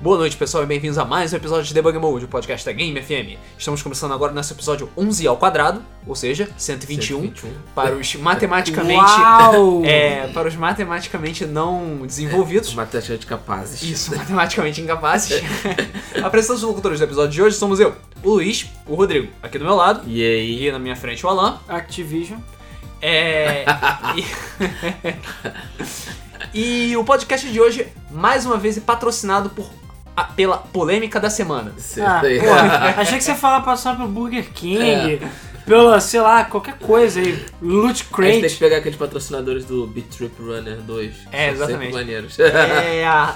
Boa noite, pessoal, e bem-vindos a mais um episódio de Debug Mode, o podcast da Game FM. Estamos começando agora nosso episódio 11 ao quadrado, ou seja, 121, 121. para os matematicamente Uau! é, para os matematicamente não É, desenvolvidos. Matemática capazes. Isso, matematicamente incapazes. Apresentando os locutores do episódio de hoje somos eu, o Luiz, o Rodrigo, aqui do meu lado, E aí? e na minha frente o Alan. Activision. É. e... e o podcast de hoje, mais uma vez, é patrocinado por, a- pela polêmica da semana. Cê- Ah, porra, achei que você falava passar pelo Burger King, É. pela, sei lá, qualquer coisa aí. Loot A gente tem Crate. que pegar aqueles patrocinadores do Beat Trip Runner 2. que É, são exatamente. Sempre maneiros. É. a-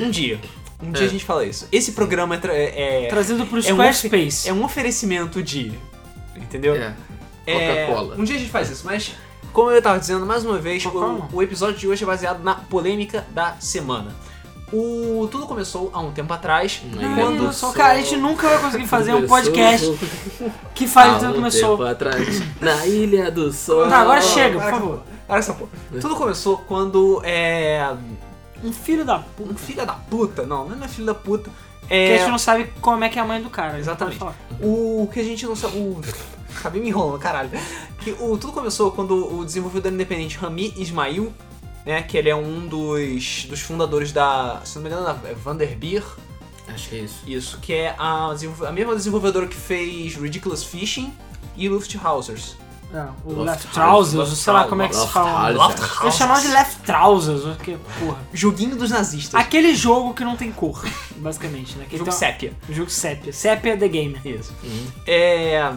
Um dia. Um dia a gente fala isso. Esse programa é. tra- é- Trazido pro É um Squarespace. é um oferecimento de. Entendeu? É. É, Coca-Cola. Um dia a gente faz isso, mas como eu tava dizendo mais uma vez, o, Coca-Cola. o episódio de hoje é baseado na polêmica da semana. O tudo começou há um tempo atrás, Hum. quando Olha só, cara, a gente nunca vai conseguir fazer um Começou podcast que fale Há tudo um começou. tempo atrás, na Ilha do Sol. Tá, agora Ah, chega, por caraca. favor. Olha essa porra. Tudo começou quando é. Um filho da puta. Um filho da puta. Não, não é filho da puta. Que a É. gente não sabe como é que é a mãe do cara. Exatamente. Pode O que a gente não sabe. O... Acabei me enrolando, caralho. Que o, tudo começou quando o desenvolvedor independente Rami Ismail, né? Que ele é um dos, dos fundadores da. Se não me engano, da é Vanderbilt. Acho que é isso. Isso, que é a, desenvol- a mesma desenvolvedora que fez Ridiculous Fishing e Lufthausers. falar. É, o Loft Left House, Trousers, Ah, Loft ou sei lá como é que se Loft fala. House. Eu chamava de Left Trousers, o que porra. Joguinho dos nazistas. Aquele jogo que não tem cor, basicamente, né? Que Jogo tem- sépia. Jogo sépia. Sépia The Game. Isso. É,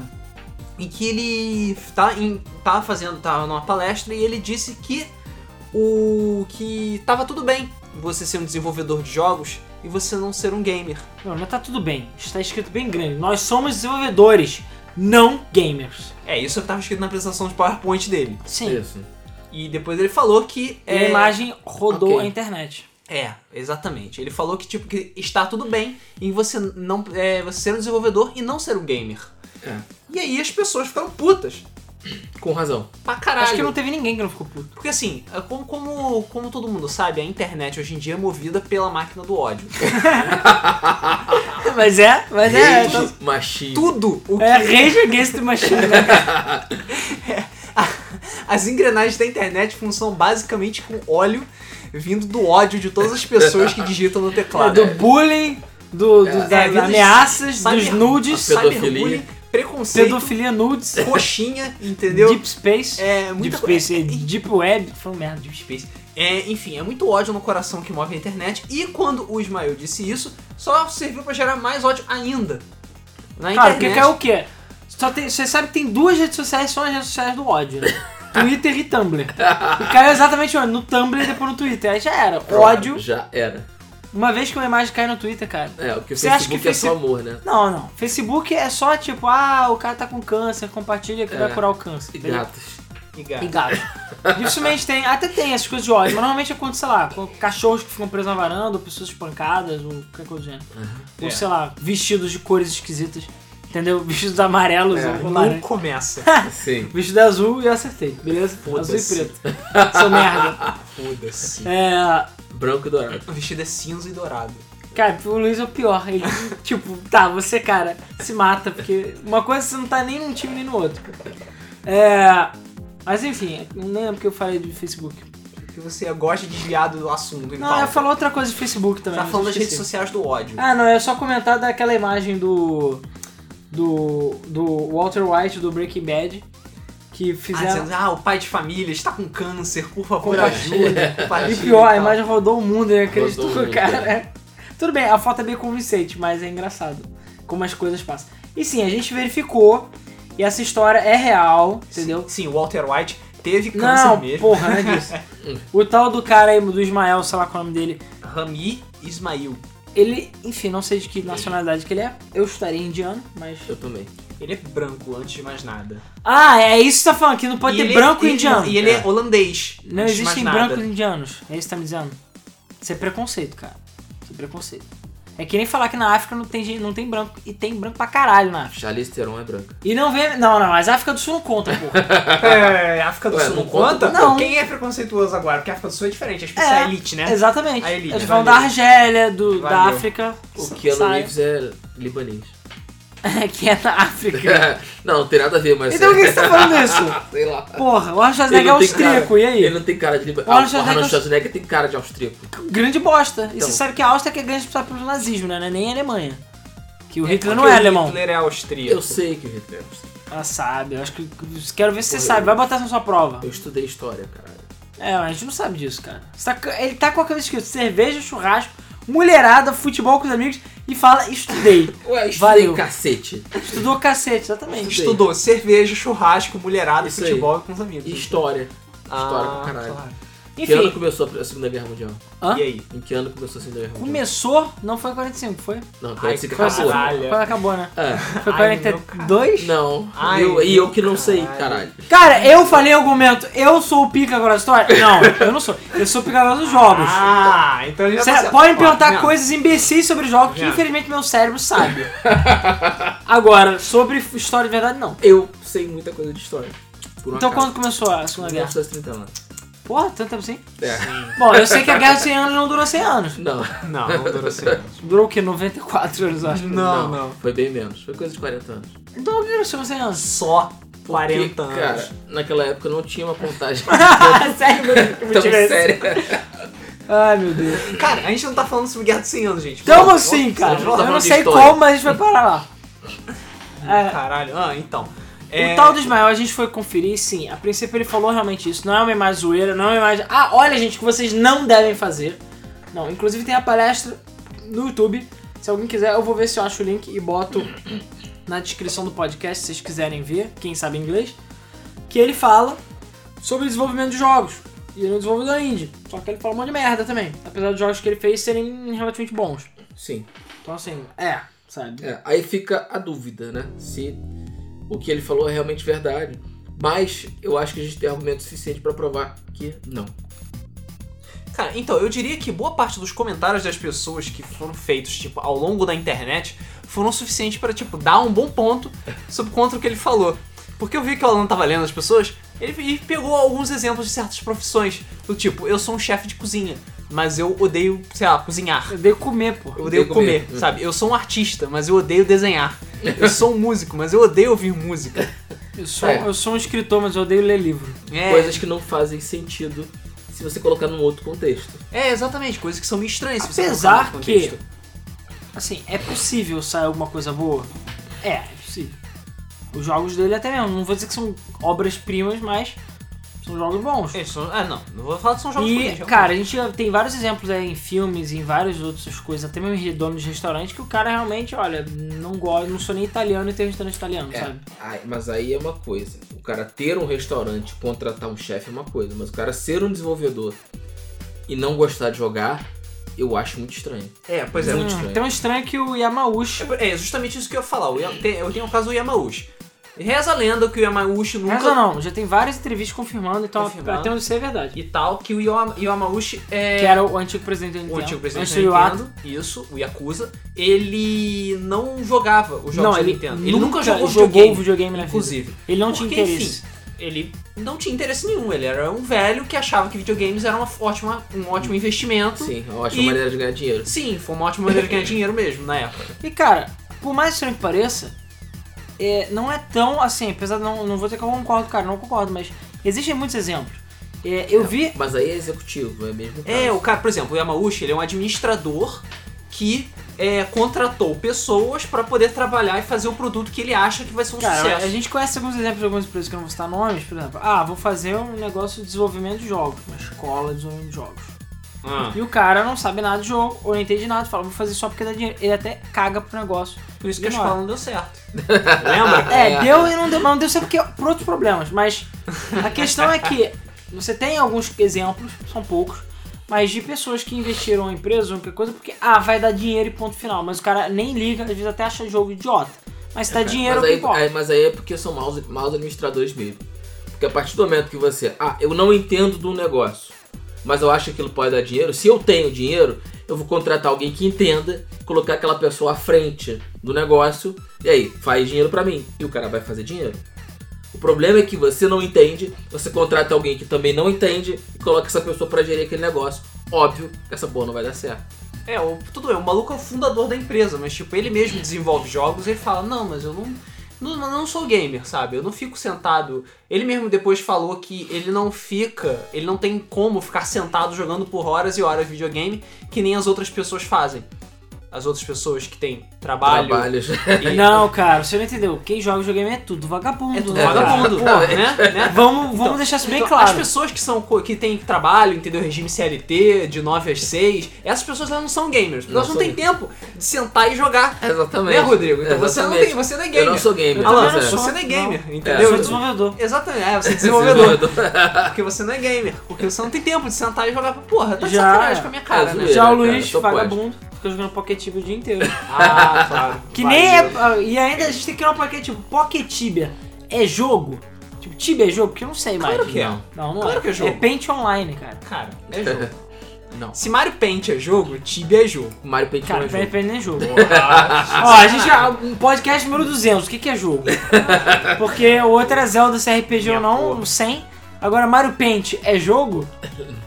e que ele tá, em, tá fazendo, tava numa palestra e ele disse que o que tava tudo bem você ser um desenvolvedor de jogos e você não ser um gamer. Não, já tá tudo bem. Está escrito bem grande. Nós somos desenvolvedores, não gamers. É, isso tava escrito na apresentação de PowerPoint dele. Sim. É Isso. E depois ele falou que E a é, imagem rodou ok. a internet. É, exatamente. Ele falou que tipo que está tudo bem em você não é, você ser um desenvolvedor e não ser um gamer. É. E aí as pessoas ficaram putas Com razão. pra caralho. Acho que não teve ninguém que não ficou puto. Porque assim, é como, como, como todo mundo sabe, a internet hoje em dia é movida pela máquina do ódio. Mas é, mas é. Rede machismo. Tudo o que É Rage Against the Machine. né? as engrenagens da internet funcionam basicamente com óleo vindo do ódio de todas as pessoas que digitam no teclado. É Do bullying, do, do- É, das é, dos- ameaças, dos cyber- nudes, a Cyberbullying, preconceito, pedofilia nudes, coxinha, entendeu? Deep Space. é muita Deep coisa. Space, é, Deep Web. Foi um merda, Deep Space. Space. É, enfim, é muito ódio no coração que move a internet. E quando o Ismael disse isso, só serviu pra gerar mais ódio ainda. Na Cara, porque internet. que é o quê? Só tem, você sabe que tem duas redes sociais que são as redes sociais do ódio, né? Twitter e Tumblr. O cara é exatamente onde? No Tumblr e depois no Twitter. Aí já era. é Ódio. Já era. Uma vez que uma imagem cai no Twitter, cara. É, porque o Você Facebook acha que é Face- só amor, né? Não, não. Facebook é só tipo, ah, o cara tá com câncer, compartilha que É. vai curar o câncer. E beleza? gatos. E gato. E gato. Dificilmente tem, até tem essas coisas de ódio, mas normalmente é quando, sei lá, com cachorros que ficam presos na varanda, ou pessoas espancadas, ou qualquer coisa do gênero. Uhum. Ou, É. sei lá, vestidos de cores esquisitas, entendeu? Vestidos amarelos É. ou Não laranja. começa. Sim. Vestido azul e eu acertei, Ah, beleza? Foda-se. Azul e preto. Sou merda. Foda-se. É. Branco e dourado. O vestido é cinza e dourado. Cara, o Luiz é o pior. Ele, tipo, tá, você, cara, se mata, porque uma coisa você não tá nem num time nem no outro. É. Mas enfim, não lembro que eu falei do Facebook. Porque você gosta de desviar do assunto. em Não, pauta. eu falo outra coisa do Facebook também. Tá mas falando eu das redes Ah, esqueci. sociais do ódio. Ah, não, é só comentar daquela imagem do. Do. Do Walter White do Breaking Bad. Que Ah, fizeram. dizendo, ah, o pai de família está com câncer, por favor, Compartilha. ajuda. compartilha E pior, é a tal. imagem rodou o mundo, eu acredito, Rodou o mundo, cara. é. Tudo bem, a foto é bem convincente, mas é engraçado como as coisas passam. E sim, a gente verificou e essa história é real, entendeu? Sim, o Walter White teve câncer Não, mesmo. porra, não é disso. O tal do cara aí, do Ismael, sei lá qual é o nome dele, Rami Ismail. ele, enfim, não sei de que nacionalidade que ele é. Eu estaria indiano, mas. Eu também. Ele é branco, antes de mais nada. Ah, é isso que você tá falando, que não pode E ter ele- branco e ele- indiano. E ele é É. holandês. Não antes de mais existem nada. brancos e indianos. É isso que tá me dizendo? Isso é preconceito, cara. Isso é preconceito. É que nem falar que na África não tem, gen- não tem branco. E tem branco pra caralho na África. Charlize Theron é branca. E não vem. Não, não, mas a África do Sul não conta, porra. É, África do Ué, Sul não não conta? conta? Não. Quem é preconceituoso agora? Porque a África do Sul é diferente, é tipo é, elite, né? Exatamente. A elite, Eles falam da valeu. Argélia, do, da Valeu. África. O Keanu sai. Reeves é libanês. que é da África. não, não tem nada a ver, mas. Então por que você tá falando isso? Sei lá. Porra, o Arnold Ele Schwarzenegger é não tem cara- austríaco, e aí? Ele não tem cara de libanês. O Arnold Ah, o Arnold Schwarzenegger- Schwarzenegger tem cara de austríaco. Grande bosta. E Então. você sabe que a Áustria é que é grande responsável pelo nazismo, né? Não é Nem a Alemanha. Que o Porque Hitler não é alemão. Hitler é austríaco. Eu sei que o Hitler é austríaco. Ah, sabe. Eu acho que. Quero ver se você sabe. Vai botar essa na sua prova. Eu estudei história, caralho. É, mas a gente não sabe disso, cara. Você tá c- ele tá com a cabeça escrita cerveja, churrasco, mulherada, futebol com os amigos e fala estudei. Ué, estudei Valeu. cacete. Estudou cacete, exatamente. Estudou cerveja, churrasco, mulherada, Isso aí. futebol e com os amigos. E história. História Ah, pra caralho. claro. Em Que ano Enfim, começou a Segunda Guerra Mundial? Hã? E aí? Em que ano começou a Segunda Guerra Mundial? começou, não foi em 45, foi? Não, Ai, quando se caralho. acabou. Quando acabou, né? É. Foi Ai, meu 42? Não. Ai, eu, e eu que não sei, caralho. caralho. Cara, eu falei em algum momento, eu sou o pica agora da história? Não, eu não sou. Eu sou o pica agora dos jogos. Ah, então já Cê tá certo. pode me Ó, perguntar não. coisas imbecis sobre jogos que Não. infelizmente meu cérebro sabe. Agora, sobre história de verdade, não. Eu sei muita coisa de história. Por um Então acaso. quando começou a Segunda Guerra? 1930 anos. Porra, tanto tempo assim? É. Bom, eu sei que a Guerra dos 100 anos não durou 100 anos. Não. Não, não durou certo. Durou o quê? 94 anos, eu acho. Não, não. Foi bem menos. Foi coisa de 40 anos. Então o que durou 100 anos? Só Porque, 40 anos. Cara, naquela época não tinha uma contagem sério, meu tão séria. é Ai, meu Deus. Cara, a gente não tá falando sobre Guerra dos 100 anos, gente. é Então Vamos- assim, cara, vamos lá, eu não vamos de sei história. como, mas a gente vai parar lá. É, Caralho. Ah, então. É, O tal do Ismael, a gente foi conferir, sim. A princípio ele falou realmente isso. Não é uma imagem zoeira, não é uma imagem. Ah, olha, gente, que vocês não devem fazer. Não, inclusive tem a palestra no YouTube. Se alguém quiser, eu vou ver se eu acho o link e boto na descrição do podcast, se vocês quiserem ver, quem sabe inglês. Que ele fala sobre desenvolvimento de jogos. E ele é um desenvolvedor indie. Só que ele fala um monte de merda também. Apesar dos jogos que ele fez serem relativamente bons. Sim. Então assim, é, sabe? É, aí fica a dúvida, né? Se o que ele falou é realmente verdade. Mas eu acho que a gente tem argumento suficiente pra provar que não. Cara, então, eu diria que boa parte dos comentários das pessoas que foram feitos, tipo, ao longo da internet, foram suficientes pra, tipo, dar um bom ponto sobre contra o que ele falou. Porque eu vi que o Alan tava lendo as pessoas, ele e pegou alguns exemplos de certas profissões. Do tipo, eu sou um chefe de cozinha, mas eu odeio, sei lá, cozinhar. Eu dei é comer, pô. Eu odeio Odeio comer. comer, sabe? Eu sou um artista, mas eu odeio desenhar. Eu sou um músico, mas eu odeio ouvir música. Eu sou, É. eu sou um escritor, mas eu odeio ler livro. É, Coisas que não fazem sentido se você colocar num outro contexto. é exatamente, coisas que são meio estranhas. se você Apesar colocar no que- contexto. Assim, é possível sair alguma coisa boa? É, é possível. Os jogos dele até mesmo. Não vou dizer que são obras-primas, mas são jogos bons. É, são- ah, não, não vou falar que são jogos E, ruins, realmente. cara, a gente tem vários exemplos aí em filmes, em várias outras coisas, até mesmo em donos de restaurante, que o cara realmente, olha, não gosta, não sou nem italiano e tem restaurante italiano, É, sabe? ai, mas aí é uma coisa. O cara ter um restaurante, contratar um chefe é uma coisa, mas o cara ser um desenvolvedor e não gostar de jogar, eu acho muito estranho. É, pois é. Hum. muito- estranho. Tão Então estranho que o Yamauchi. É é justamente isso que eu ia falar. o Yam- tem- Eu tenho o caso do Yamauchi. Reza a lenda que o Yamauchi nunca. Mas ou não, já tem várias entrevistas confirmando, então Confirmando. até onde sei é verdade. E tal, que o Yama- Yamauchi é. Que era o antigo presidente da Nintendo. o antigo presidente antes da do Iwata. Nintendo, isso, o Yakuza, ele não jogava os jogos Não, ele da Nintendo. nunca jogou jogou videogame, videogame na vida. inclusive. Ele não Porque, tinha interesse. enfim, ele não tinha interesse nenhum. Ele era um velho que achava que videogames era uma ótima, um ótimo investimento. Sim, é uma ótima E- maneira de ganhar dinheiro. Sim, foi uma ótima maneira de ganhar dinheiro mesmo na época. E cara, por mais estranho que pareça, é, não é tão assim, apesar de não, não vou dizer que eu concordo, cara, não concordo, mas existem muitos exemplos. É, eu vi. Mas aí é executivo, é mesmo. É, caso. o cara, por exemplo, o Yamauchi, ele é um administrador que é, contratou pessoas pra poder trabalhar e fazer o produto que ele acha que vai ser um Cara, sucesso. a gente conhece alguns exemplos de algumas empresas que eu não vou citar nomes, por exemplo, ah, vou fazer um negócio de desenvolvimento de jogos, uma escola de desenvolvimento de jogos. Ah, E o cara não sabe nada de jogo, ou não entende nada, fala, vou fazer só porque dá dinheiro. Ele até caga pro negócio. por isso que a ignora. escola não deu certo. Lembra? É, É. deu e não deu, mas não deu certo porque, é por outros problemas. Mas a questão é que você tem alguns exemplos, são poucos, mas de pessoas que investiram em empresa, ou em qualquer coisa, porque, ah, vai dar dinheiro e ponto final. Mas o cara nem liga, às vezes até acha jogo idiota. Mas se dá dinheiro, mas é o que aí, importa. aí- mas aí é porque são maus, maus administradores mesmo. Porque a partir do momento que você, ah, eu não entendo do negócio, mas eu acho que aquilo pode dar dinheiro, se eu tenho dinheiro, eu vou contratar alguém que entenda colocar aquela pessoa à frente do negócio e aí faz dinheiro pra mim e o cara vai fazer dinheiro. O problema é que você não entende, você contrata alguém que também não entende e coloca essa pessoa pra gerir aquele negócio. Óbvio que essa porra não vai dar certo. É, o, tudo bem, o maluco é o fundador da empresa, mas tipo, ele mesmo desenvolve jogos e ele fala, não, mas eu não, não, não sou gamer, sabe? Eu não fico sentado. Ele mesmo depois falou que ele não fica, ele não tem como ficar sentado jogando por horas e horas videogame, que nem as outras pessoas fazem. As outras pessoas que têm trabalho. Trabalhos. E, Não, cara, você não entendeu. Quem joga videogame é tudo vagabundo. É tudo né, cara? vagabundo, cara. né? né? Vamos, vamos Então, deixar isso bem Então, claro. As pessoas que são co- que têm trabalho, entendeu? Regime CLT, de 9 às 6, essas pessoas elas não são gamers. porque Não elas não são É, têm tempo de sentar e jogar. Exatamente. Né, Rodrigo? Então você não, Exatamente. tem, você não é gamer. Eu não sou gamer. Alan, mas é. você sou. não é gamer, Eu entendeu? sou desenvolvedor. Exatamente, é, você é desenvolvedor. porque você não é gamer. Porque você não tem tempo de sentar e jogar. Porra, tá de Já. sacanagem com a minha cara, É né? zoeira. Já o cara, Luiz, só pode. vagabundo, fica jogando Pocket Tibia o dia inteiro. Ah, claro. Que Valeu. nem é. ah, E ainda a gente tem que criar um Pocket Tibia. Pocket Tibia é jogo? Tipo, Tibia é jogo? Porque eu não sei mais. Claro que é. Não. Não, não Claro é. que é jogo. É Paint Online, cara. Cara, é jogo. Não. Se Mario Paint é jogo, Tibia é jogo. Mario Paint não Cara, é peraí, jogo. peraí, nem jogo. Porra. Ó, a gente já. um Podcast número 200, o que, que é jogo? Porque o outro é Zelda, se é RPG Minha ou não, porra. um 100. Agora, Mario Paint é jogo?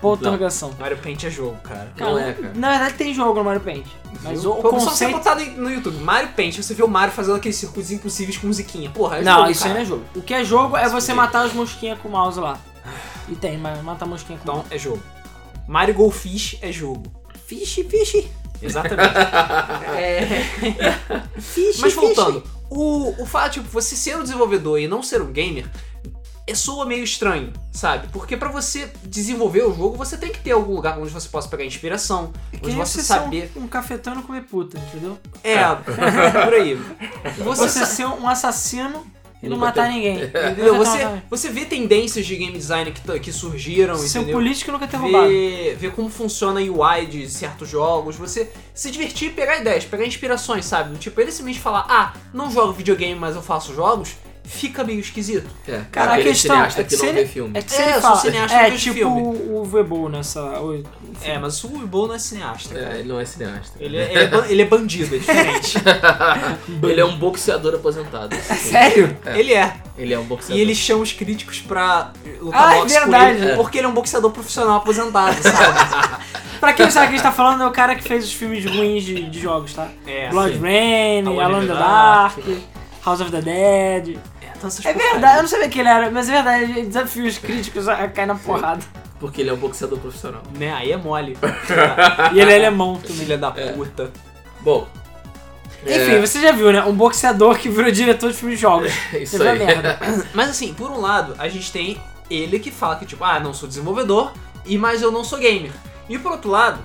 Ponto de Não. interrogação. Mario Paint é jogo, cara. Não é, cara. Na verdade, tem jogo no Mario Paint. Mas o, o Como só você conceito. botar no- no YouTube, Mario Paint, você vê o Mario fazendo aqueles circuitos impossíveis com musiquinha. Porra, é Não, jogo, isso aí cara. não é jogo. O que é jogo é você Sim. matar as mosquinhas com o mouse lá. E tem, mas matar a mosquinha com o mouse. Então, é jogo. Mario Golfish é jogo. Fish, fish, Exatamente. É, fish. Mas voltando, o, o fato, tipo, você ser um desenvolvedor e não ser um gamer é, soa meio estranho, sabe? Porque pra você desenvolver o jogo, você tem que ter algum lugar onde você possa pegar inspiração, É que onde nem você você saber. saber. ser um, um cafetano e comer puta, entendeu? É, por aí. Você, Você você ser um assassino e não Nunca matar teve- ninguém. Entendeu? tá Entendeu? Você, você vê tendências de game design que, t- que surgiram, Ser um entendeu? político e nunca ter roubado. ver, ver como funciona a UI de certos jogos, você se divertir e pegar ideias, pegar inspirações, sabe? Tipo, ele simplesmente falar, ah, não jogo videogame, mas eu faço jogos, fica meio esquisito. É, Cara, a aquele questão cineasta é que que se não ele- vê filme. É que se É, eu ele sou fala, cineasta, eu é vejo tipo filme. o Vebo nessa... o- É, mas o Ibo não é cineasta, cara. É, ele não é cineasta. Ele, é, ele, é, ban- ele é bandido, é diferente. Ele é um boxeador aposentado. É Sério? ele é. Ele é um boxeador. E ele chama os críticos pra lutar Ah, é boxe com verdade. ele, porque ele é um boxeador profissional aposentado, sabe? Pra quem não sabe o que a gente tá falando, é o cara que fez os filmes ruins de, de jogos, tá? É, Blood sim. Rain, Alone in Alone in the the Dark, House of the Dead... é, então essas É verdade, eu não sabia que ele era, mas é verdade, ele desafia os críticos a cair na porrada. Porque ele é um boxeador profissional. porcaria. Né, aí é mole. E ele é alemão também. Filha da É. puta. Bom. Enfim, você já viu, né? Um boxeador que virou diretor de filme de jogos. é isso Teve a aí. merda. Mas assim, por um lado, a gente tem ele que fala que, tipo, ah, não sou desenvolvedor, e mas eu não sou gamer. E por outro lado,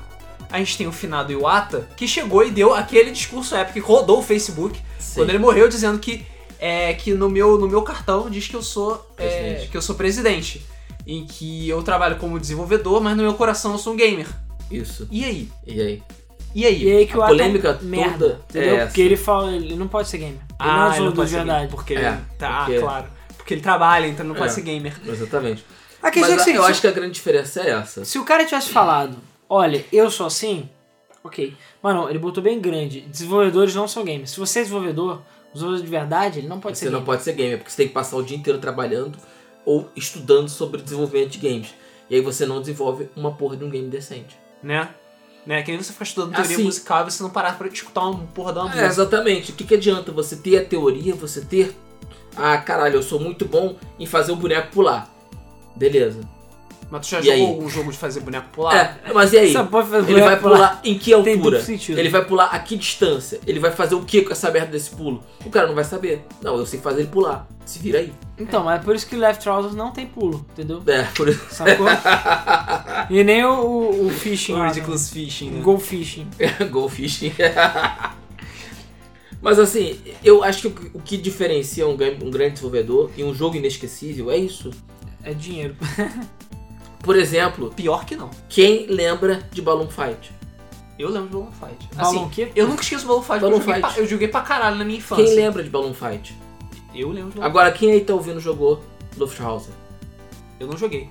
a gente tem o finado Iwata, que chegou e deu aquele discurso épico que rodou o Facebook Sim. quando ele morreu, dizendo que é que no meu, no meu cartão diz que eu sou é, Presidente. que eu sou presidente. Em que eu trabalho como desenvolvedor, mas no meu coração eu sou um gamer. Isso. E aí? E aí? E aí? E aí que o A Atom- polêmica merda, toda entendeu? é essa. Porque ele fala, ele não pode ser gamer. Ele não é ah, ele não desenvolvedor pode de ser verdade. gamer, porque É, ele, tá, porque- claro. Porque ele trabalha, então ele não É. pode ser gamer. Exatamente. A Mas questão é que eu se, acho que a grande diferença é essa. se o cara tivesse falado, olha, eu sou assim, ok. Mas não, ele botou bem grande. Desenvolvedores não são gamers. Se você é desenvolvedor, desenvolvedor de verdade, ele não pode você ser não gamer. pode ser gamer, porque você tem que passar o dia inteiro trabalhando ou estudando sobre desenvolvimento de games. E aí você não desenvolve uma porra de um game decente. né? Né? Que nem você ficar estudando teoria Assim. musical e você não parar pra escutar uma porra da É, música. exatamente. O que, que adianta você ter a teoria, você ter. Ah, caralho, eu sou muito bom em fazer o boneco pular. Beleza. Mas tu já E jogou aí? algum jogo de fazer boneco pular? É, mas e aí? Essa porra faz Ele vai boneco pular. pular em que Tem altura? duplo sentido. Ele vai pular a que distância? Ele vai fazer o que com essa merda desse pulo? O cara não vai saber. Não, eu sei fazer ele pular. Se vira aí. Então, mas é por isso que Left Trousers não tem pulo, entendeu? É, por isso. Sacou? e nem o, o, o fishing O Ah, lá, né? Ridiculous Fishing, né? Go fishing. Goldfish. é Mas assim, eu acho que o que- o que diferencia um, game- um grande desenvolvedor e um jogo inesquecível é isso. É dinheiro. Por exemplo, Pior que não. quem lembra de Balloon Fight? Eu lembro de Balloon Fight. Assim, Falam o quê? eu nunca esqueço Balloon Fight, Balloon porque eu, joguei Fight. Pra, eu joguei pra caralho na minha infância. Quem lembra de Balloon Fight? Eu lembro de Balloon Agora, quem aí tá ouvindo jogou Lufthausen? Fight. Eu não joguei.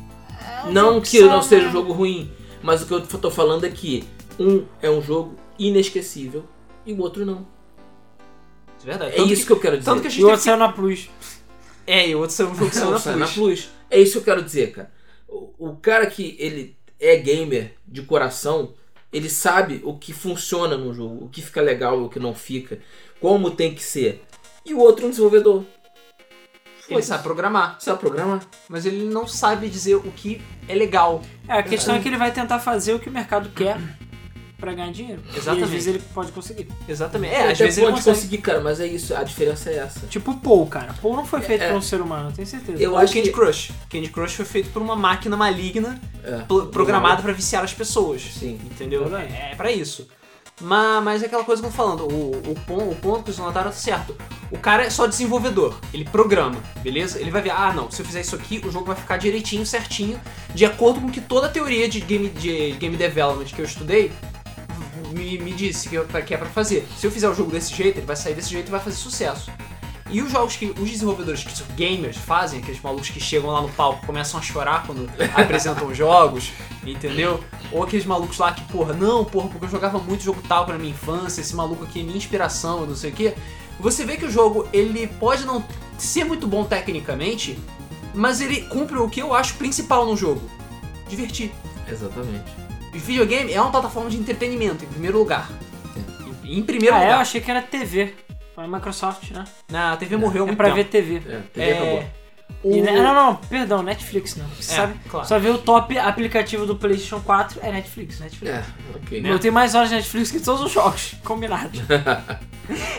Não que que não sabe. seja um jogo ruim, mas o que eu tô falando é que um é um jogo inesquecível e o outro não. De verdade. É Tanto isso que eu quero dizer. tanto que a E gente o teve outro saiu na Plus. É, e o outro saiu um jogo que saiu Não, na sai na Plus. Plus. É isso que eu quero dizer, cara. O, o cara que ele é gamer de coração, ele sabe o que funciona no jogo, o que fica legal, o que não fica, como tem que ser. E o outro é um desenvolvedor. Ele Foda-se. sabe programar, Sabe programar? mas ele não sabe dizer o que é legal. É, a questão é que ele vai tentar fazer o que o mercado quer pra ganhar dinheiro. E às Exatamente. vezes ele pode conseguir. Exatamente. Ele É, às até vezes ele pode consegue. conseguir, cara, mas é isso. A diferença é essa. Tipo o Paul, cara. Paul não foi feito É. pra um ser humano, eu tenho certeza. Eu Ou acho Candy que... Crush. Candy Crush foi feito por uma máquina maligna É, pl- programada pra viciar as pessoas. Sim. Entendeu? Verdade. É pra isso. Mas, mas é aquela coisa que eu tô falando, o, o, pon- o ponto que o Zonataro tá certo. O cara é só desenvolvedor, ele programa, beleza? Ele vai ver, ah não, se eu fizer isso aqui, o jogo vai ficar direitinho, certinho, de acordo com o que toda a teoria de game, de game development que eu estudei me, me disse que, eu- que é pra fazer. Se eu fizer o jogo desse jeito, ele vai sair desse jeito e vai fazer sucesso. E os jogos que os desenvolvedores que são gamers fazem, aqueles malucos que chegam lá no palco começam a chorar quando apresentam os jogos, entendeu? Ou aqueles malucos lá que, porra, não, porra, porque eu jogava muito jogo tal pra minha infância, esse maluco aqui é minha inspiração, eu não sei o quê. Você vê que o jogo, ele pode não ser muito bom tecnicamente, mas ele cumpre o que eu acho principal no jogo. Divertir. Exatamente. E videogame é uma plataforma de entretenimento, em primeiro lugar. Em em primeiro ah, é, eu lugar. achei que era TV. Foi a Microsoft, né? Na TV morreu há É muito pra tempo. ver TV. É, TV acabou. É, Então. o... E ne- não, não, perdão, Netflix não. Você É, sabe? claro. Só ver o top aplicativo do PlayStation 4 é Netflix, Netflix. É, ok. Né? Eu tenho mais horas de Netflix que todos os jogos, combinado.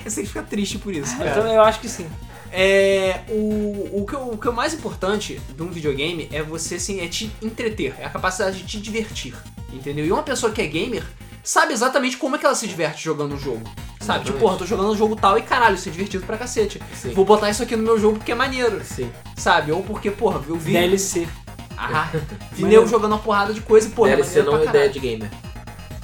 Você tem que ficar triste por isso. cara. Então eu acho que sim. É, o, o, que, o que é o mais importante de um videogame é você assim, é te entreter, é a capacidade de te divertir, entendeu? E uma pessoa que é gamer sabe exatamente como é que ela se diverte jogando um jogo. Sabe, tipo, Exatamente. porra, tô jogando um jogo tal e caralho, isso é divertido pra cacete. Sim. Vou botar isso aqui no meu jogo porque é maneiro, Sim. sabe? Ou porque, porra, eu vi. DLC. Ah, vi Maneiro. nego jogando uma porrada de coisa e, porra, é DLC maneiro não é pra ideia caralho. de gamer.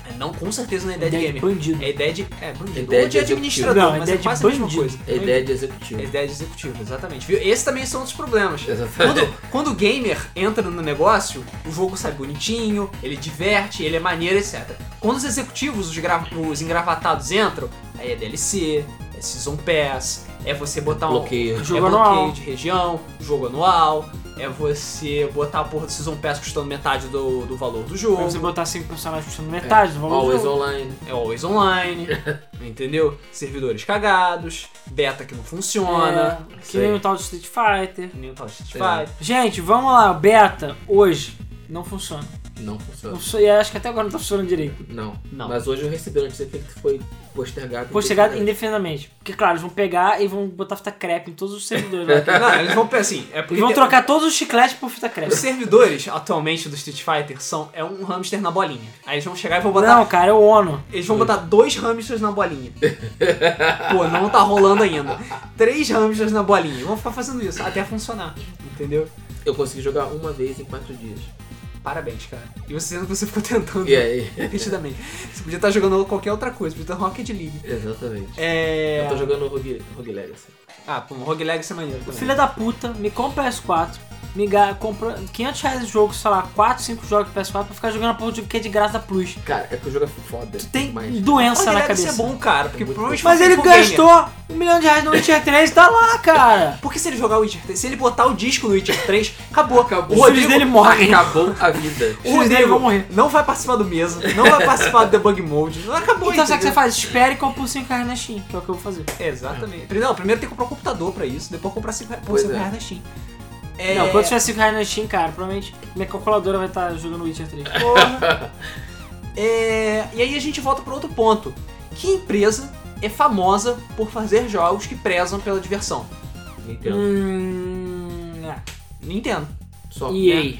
É, Não, com certeza não é ideia de gamer. Bandido. É ideia de. É, bandido. Ideia Ou de de administrador, executivo. mas Não, é ideia de quase a mesma bandido. coisa. É ideia de executivo. É ideia de executivo, exatamente. Viu? Esse também são outros problemas. Exatamente. Quando, quando o gamer entra no negócio, o jogo sai bonitinho, ele diverte, ele é maneiro, etc. Quando os executivos, os, gra- os engravatados entram, aí é DLC, é Season Pass, é você botar Então, um Bloqueio. Jogo é bloqueio anual. de região, jogo anual, é você botar a porra do Season Pass custando metade do, do valor do Pra você jogo, botar 5 personagens custando metade do valor do Always jogo. online. é always online, entendeu? Servidores cagados, beta que não funciona, É, que Isso nem aí. o tal do Street Fighter. nem o tal Street É. Fighter. Gente, vamos lá. Beta, hoje, não funciona. Não Não funciona. funciona- E acho que até agora não tá funcionando direito. Não. Não. Mas hoje eu recebi a notícia que foi postergado. Postergado indefinidamente. Porque, claro, eles vão pegar e vão botar fita crepe em todos os servidores. né? Não, eles vão assim, é porque Eles vão tem- trocar todos os chicletes por fita Os crepe. servidores atualmente do Street Fighter são é um hamster na bolinha. Aí eles vão chegar e vão botar. Não, cara, é o ONU. Eles vão botar dois hamsters na bolinha. Pô, não tá rolando ainda. Três hamsters na bolinha. Vão ficar fazendo isso até funcionar. Entendeu? Eu consegui jogar uma vez em quatro dias. Parabéns, cara. E você sendo que você ficou tentando E aí? repetidamente. Você podia estar jogando qualquer outra coisa, podia estar Rocket League. Exatamente. É. Eu tô jogando Rogue, Rogue Legacy. Ah, pô, um Rogue Legacy é maneiro também. Filha da puta, me compra PS4, me ga- compra 500 reais de jogo, sei lá, 4, 5 jogos de PS4 pra ficar jogando a porra de que é de graça da Plus. Cara, é que o jogo é foda. Tu tem demais. Rogue doença na Legacy cabeça. é bom, cara, porque provavelmente Mas você ele for gamer. gastou um milhão de reais no Witcher 3 tá lá, cara. Porque se ele jogar o Witcher 3, se ele botar o disco no Witcher 3, acabou. Acabou. O Os filhos Rodrigo dele morrem. Acabou a vida. O Os filhos Rodrigo dele vão morrer. não vai participar do mesa, não vai participar do debug mode, não acabou Então sabe o que você entendeu? faz? Espere e compra os 5 reais na Steam, que é o que eu vou fazer. Exatamente. Não, primeiro tem que comprar um computador pra isso, depois comprar 5 reais Pois é. reais na Steam. É, Não, quando tiver 5 reais na Steam, cara, provavelmente minha calculadora vai estar jogando Witcher 3. porra. É, E aí a gente volta pra outro ponto. Que empresa é famosa por fazer jogos que prezam pela diversão? Nintendo. Hum. Nintendo. Só. EA.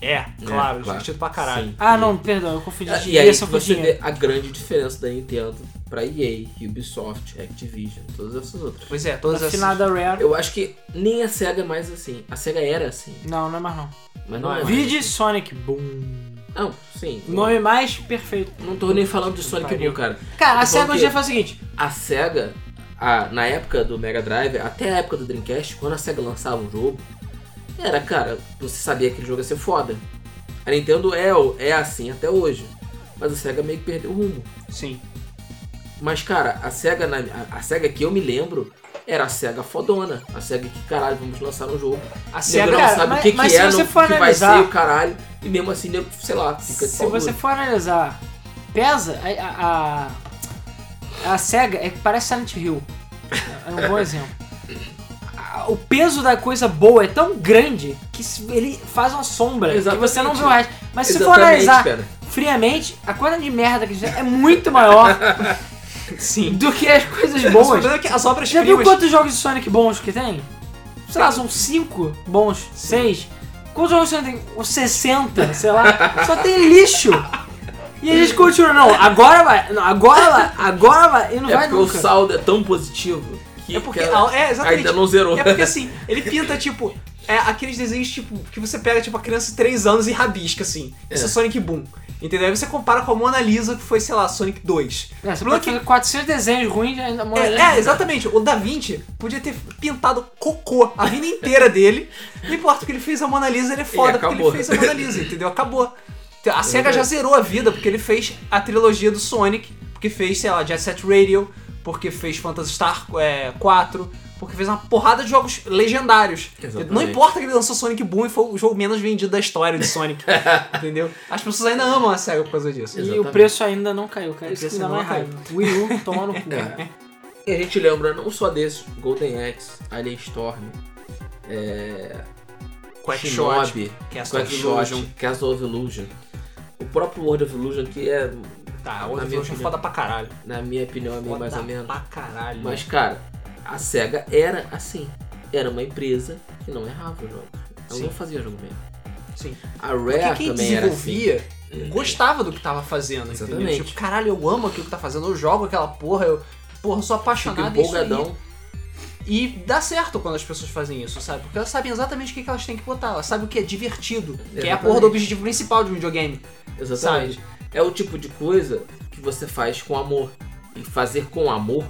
É, claro, divertido pra caralho. Sim. Ah, não, perdão, eu confundi. Ah, E aí EA só foi você dinheiro. vê a grande diferença da Nintendo pra EA, Ubisoft, Activision, todas essas outras. Pois é, todas as. Afinada Rare. Eu acho que nem a SEGA é mais assim. A SEGA era assim, Não, não é mais não. mas não, Não é. é. mais. Vide Sonic Boom. Não, é- sim. Nome mais perfeito. Não tô nem falando de Sonic Pariu. Boom, cara. Cara, Tô a falando SEGA que hoje já faz o seguinte: A SEGA, a- na época do Mega Drive, até a época do Dreamcast, quando a SEGA lançava um jogo, era, cara, você sabia que aquele jogo ia ser foda. A Nintendo é, o- é assim até hoje. Mas a SEGA meio que perdeu o rumo. Sim. Mas, cara, a SEGA, na- a, a SEGA que eu me lembro era a SEGA fodona. A SEGA que, caralho, vamos lançar um jogo. O A nego SEGA, não cara, sabe mas, o que, mas que se é, você não, for que vai ser o analisar, caralho. E mesmo assim, nego, sei lá, fica de se pau você duro. for analisar PESA, a, a, a, a SEGA é que parece Silent Hill. É um bom exemplo. A- O peso da coisa boa é tão grande que se- ele faz uma sombra que você não vê o resto. Mas se for Exatamente, analisar cara. friamente, a quantidade de merda que a gente tem é muito maior Sim. do que as coisas Mas o boas. problema é que as obras Já viu primas. quantos jogos de Sonic bons que tem? Sei lá, são 5 bons, 6. Quantos jogos de Sonic tem? Uns 60, sei lá. Só tem lixo. E a gente continua, não, agora vai, não, agora vai, agora vai, e não É vai porque o nunca. saldo é tão positivo que É porque. que ela ah, é, exatamente. ainda não zerou. É porque assim, ele pinta, tipo, é, aqueles desenhos, tipo, que você pega, tipo, a criança de 3 anos e rabisca, assim. Isso é, É. Sonic Boom. Entendeu? Aí você compara com a Mona Lisa, que foi, sei lá, Sonic 2. É, você Bloque- pode fazer 400 desenhos ruins e ainda É, morre. é, exatamente. O Da Vinci podia ter pintado cocô a vida inteira dele. Não importa o que ele fez a Mona Lisa, ele é foda porque ele acabou. fez a Mona Lisa, entendeu? Acabou. A SEGA verdade. já zerou a vida porque ele fez a trilogia do Sonic, porque fez, sei lá, Jet Set Radio, porque fez Phantasy Star é, 4, porque fez uma porrada de jogos legendários. Exatamente. Não importa que ele lançou Sonic Boom e foi o jogo menos vendido da história de Sonic, entendeu? As pessoas ainda amam a SEGA por causa disso. E o Exatamente. preço ainda não caiu, cara. Isso O preço que me dá não mais caiu. raiva. Wii U, toma no cu. cara. É. E a gente lembra não só desses, Golden Axe, Alien Storm, Quackshot, Shinobi, Castle of Quack Illusion. Illusion, Castle of Illusion, o próprio World of Illusion, que é, Tá, Na hoje minha é opinião. foda pra caralho. na minha opinião, é meio mais ou Foda menos. Pra caralho. Mas, cara, a SEGA era assim. Era uma empresa que não errava o jogo. Ela Sim. não fazia jogo mesmo. né? Sim. A Rare Porque quem também era assim. desenvolvia gostava do que tava fazendo, entendeu? Exatamente. Tipo, caralho, eu amo aquilo que tá fazendo, eu jogo aquela porra, eu. Porra, eu sou Fica apaixonado é isso aí. empolgadão. E dá certo quando as pessoas fazem isso, sabe? Porque elas sabem exatamente o que que elas têm que botar. Elas sabem o que é divertido. Que é a Exatamente. porra do objetivo principal de um videogame. Exatamente. É o tipo de coisa que você faz com amor. E fazer com amor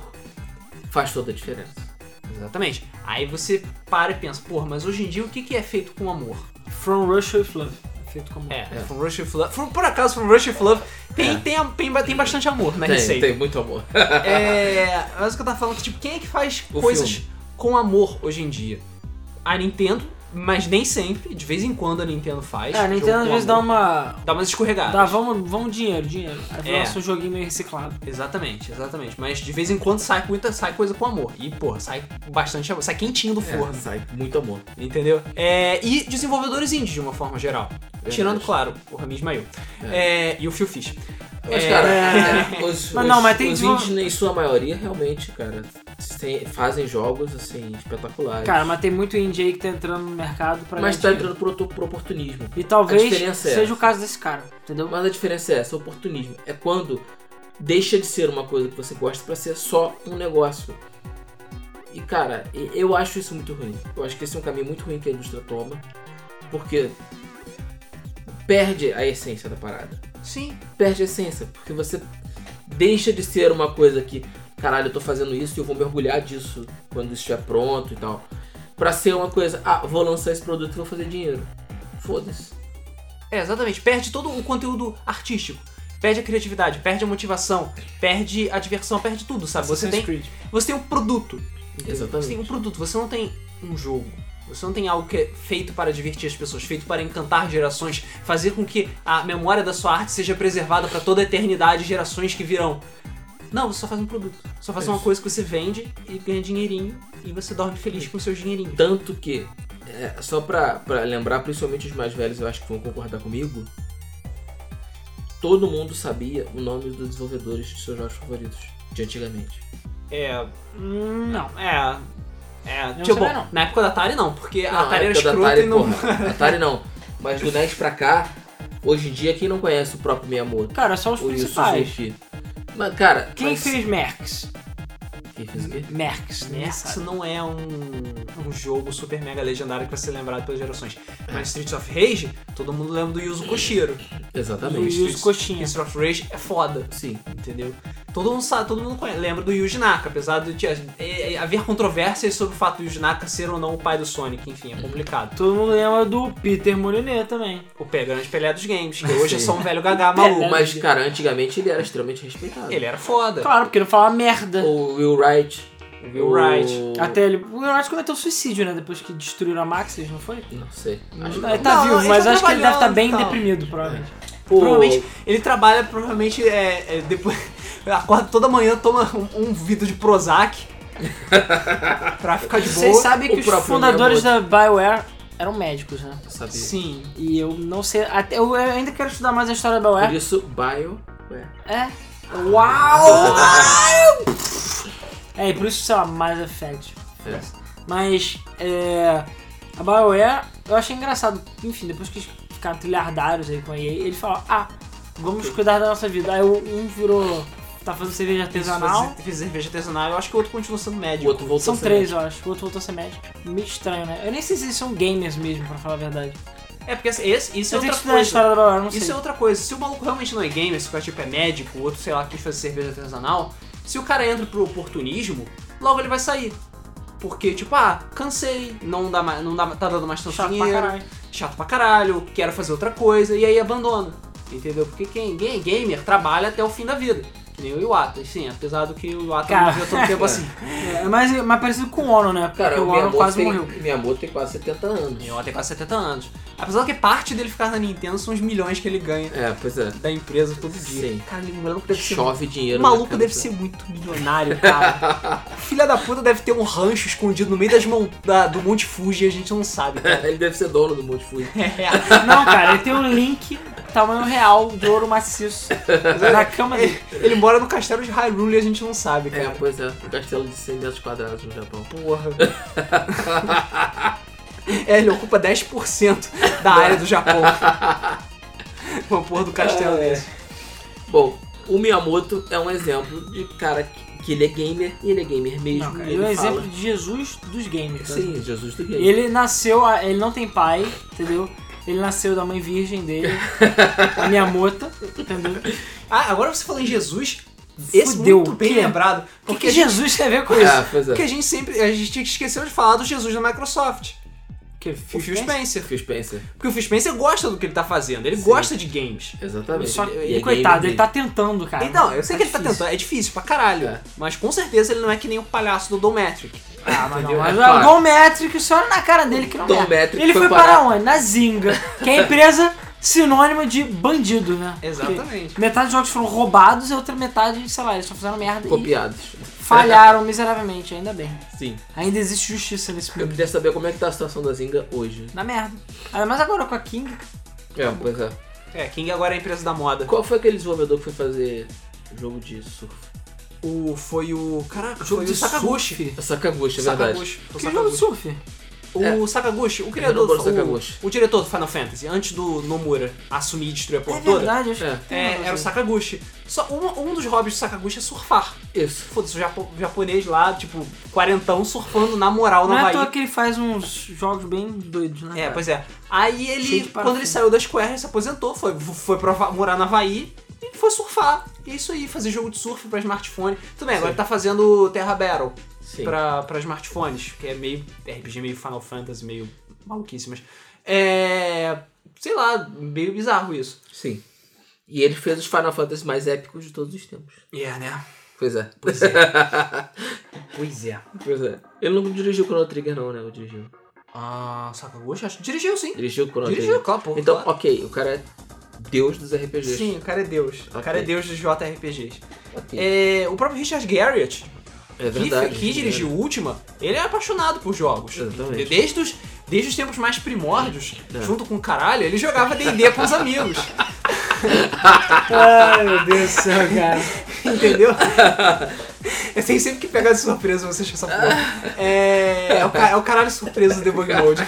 faz toda a diferença. Exatamente. Aí você para e pensa, porra, mas hoje em dia o que, que é feito com amor? From Russia with Love. Feito como. É, É. From Rush with Love. From- por acaso, From Rush with Love tem, É. tem, a- tem, ba- tem bastante amor na Tem, receita. tem muito amor. É. Mas o que eu tava falando, que, tipo, quem é que faz O coisas filme. com amor hoje em dia? A Nintendo, mas nem sempre. De vez em quando a Nintendo faz. É, a Nintendo às vezes dá uma. Dá umas escorregadas. Dá, um vamos, vamos dinheiro, dinheiro. Aí É. lança um joguinho meio reciclado. Exatamente, exatamente. Mas de vez em quando sai muita, sai coisa com amor. E, porra, sai bastante amor. Sai quentinho do É. Porra, forno, sai muito amor. entendeu? É, e desenvolvedores indies, de uma forma geral. Verdade. Tirando, claro, o Rami Ismail. É, e o Phil Fish. Mas, É. cara, é, os, Mas não, os- mas tem os desenvol- indies, em sua maioria, realmente, cara, tem- fazem jogos, assim, espetaculares. Cara, mas tem muito indie aí que tá entrando no mercado pra mas ganhar tá dinheiro. entrando por, outro- por oportunismo. E A talvez diferença é seja essa. o caso desse cara, entendeu? Mas a diferença é essa, oportunismo. É quando deixa de ser uma coisa que você gosta pra ser só um negócio. E cara, e- eu acho isso muito ruim. Eu acho que esse é um caminho muito ruim que a indústria toma, porque perde a essência da parada. Sim, Perde a essência, porque você deixa de ser uma coisa que, caralho, eu tô fazendo isso e eu vou mergulhar disso quando isso estiver pronto e tal. Pra ser uma coisa, ah, vou lançar esse produto e vou fazer dinheiro. Foda-se. É, exatamente. Perde todo o conteúdo artístico. Perde a criatividade, perde a motivação, perde a diversão, perde tudo, sabe? Você tem, Creed. você tem um produto. Exatamente. Você tem um produto, você não tem um jogo. Você não tem algo que é feito para divertir as pessoas, feito para encantar gerações, fazer com que a memória da sua arte seja preservada para toda a eternidade, gerações que virão. Não, você só faz um produto. Só faz Isso. uma coisa que você vende e ganha dinheirinho e você dorme feliz com o seu dinheirinho. Tanto que, é, só pra, pra lembrar, principalmente os mais velhos, eu acho que vão concordar comigo, todo mundo sabia o nome dos desenvolvedores de seus jogos favoritos de antigamente. É, Hum, não. é. É, Não tipo, sabia, não. na época da Atari não, porque Não, a Ah, Atari era época da escrota e não. porra, Atari não. Mas do NES pra cá, hoje em dia, quem não conhece o próprio Miyamoto? Cara, é só os O Yu principais. Suzuki. Mas, cara... Quem mas- fez Merx? Quem fez o quê? Merx, né? Nerds não é um, um jogo super mega legendário que vai ser lembrado pelas gerações. Mas Streets of Rage, todo mundo lembra do Yuzo Koshiro. Exatamente. Luiz Streets- Coxinha. Streets of Rage é foda, Sim. entendeu? Todo mundo, sabe, todo mundo conhece- lembra do Yuji Naka, apesar de de- é, é, haver controvérsias sobre o fato do Yuji Naka ser ou não o pai do Sonic, enfim, é complicado. Todo mundo lembra do Peter Molinet também. O Pé Grande Pelé dos Games, que hoje é Sim. só um velho gagá maluco. Mas, cara, antigamente ele era extremamente respeitado. Ele era foda. Claro, porque não fala merda. O Will Wright. O Will Wright. Até ele. O Leonardo cometeu suicídio, né? Depois que destruíram a Maxis, não foi? Não sei. Acho que Ele não. tá Não, vivo, ele mas tá acho que ele deve estar trabalhando bem então. e tal. deprimido, provavelmente. Pô, Provavelmente ele trabalha, provavelmente é, é, depois acorda toda manhã, toma um, um vidro de Prozac pra ficar de boa. Vocês sabem o que os próprio fundadores da BioWare eram médicos, né? sabia. Sim. E eu não sei. Até, eu ainda quero estudar mais a história da Por BioWare. isso, Bio. é. É. Uau! Oh! é, e por isso, sei lá, Mass Effect. É. Mas, é. A BioWare, eu achei engraçado. Enfim, depois que eles ficaram trilhardários aí com a EA, eles falaram: ah, vamos cuidar da nossa vida. Aí um virou. tá fazendo cerveja artesanal. Fiz cerveja artesanal, eu acho que o outro continua sendo O médico. outro voltou São a ser três, eu acho. O outro voltou a ser médico. Meio estranho, né? Eu nem sei se eles são gamers mesmo, pra falar a verdade. É, porque assim, esse, isso é eu tenho que outra estudar a coisa. história da BioWare, não sei. Isso é outra coisa. Se o maluco realmente não é gamer, se o cara tipo é médico, o outro, sei lá, quis fazer cerveja artesanal, se o cara entra pro oportunismo, logo ele vai sair. Porque, tipo, ah, cansei, não dá mais, não dá, tá dando mais tanto Chato pra dinheiro. caralho. chato pra caralho, quero fazer outra coisa, e aí abandona. Entendeu? Porque quem, quem é gamer trabalha até o fim da vida. Que nem o Iwata, sim, apesar do que o Iwata Cara. não viveu tanto tempo assim. É, mas, mas parecido com o Ono, né? Porque Cara, o o Ono Miyamoto, quase tem, morreu. Miyamoto tem quase 70 anos. O Iwata tem quase 70 anos. Apesar que parte dele ficar na Nintendo são os milhões que ele ganha É, pois é. da empresa todo dia. Sim. Cara, o maluco deve ser. Chove O um dinheiro. na maluco cara deve do- ser muito milionário, cara. O Filha da puta deve ter um rancho escondido no meio das mão, da- do Monte Fuji e a gente não sabe. um cara. É, Ele deve ser dono do Monte Fuji. É, Não, cara, ele tem um link tamanho real de ouro maciço na cama dele. ele mora no castelo de Hyrule e a gente não sabe, cara. É, pois é. Um castelo de 100 metros quadrados no Japão. Porra. é, ele ocupa 10% da área do Japão. Uma porra do castelo Ah, é. desse. Bom, o Miyamoto é um exemplo de cara que, que ele é gamer e ele é gamer mesmo. Não, cara, e ele ele é um fala. exemplo de Jesus dos games. cara. Sim, Jesus do game. Ele nasceu, a- ele não tem pai, entendeu? Ele nasceu da mãe virgem dele, a minha mota, entendeu? Ah, agora você falou em Jesus. Esse Fudeu, muito bem que- lembrado. O que, Porque, que a gente, Jesus tem a ver com isso? Ah, pois é. porque a gente sempre. A gente esqueceu de falar do Jesus da Microsoft. Que, O Phil Spencer. Phil Spencer. Porque o Phil Spencer gosta do que ele tá fazendo. Ele Sim. gosta de games. Exatamente. Só que, E é coitado, gamer ele tá tentando, cara. Então, eu sei que ele tá difícil. tentando. É difícil pra caralho. É. Mas com certeza ele não é que nem o palhaço do Dometric. Ah, mas não, Entendeu? mas É o claro. Dom Metric, só na cara dele que não Dom é. Metric Ele foi foi para parar- onde? Na Zinga, que é a empresa sinônimo de bandido, né? Porque Exatamente. Metade dos jogos foram roubados e a outra metade, sei lá, eles só fizeram merda Copiados. e falharam miseravelmente, ainda bem. Sim. Ainda existe justiça nesse Eu mundo. queria saber como é que tá a situação da Zinga hoje. Na merda. Ah, Mas agora com a King, É, pois é. É, King agora é a empresa da moda. Qual foi aquele desenvolvedor que foi fazer jogo de surf? O, foi o. Caraca, jogo foi de o Sakaguchi. surf. É Sakaguchi, é verdade. Sakaguchi. O Que jogo de Sakaguchi. surf? É O Sakaguchi, o Eu não criador gosto do do Sakaguchi. o, o diretor do Final Fantasy, antes do Nomura assumir e destruir a É porra toda, verdade, acho É. que tem é, uma era o coisa. Sakaguchi. Só uma- um dos hobbies do Sakaguchi é surfar. Isso. Foda-se, o japo- japonês lá, tipo, quarentão, surfando na moral Não na é à Bahia. toa que ele faz uns jogos bem doidos, né? É, cara? pois é. Aí Cheio ele, de parafuso. quando ele saiu da Square, ele se aposentou, foi, foi pra va- morar na Havaí e foi surfar. E é isso aí, fazer jogo de surf pra smartphone. Tudo bem, agora Sim. ele tá fazendo Terra Battle Sim. pra, pra smartphones, que é meio RPG, meio Final Fantasy, meio maluquice, mas. É. Sei lá, meio bizarro isso. Sim. E ele fez os Final Fantasy mais épicos de todos os tempos. É, né? Pois é. Pois é. pois é. Pois é. Ele não dirigiu o Chrono Trigger, não, né? Ele dirigiu. Ah, Sakaguchi, acho. Dirigiu sim. Dirigiu o Chrono Dirigiu, Trigger. claro, pô. Então, claro. ok, o cara é deus dos RPGs. Sim, o cara é Deus. O cara é Ok. Deus dos JRPGs. Ok. É, o próprio Richard Garriott, É, que, verdade. que dirigiu Última, ele é apaixonado por jogos. Exatamente. Desde os, desde os tempos mais primórdios, É. junto com o caralho, ele jogava D&D com os amigos. Ai, meu Deus do céu, cara. Entendeu? Eu tenho sempre que pegar de surpresa você achar essa porra. É, é, o, ca- é o caralho surpresa do Debug Mode.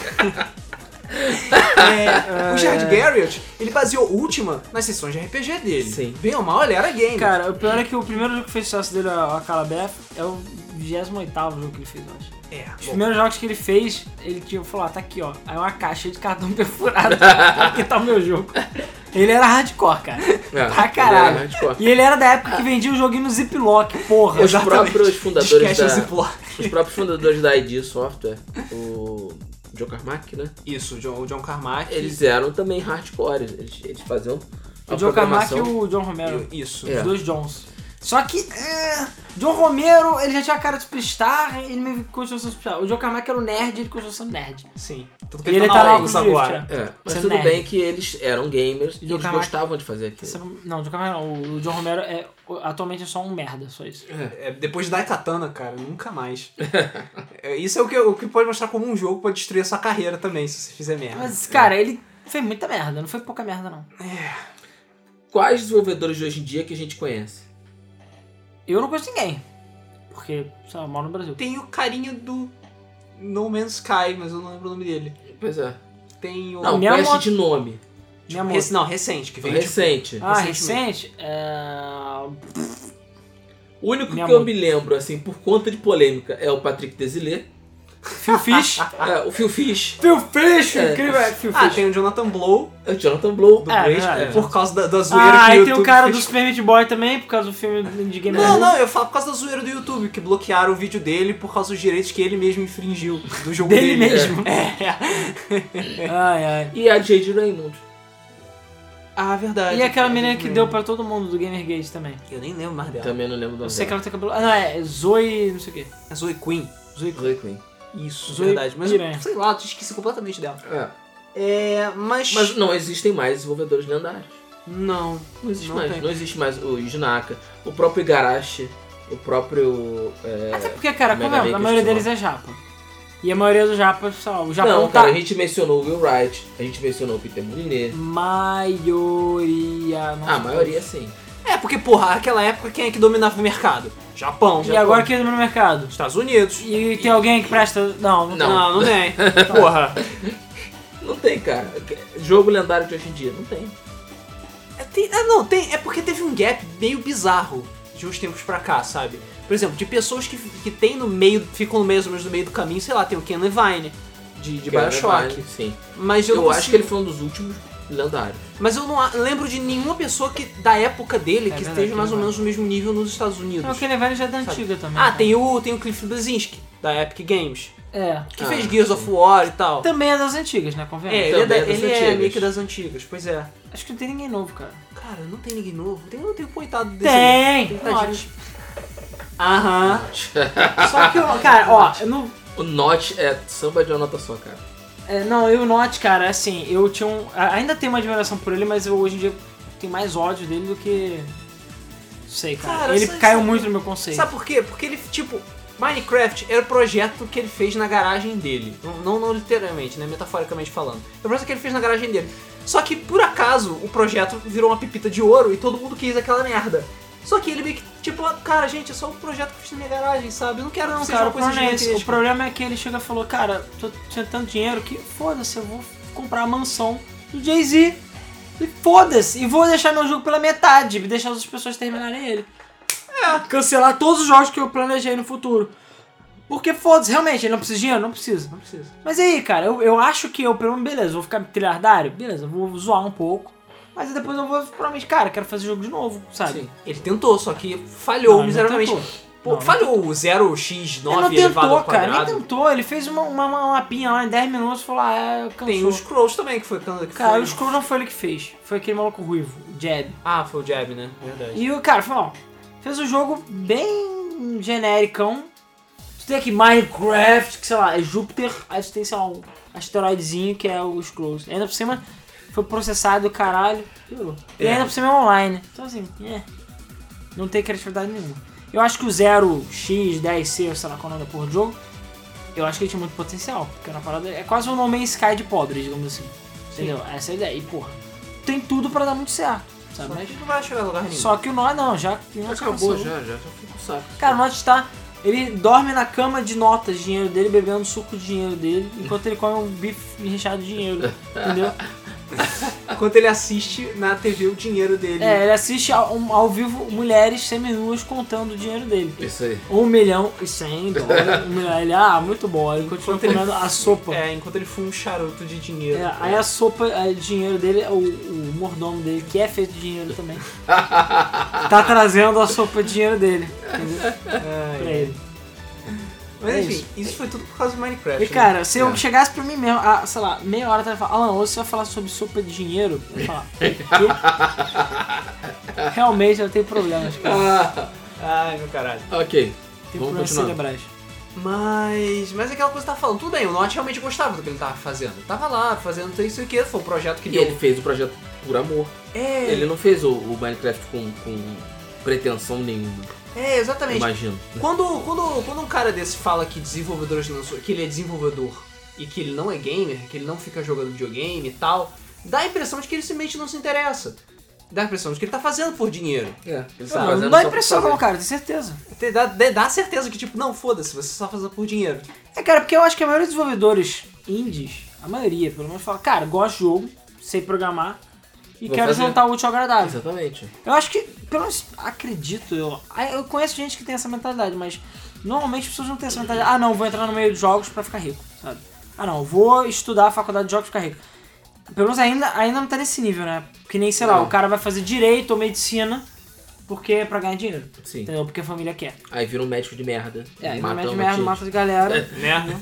É, o Jared Garriott, ele baseou Ultima nas sessões de RPG dele. Sim. Bem ou mal, ele era game. Cara, o pior é que o primeiro jogo que fez sucesso dele, a Calabeth, é o 28 jogo que ele fez, eu acho. é, Os bom, primeiros jogos que ele fez, ele tinha falou, ah, tá aqui, tá ó. Aí uma caixa de cartão perfurado. aqui tá o meu jogo. Ele era hardcore, cara. É, pra caralho. ele era hardcore. E ele era da época que vendia o joguinho no Ziploc, porra. Os Exatamente. próprios fundadores Disquete da, Ziploc. os próprios fundadores da ID Software, o Joe Carmack, né? Isso, o John, o John Carmack. Eles eram também hardcore, eles, eles faziam a O John Carmack programação. e o John Romero. Isso. É. Os dois Johns. Só que. é, John Romero, ele já tinha a cara de superstar, ele meio que continuou sendo superstar. O John Carmack era o nerd, ele continuou sendo nerd. Sim. Tanto que E ele na tá lá com Oculus o agora. agora. É, mas Sendo tudo nerd. bem que eles eram gamers e Joe eles Carmack- gostavam de fazer aquilo. Não, é. o John Carmack não. O John Romero é, atualmente é só um merda, só isso. É, depois de Daikatana, cara, nunca mais. É, Isso é o que, o que pode mostrar como um jogo pode destruir a sua carreira também, se você fizer merda. Mas, cara, ele fez muita merda, não foi pouca merda, não. Quais desenvolvedores de hoje em dia que a gente conhece? Eu não conheço ninguém. Porque, sei lá, eu moro no Brasil. Tem o carinha do No Man's Sky, mas eu não lembro o nome dele. Pois é. Tem o. Não, minha conhece moto- de nome. é Minha moça. Rec- não, tipo recente, que veio de recente. Ah, recentemente. recente? É... O único minha que eu moto. me lembro, assim, por conta de polêmica, é o Patrick Desilê. Phil Fish. É, o Phil Fish, Phil Fish! É. Incrível, é Phil Ah, Fish. tem o Jonathan Blow é o Jonathan Blow. do É, Braid, verdade. por causa da, da zoeira que Ah, o e YouTube tem o cara fez. do né? Super Meat Boy também, por causa do filme de Game Não, Boy. não, eu falo por causa da zoeira do YouTube, que bloquearam o vídeo dele por causa dos direitos que ele mesmo infringiu do jogo Dele dele. mesmo. É. Ai, ai. E a Jade Raymond. Ah, verdade. E aquela menina Eu que nem- deu pra todo mundo do Gamergate também. Eu nem lembro mais dela. Também não lembro do É. Eu nome sei que dela. ela tem cabelo... Ah, não, é Zoe... não sei o quê. A É Zoe Queen. Zoe... Zoe Queen. Isso, é Zoe verdade. Mas Piranha. eu, sei lá, eu esqueci completamente dela. É. É, mas. Mas não existem mais desenvolvedores lendários. Não. Não existe Não mais. tem. Não existe mais o Junaka, o próprio Igarashi, o próprio. é, Até porque, cara, como Mega é, Man a maioria Christian. deles é japa. E a maioria dos japas, sei lá, o Japão Não, tá... cara, a gente mencionou o Will Wright, a gente mencionou o Peter Moliné. Maioria... não Ah, a sei. maioria sim. É, porque, porra, aquela época quem é que dominava o mercado? Japão. E agora que entra no mercado? Estados Unidos. E tem alguém que presta... Não, não, Não. Não, não tem. porra. Não tem, cara. Jogo lendário de hoje em dia, não tem. É, tem- ah, não, tem. É porque teve um gap meio bizarro de uns tempos pra cá, sabe? Por exemplo, de pessoas que, que tem no meio, ficam no meio, menos no meio do caminho, sei lá, tem o Ken Levine de, de Bioshock. é Sim. Mas eu, Eu, não acho consigo- que ele foi um dos últimos lendários. Mas eu não a- lembro de nenhuma pessoa que da época dele que verdade, esteja mais ou verdade. menos no mesmo nível nos Estados Unidos. Não, aquele velho já é da Sabe? antiga também. Ah, né? tem o, tem o Cliff Blazinski, da Epic Games, É. que Ah, fez Gears of War e tal. Também é das antigas, né? Convenhamos. É, ele, é, da, Também é das ele é antigas. meio que das antigas, pois é. Acho que não tem ninguém novo, cara. Cara, não tem ninguém novo. Tem, não tem o coitado desse. Tem! Tadinho. Aham. Só que, eu- cara, ó, eu não. O Notch é samba de uma nota só, cara. é, não, eu note, cara, assim, eu tinha um. a- Ainda tenho uma admiração por ele, mas eu hoje em dia tenho mais ódio dele do que. Não sei, cara. Cara, ele sabe- caiu sabe- muito no meu conceito. Sabe por quê? Porque ele, tipo, Minecraft era o projeto que ele fez na garagem dele. Não, não, não literalmente, né? Metaforicamente falando. É o projeto que ele fez na garagem dele. Só que, por acaso, o projeto virou uma pepita de ouro e todo mundo quis aquela merda. Só que ele meio que, tipo, cara, gente, é só um projeto que eu fiz na minha garagem, sabe? Eu não tipo quero não, que seja cara, uma o coisa problema, é esse. o gigantesca. problema é que ele chega e falou, cara, tô tendo tanto dinheiro que foda-se, eu vou comprar a mansão do Jay-Z. E foda-se, e vou deixar meu jogo pela metade, e deixar as pessoas terminarem ele. Cancelar todos os jogos que eu planejei no futuro. Porque foda-se, realmente, ele não precisa de dinheiro? Não precisa. Não precisa. Mas e aí, cara, eu, eu acho que eu, pelo menos, beleza, vou ficar trilhardário? Beleza, vou zoar um pouco. Mas depois eu vou, provavelmente, cara, quero fazer jogo de novo, sabe? Sim. Ele tentou, só que falhou Não, ele não miseravelmente. tentou. Pô, Não, não falhou o 0x9 Ele não elevado tentou, ao cara, nem quadrado. tentou. Ele fez uma, uma, uma mapinha lá em 10 minutos e falou, ah, é, cansou. Tem o Scrolls também, que foi... Que Cara, foi... o Scroll não foi ele que fez. Foi aquele maluco ruivo, o Jed. Ah, foi o Jab, né? Verdade. E o cara falou, ó, fez um jogo bem genericão. Tu tem aqui Minecraft, que sei lá, é Júpiter. Aí tu tem, sei lá, um asteroidezinho que é o Scrolls. Ainda por cima, foi processado o caralho. Piorou. E É. ainda por cima é online. Então assim, é. Não tem criatividade nenhuma. Eu acho que o 0x, 10c, ou sei lá qual é o nome da porra do jogo, eu acho que ele tinha muito potencial. Porque era uma parada. É quase um No Man's Sky de pobre, digamos assim. Entendeu? Essa é a ideia. E porra, tem tudo pra dar muito certo. Sabe? Só que não vai chegar a lugar nenhum. Só que o nó não, já, já Acabou né? já, tá já. Já fui pro saco. Cara, o Notch tá. Ele dorme na cama de notas de um dinheiro dele, bebendo suco de dinheiro dele, enquanto ele come um bife recheado de dinheiro. entendeu? enquanto ele assiste na TV o dinheiro dele. É, ele assiste ao, ao vivo mulheres semi-nuas contando o dinheiro dele. Isso aí. Um milhão e cem dólares. Um milhão. Ele, ah, muito bom. Ele continua Enquanto ele- comendo a sopa. É, enquanto ele fuma um charuto de dinheiro. É, aí a sopa, aí o dinheiro dele, é o, o mordomo dele, que é feito de dinheiro também, tá trazendo a sopa de dinheiro dele entendeu? Ai. pra ele. É, Mas É enfim, isso. isso. foi tudo por causa do Minecraft. né? E cara, se eu É. chegasse pra mim mesmo, a, sei lá, meia hora atrás e falar, Alan, hoje você vai falar sobre sopa de dinheiro, eu ia falar, o quê? Realmente eu tenho problemas, cara. Ah, né? Ai, meu caralho. ok. Tem Vamos problemas continuar. cerebrais. Mas. Mas aquela coisa que você tava falando, tudo bem, o Notch realmente gostava do que ele tava fazendo. Ele tava lá fazendo isso e o que, foi o projeto que E deu. ele fez o projeto por amor. É, Ele não fez o, o Minecraft com, com pretensão nenhuma, é, eu exatamente. imagino. Quando, quando, quando um cara desse fala que desenvolvedores lançou, que ele é desenvolvedor e que ele não é gamer, que ele não fica jogando videogame e tal, dá a impressão de que ele simplesmente não se interessa. Dá a impressão de que ele tá fazendo por dinheiro. É, ele tá Não, fazendo não dá só por impressão fazer. não, cara, tenho certeza. Te Dá, dá dá certeza que, tipo, não, foda-se, você só fazendo por dinheiro. É, cara, porque eu acho que a maioria dos desenvolvedores indies, a maioria, pelo menos, fala, cara, gosto de jogo, sei programar e Vou quero fazer." juntar o útil ao agradável. Exatamente. Eu acho que, pelo menos, acredito eu. Ah, Eu conheço gente que tem essa mentalidade, mas normalmente as pessoas não têm essa mentalidade. Ah, não, vou entrar no meio de jogos pra ficar rico, sabe? Ah, não, vou estudar a faculdade de jogos pra ficar rico. Pelo menos ainda, ainda não tá nesse nível, né? Que nem, sei lá, Não. o cara vai fazer direito ou medicina porque é pra ganhar dinheiro. Sim. Entendeu? Porque a família quer. Aí vira um médico de merda. É, aí mata um mete uma É. merda, tia. mata de galera. Né?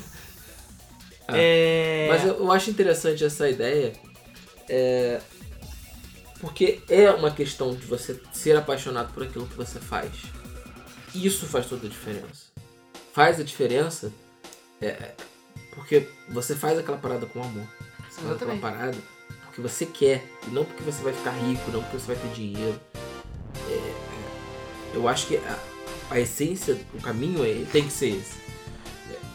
Ah. É. Mas eu, eu acho interessante essa ideia. é, Porque é uma questão de você ser apaixonado por aquilo que você faz. Isso faz toda a diferença. Faz a diferença é, porque você faz aquela parada com amor. Você faz aquela Exatamente. parada porque você quer. E não porque você vai ficar rico, não porque você vai ter dinheiro. É, é, eu acho que a, a essência, o caminho é, tem que ser esse.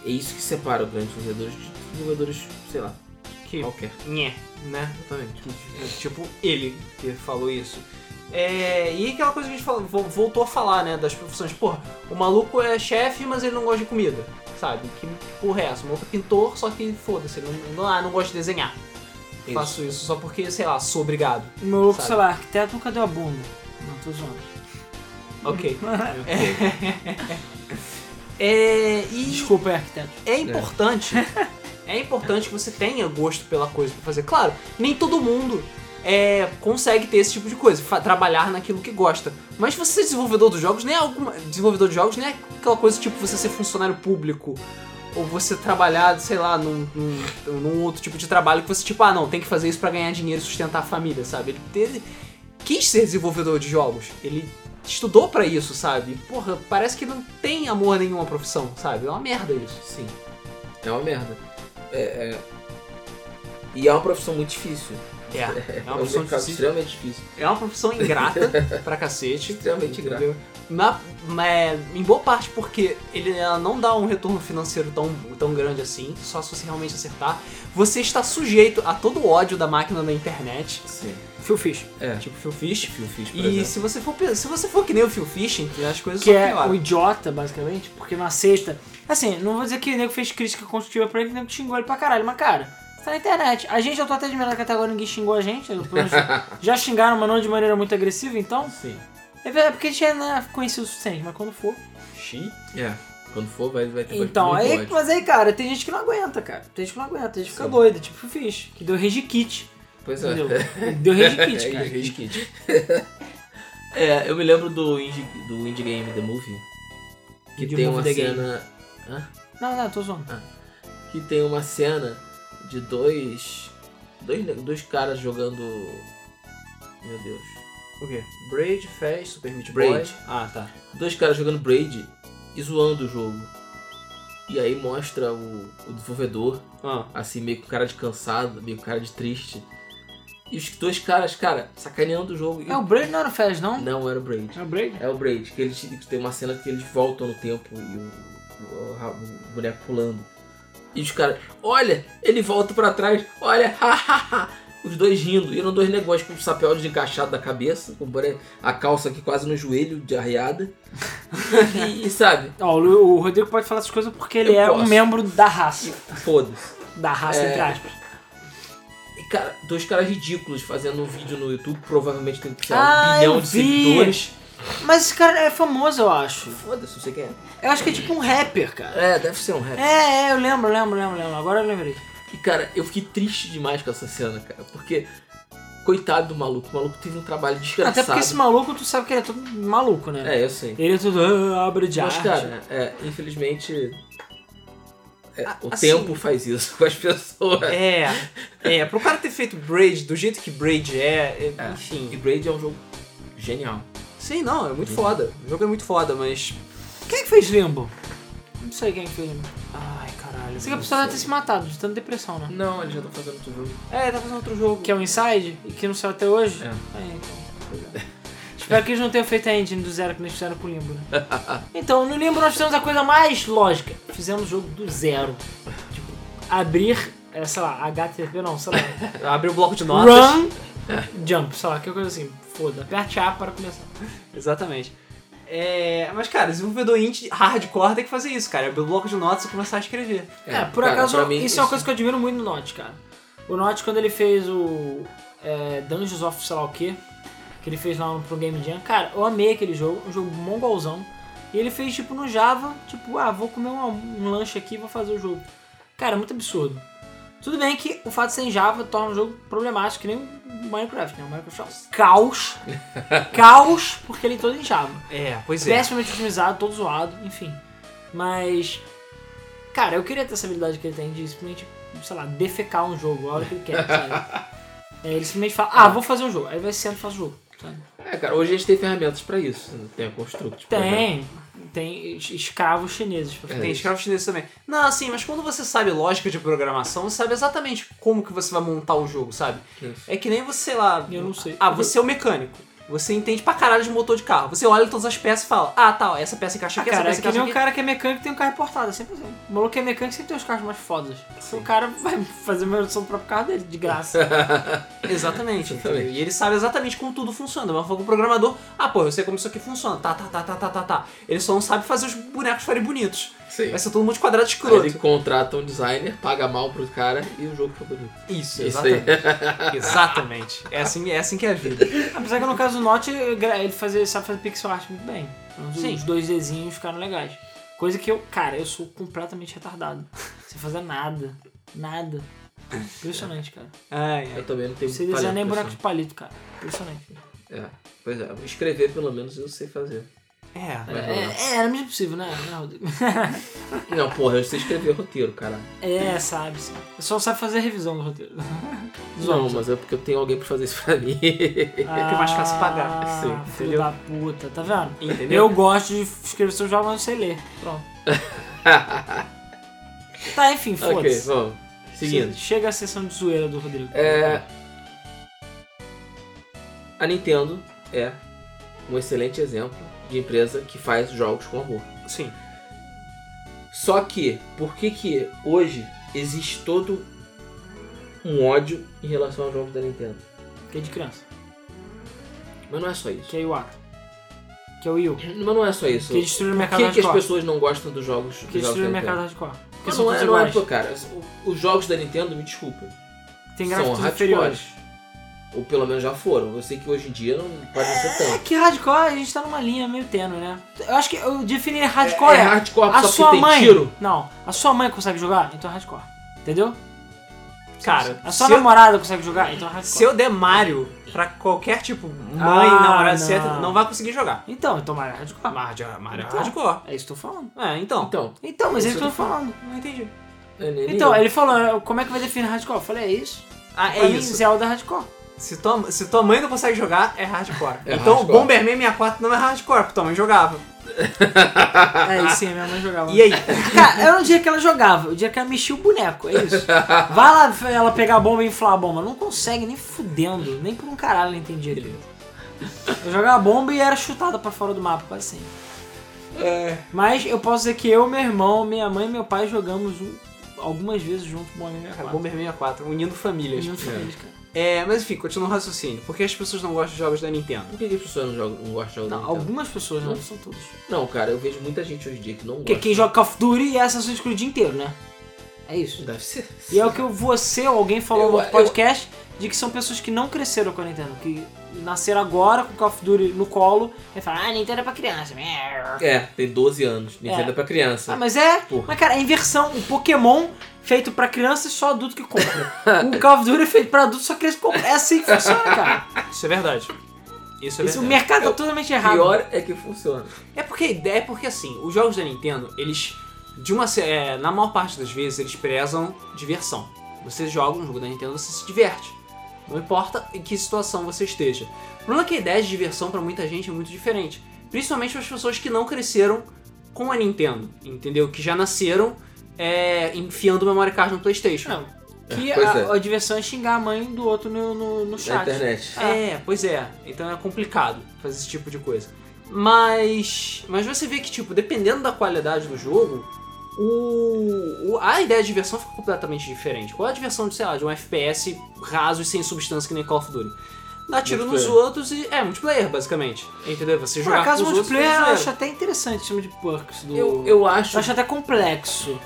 É isso que separa os grandes desenvolvedores de desenvolvedores, sei lá, Que- qualquer. Nhé, né? Exatamente. Tipo, ele que falou isso. É, e aquela coisa que a gente falou, vo- voltou a falar, né? Das profissões. Porra, o maluco é chefe, mas ele não gosta de comida. Sabe? Que porra é essa? O maluco é pintor, só que foda-se, ele não, não, ah, não gosta de desenhar. Isso. Faço isso só porque, sei lá, sou obrigado. O meu louco, Sabe? sei lá, arquiteto nunca deu a bunda. Não, tô zoando. Ok. É, e Desculpa aí, arquiteto. é importante. É importante que você tenha gosto pela coisa pra fazer. Claro, nem todo mundo é, consegue ter esse tipo de coisa, fa- trabalhar naquilo que gosta. Mas você ser desenvolvedor dos jogos nem é alguma. Desenvolvedor de jogos nem é aquela coisa tipo você ser funcionário público. Ou você trabalhar, sei lá, num, num- num outro tipo de trabalho que você, tipo, ah, não, tem que fazer isso pra ganhar dinheiro e sustentar a família, sabe? Ele, ele quis ser desenvolvedor de jogos. Ele estudou pra isso, sabe? Porra, parece que não tem amor a nenhuma profissão, sabe? É uma merda isso. Sim. É uma merda. É, é. E é uma profissão muito difícil. É, é uma um profissão mercado difícil. extremamente difícil. É uma profissão ingrata pra cacete. Extremamente ingrata. entendeu? Na, mas, em boa parte porque ele, ela não dá um retorno financeiro tão, tão grande assim, só se você realmente acertar. Você está sujeito a todo o ódio da máquina da internet, Sim. Phil Fish. É. tipo Phil Fish. Tipo, eu fiz, por E exemplo. se você, for, pe- se você for que nem o Phil Fish, as coisas Que só é pioram. um idiota, basicamente, porque na sexta. Assim, não vou dizer que o nego fez crítica construtiva pra ele, que o nego xingou ele pra caralho, mas cara, você tá na internet. A gente, eu tô até admirado que até agora ninguém xingou a gente. pelo menos já xingaram, mas não de maneira muito agressiva, então. Sim. É ver- é porque a gente ainda não é conhecido o suficiente, mas quando for. Xi. É. Quando for, vai, vai ter Então, vai ter aí, muito ódio. mas aí, cara, tem gente que não aguenta, cara. Tem gente que não aguenta, tem gente que fica Sim. doida, tipo o Fish, que deu rage kit. Pois é. Entendeu? Deu rage É, kit, cara. Rage Kit. É, eu me lembro do indie, do indie Game The Movie. Que Indie tem Movie uma The Game. cena. Hã? Não, não, tô zoando. que tem uma cena de dois. Dois, ne- dois caras jogando. Meu Deus. O quê? Braid, Fez, Super Meat Boy. Braid. Ah, tá. Dois caras jogando Braid e zoando o jogo. E aí mostra o, o desenvolvedor, Ah. assim, meio com cara de cansado, meio com cara de triste. E os dois caras, cara, sacaneando o jogo. E- É o Braid não era o Fez, não? Não era o Braid. É o Braid? É o Braid, que eles que tem uma cena que eles voltam no tempo e o, o, o ra- o boneco pulando. E os caras, olha, ele volta pra trás, olha, hahaha. Os dois rindo, e eram dois negócios com um o chapéu desencaixado da cabeça, com o boné- a calça aqui quase no joelho, de arreada. e, e, sabe, Ó, o Lu- o Rodrigo pode falar essas coisas porque ele Eu é um posso. membro da raça. foda-se. Da raça, É. entre aspas. E, E, cara, dois caras ridículos fazendo um vídeo no YouTube, provavelmente tem sei lá, um Ah, bilhão eu de vi. seguidores. Mas esse cara é famoso, eu acho. Foda-se, não sei quem é. Eu acho que é tipo um rapper, cara. É, deve ser um rap. É, é, eu lembro, lembro, lembro, lembro. Agora eu lembrei. E, cara, eu fiquei triste demais com essa cena, cara. Porque, coitado do maluco, o maluco teve um trabalho desgraçado. Até porque esse maluco, tu sabe que ele é todo maluco, né? É, eu sei. Ele é tudo ah, obra de Mas, arte. cara, é, infelizmente. é, A- o assim- tempo faz isso com as pessoas. É, é, pro cara ter feito Braid do jeito que Braid é, é, É. E enfim. Braid é um jogo genial. Sim, não, é muito foda. O jogo é muito foda, mas. Quem é que fez Limbo? Não sei quem é que fez Limbo. Ai, caralho. Sei que é a não pessoa deve ter sei. se matado de tanta depressão, né? Não, eles já estão fazendo outro jogo. É, tá fazendo outro jogo. Que é o Inside, e que não saiu até hoje. É. É, então. pois é. Espero que eles não tenham feito a engine do zero que eles fizeram com o Limbo, né? Então, no Limbo nós fizemos a coisa mais lógica. Fizemos o jogo do zero. Tipo, abrir, é, sei lá, HTTP não, sei lá. um- Abre o bloco de notas. Run, jump, sei lá, que coisa assim. Foda, aperte A para começar. Exatamente. É, mas, cara, desenvolvedor indie hardcore tem que fazer isso, cara. Abrir o bloco de notas e começar a escrever. É, por cara, pra acaso, mim, isso, é uma coisa que eu admiro muito no Notch, cara. O Notch, quando ele fez o é, Dungeons of sei lá o que, que ele fez lá pro Game Jam, cara, eu amei aquele jogo, um jogo mongolzão. E ele fez, tipo, no Java, tipo, ah, vou comer um, um lanche aqui e vou fazer o jogo. Cara, é muito absurdo. Tudo bem que o fato de ser em Java torna o jogo problemático, que nem o Minecraft, né? O Minecraft é um caos. caos, porque ele é todo em Java É, pois é. pessimamente otimizado, todo zoado, enfim. Mas, cara, eu queria ter essa habilidade que ele tem de simplesmente, sei lá, defecar um jogo, a hora que ele quer, sabe? É, ele simplesmente fala, ah, vou fazer um jogo. Aí vai sendo e faz o jogo, sabe? É, cara, hoje a gente tem ferramentas pra isso. né? Tem a Construct. Uhum. por exemplo. Tem, tem es- escravos chineses. pra fazer Tem É isso. escravo chinês também. Não, assim, mas quando você sabe lógica de programação, você sabe exatamente como que você vai montar o jogo, sabe? Isso. É que nem você, sei lá. Eu não sei. Ah, você é o mecânico. Você entende pra caralho de motor de carro. Você olha todas as peças e fala: Ah, tá, ó, essa peça encaixa Ah, aqui, cara, é essa que peça nem encaixa um aqui. cara que é mecânico tem um carro importado, é sempre assim. O maluco que é mecânico sempre tem os carros mais fodas. O cara vai fazer uma redução do próprio carro dele, de graça. Exatamente. Exatamente. entendeu? E ele sabe exatamente como tudo funciona. Mas o programador, ah, pô, eu sei como isso aqui funciona. Tá, tá, tá, tá, tá, tá, tá. Ele só não sabe fazer os bonecos ficarem bonitos. Sim. Vai ser todo mundo de quadrado Aí escroto. ele contrata um designer, paga mal pro cara e o jogo fica bonito. Isso, Isso aí. exatamente. exatamente. É assim, é assim que é a vida. Apesar que no caso do Notch, ele fazia, sabe fazer pixel art muito bem. Os- Sim. Os dois Dzinhos ficaram legais. Coisa que eu, cara, eu sou completamente retardado. Sem fazer nada. Nada. Impressionante, cara. Ai, ai. Eu também não Não tenho sei talento desenhar nem pra buraco de palito, cara. Impressionante. isso. É, pois é. Escrever, pelo menos, eu sei fazer. É. Vai rolar. É, é, era mesmo possível, né? Né, Rodrigo? Não, porra, eu sei escrever roteiro, cara. É, sabe, sim. Eu só sabe fazer a revisão do roteiro. Não, mas é porque eu tenho alguém pra fazer isso pra mim. é mais fácil pagar. Ah, Sim, filho entendeu? da puta, tá vendo? Entendeu? Eu gosto de escrever seus jogos, mas não sei ler. Pronto. Tá, enfim, ok, foda-se. vamos. Seguindo. Chega a sessão de zoeira do Rodrigo. É. A Nintendo é um excelente exemplo de empresa que faz jogos com amor. Sim. Só que, por que que hoje existe todo um ódio em relação aos jogos da Nintendo? Que é de criança. Mas não é só isso. Que é Iwata. Que é o Yu. Mas não é só isso. Que destruiu o Por mercado que, que as hardcore. pessoas não gostam dos jogos Que dos jogos destruiu da o Nintendo? mercado hardcore. Porque Mas são não todos é, não é, iguais. pô, cara. O- Os jogos da Nintendo, me desculpa, Tem são gráficos hardcore. inferiores. ou pelo menos já foram. Eu sei que hoje em dia não pode ser É tanto. que hardcore a gente tá numa linha meio tênue, né? Eu acho que eu defini hardcore é, é, hardcore a só sua porque mãe. tem tiro. Não, a sua mãe consegue jogar, então é hardcore. Entendeu? Cara, A sua se, eu, namorada consegue jogar, então é hardcore. se eu der Mario pra qualquer tipo, mãe, Ah, namorada, etc., não. não vai conseguir jogar. Então, então Mario é hardcore. Mario, Mario é Então. hardcore. É isso que eu tô falando. É, então. Então, Então, mas é Isso isso que eu tô eu tô falando. Não entendi. é, nem- nem Então, eu. ele falou, como é que vai definir hardcore? Eu falei, é isso. Ah, pra é mim, isso. Zelda é hardcore. Se tua, se tua mãe não consegue jogar, é hardcore. É então, hardcore. Bomberman 64 não é hardcore, porque tua mãe jogava. É, sim, minha mãe jogava. E aí? Cara, era o dia que ela jogava, o dia que ela mexia o boneco, é isso. Vai lá f- ela pegar a bomba e inflar a bomba. Não consegue, nem fudendo, nem por um caralho ela entendia aquilo. Eu jogava a bomba e era chutada pra fora do mapa, quase sempre. É. Mas eu posso dizer que eu, meu irmão, minha mãe e meu pai jogamos um- algumas vezes junto com o Homem Cara, Bomberman 64, unindo famílias. Junto com eles, cara. É, mas enfim, continua o raciocínio. Por que as pessoas não gostam de jogos da Nintendo? Por que, que as pessoas não, jogam, não gostam de jogos da Não, Nintendo? algumas pessoas, não são todos. Não, cara, eu vejo muita gente hoje em dia que não Porque gosta. quem joga Call of Duty é Assassin's Creed o dia inteiro, né? É isso. Deve ser. E é o que você ou alguém falou Eu- no outro eu- podcast de que são pessoas que não cresceram com a Nintendo, que nasceram agora com o Call of Duty no colo e falaram, ah, Nintendo é pra criança. É, tem 12 anos. Nintendo é, pra criança. Ah, mas é. Porra. Mas, cara, a inversão. O Pokémon feito pra criança, só adulto que compra. o Call of Duty feito pra adulto, só criança que compra. É assim que funciona, cara. Isso é verdade. Isso é Esse- o verdade. mercado Eu- tá totalmente O errado. pior é que funciona. É porque a ideia é porque assim, os jogos da Nintendo, eles. De uma, ce- é, na maior parte das vezes, eles prezam diversão. Você joga um jogo da Nintendo, você se diverte. Não importa em que situação você esteja. O problema é que a ideia de diversão pra muita gente é muito diferente. Principalmente para as pessoas que não cresceram com a Nintendo, entendeu? Que já nasceram é, enfiando memory card no Playstation. Não, que É, pois a, é. a diversão é xingar a mãe do outro no, no, no Na chat. internet. É, pois é. Então é complicado fazer esse tipo de coisa. Mas, mas você vê que, tipo, dependendo da qualidade do jogo, o, o- a ideia de diversão fica completamente diferente. Qual é a diversão de, sei lá, de um FPS raso e sem substância que nem Call of Duty? Dá tiro nos Multiplayer. outros e. É, multiplayer, basicamente. Entendeu? Você Por jogar acaso, com o os outros, multiplayer eu é acho é até interessante o sistema de perks do... Eu, eu acho. Eu acho até complexo.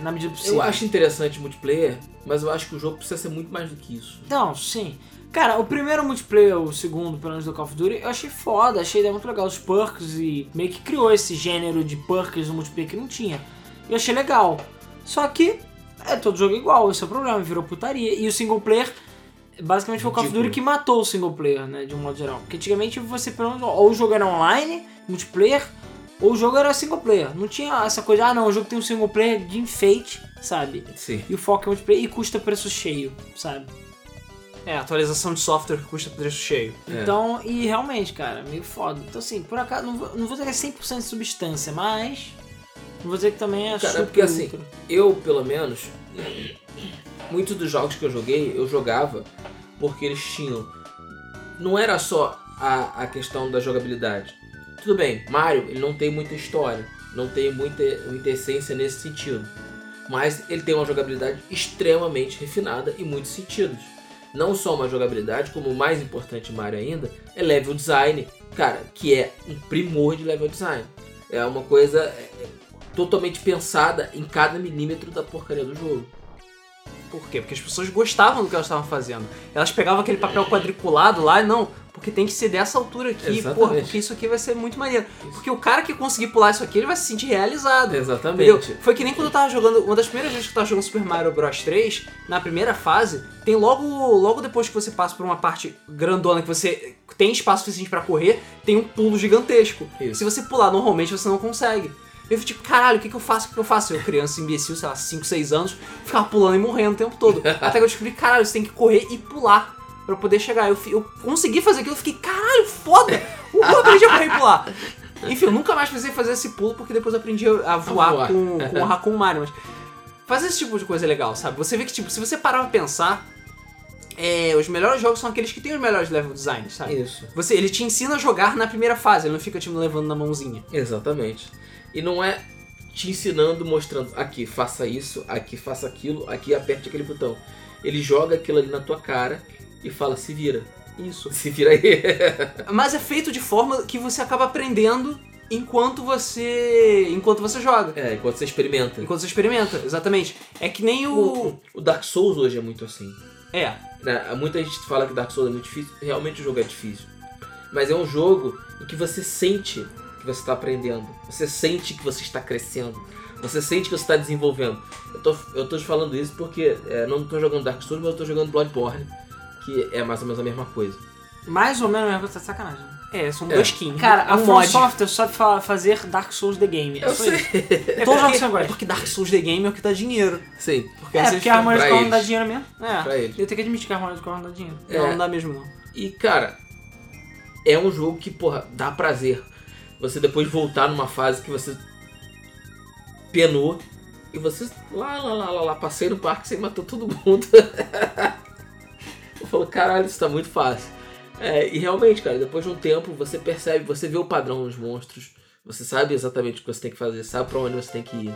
Na medida do possível. Eu acho interessante multiplayer, mas eu acho que o jogo precisa ser muito mais do que isso. Então, sim. Cara, o primeiro multiplayer, o segundo, pelo menos do Call of Duty, eu achei foda, achei ideia muito legal os perks e meio que criou esse gênero de perks no multiplayer que não tinha. Eu achei legal. Só que é todo jogo igual, esse é o problema, virou putaria. E o single player, basicamente foi o Call of Duty Ridículo. que matou o single player, né, de um modo geral. Porque antigamente você, pelo menos, ou o jogo era online, multiplayer, ou o jogo era single player. Não tinha essa coisa, ah não, o jogo tem um single player de enfeite, sabe? Sim. E o foco é multiplayer e custa preço cheio, sabe? É, atualização de software que custa preço cheio. É. Então, e realmente, cara, meio foda. Então, assim, por acaso, não vou, não vou dizer que é 100% de substância, mas. Não vou dizer que também é Cara, super porque, assim, ultra. Eu, pelo menos, muitos dos jogos que eu joguei, eu jogava porque eles tinham. Não era só a, a questão da jogabilidade. Tudo bem, Mario, ele não tem muita história, não tem muita, muita essência nesse sentido. Mas ele tem uma jogabilidade extremamente refinada em muitos sentidos. Não só uma jogabilidade, como o mais importante Mario ainda, é level design, cara, que é um primor de level design. É uma coisa é, é, totalmente pensada em cada milímetro da porcaria do jogo. Por quê? Porque as pessoas gostavam do que elas estavam fazendo. Elas pegavam aquele papel quadriculado lá e não, porque tem que ser dessa altura aqui, Exatamente. porra, porque isso aqui vai ser muito maneiro. Porque o cara que conseguir pular isso aqui, ele vai se sentir realizado. Entendeu? Exatamente. Foi que nem quando eu tava jogando, uma das primeiras vezes que eu tava jogando Super Mario Bros 3, na primeira fase, tem logo logo depois que você passa por uma parte grandona que você tem espaço suficiente pra correr, tem um pulo gigantesco. Isso. Se você pular normalmente, você não consegue. Eu fico tipo, caralho, o que, que eu faço? O que, que eu faço? Eu, criança imbecil, sei lá, 5, 6 anos, ficava pulando e morrendo o tempo todo. Até que eu descobri, caralho, você tem que correr e pular pra poder chegar. Eu, fi- eu consegui fazer aquilo, eu fiquei, caralho, foda! Uhul, eu aprendi a correr e pular. Enfim, eu nunca mais precisei fazer esse pulo, porque depois eu aprendi a voar, voar. com, com o Raccoon Mario. Mas fazer esse tipo de coisa é legal, sabe? Você vê que, tipo, se você parar pra pensar, é, os melhores jogos são aqueles que têm os melhores level designs, sabe? Isso. Você, ele te ensina a jogar na primeira fase, ele não fica te levando na mãozinha. Exatamente. E não é te ensinando, mostrando aqui, faça isso, aqui, faça aquilo, aqui, aperte aquele botão. Ele joga aquilo ali na tua cara e fala, se vira. Isso. Se vira aí. Mas é feito de forma que você acaba aprendendo enquanto você. enquanto você joga. É, enquanto você experimenta. Enquanto você experimenta, exatamente. É que nem o. O, o Dark Souls hoje é muito assim. É, Né? Muita gente fala que Dark Souls é muito difícil. Realmente o jogo é difícil. Mas é um jogo em que você sente que você está aprendendo. Você sente que você está crescendo. Você sente que você está desenvolvendo. Eu tô, eu tô te falando isso porque é, não tô jogando Dark Souls, mas eu tô jogando Bloodborne. Que é mais ou menos a mesma coisa. Mais ou menos a mesma coisa, tá de sacanagem. é, são É. dois skins. Cara, é a um From mod. Software sabe fa- fazer Dark Souls The Game. É só isso. É porque, Todos os jogos são é iguais. porque Dark Souls The Game é o que dá dinheiro. Sim. Porque É, vocês porque a Harmonious pra Core não eles. dá dinheiro mesmo. É. Pra ele. Eu tenho que admitir que a Harmonious Core não dá dinheiro. Não, não dá mesmo não. E, cara, é um jogo que, porra, dá prazer. Você depois voltar numa fase que você penou e você lá, lá, lá, lá, lá, passei no parque, você matou todo mundo. Eu falo, caralho, isso tá muito fácil. É, e realmente, cara, depois de um tempo você percebe, você vê o padrão nos monstros, você sabe exatamente o que você tem que fazer, sabe pra onde você tem que ir.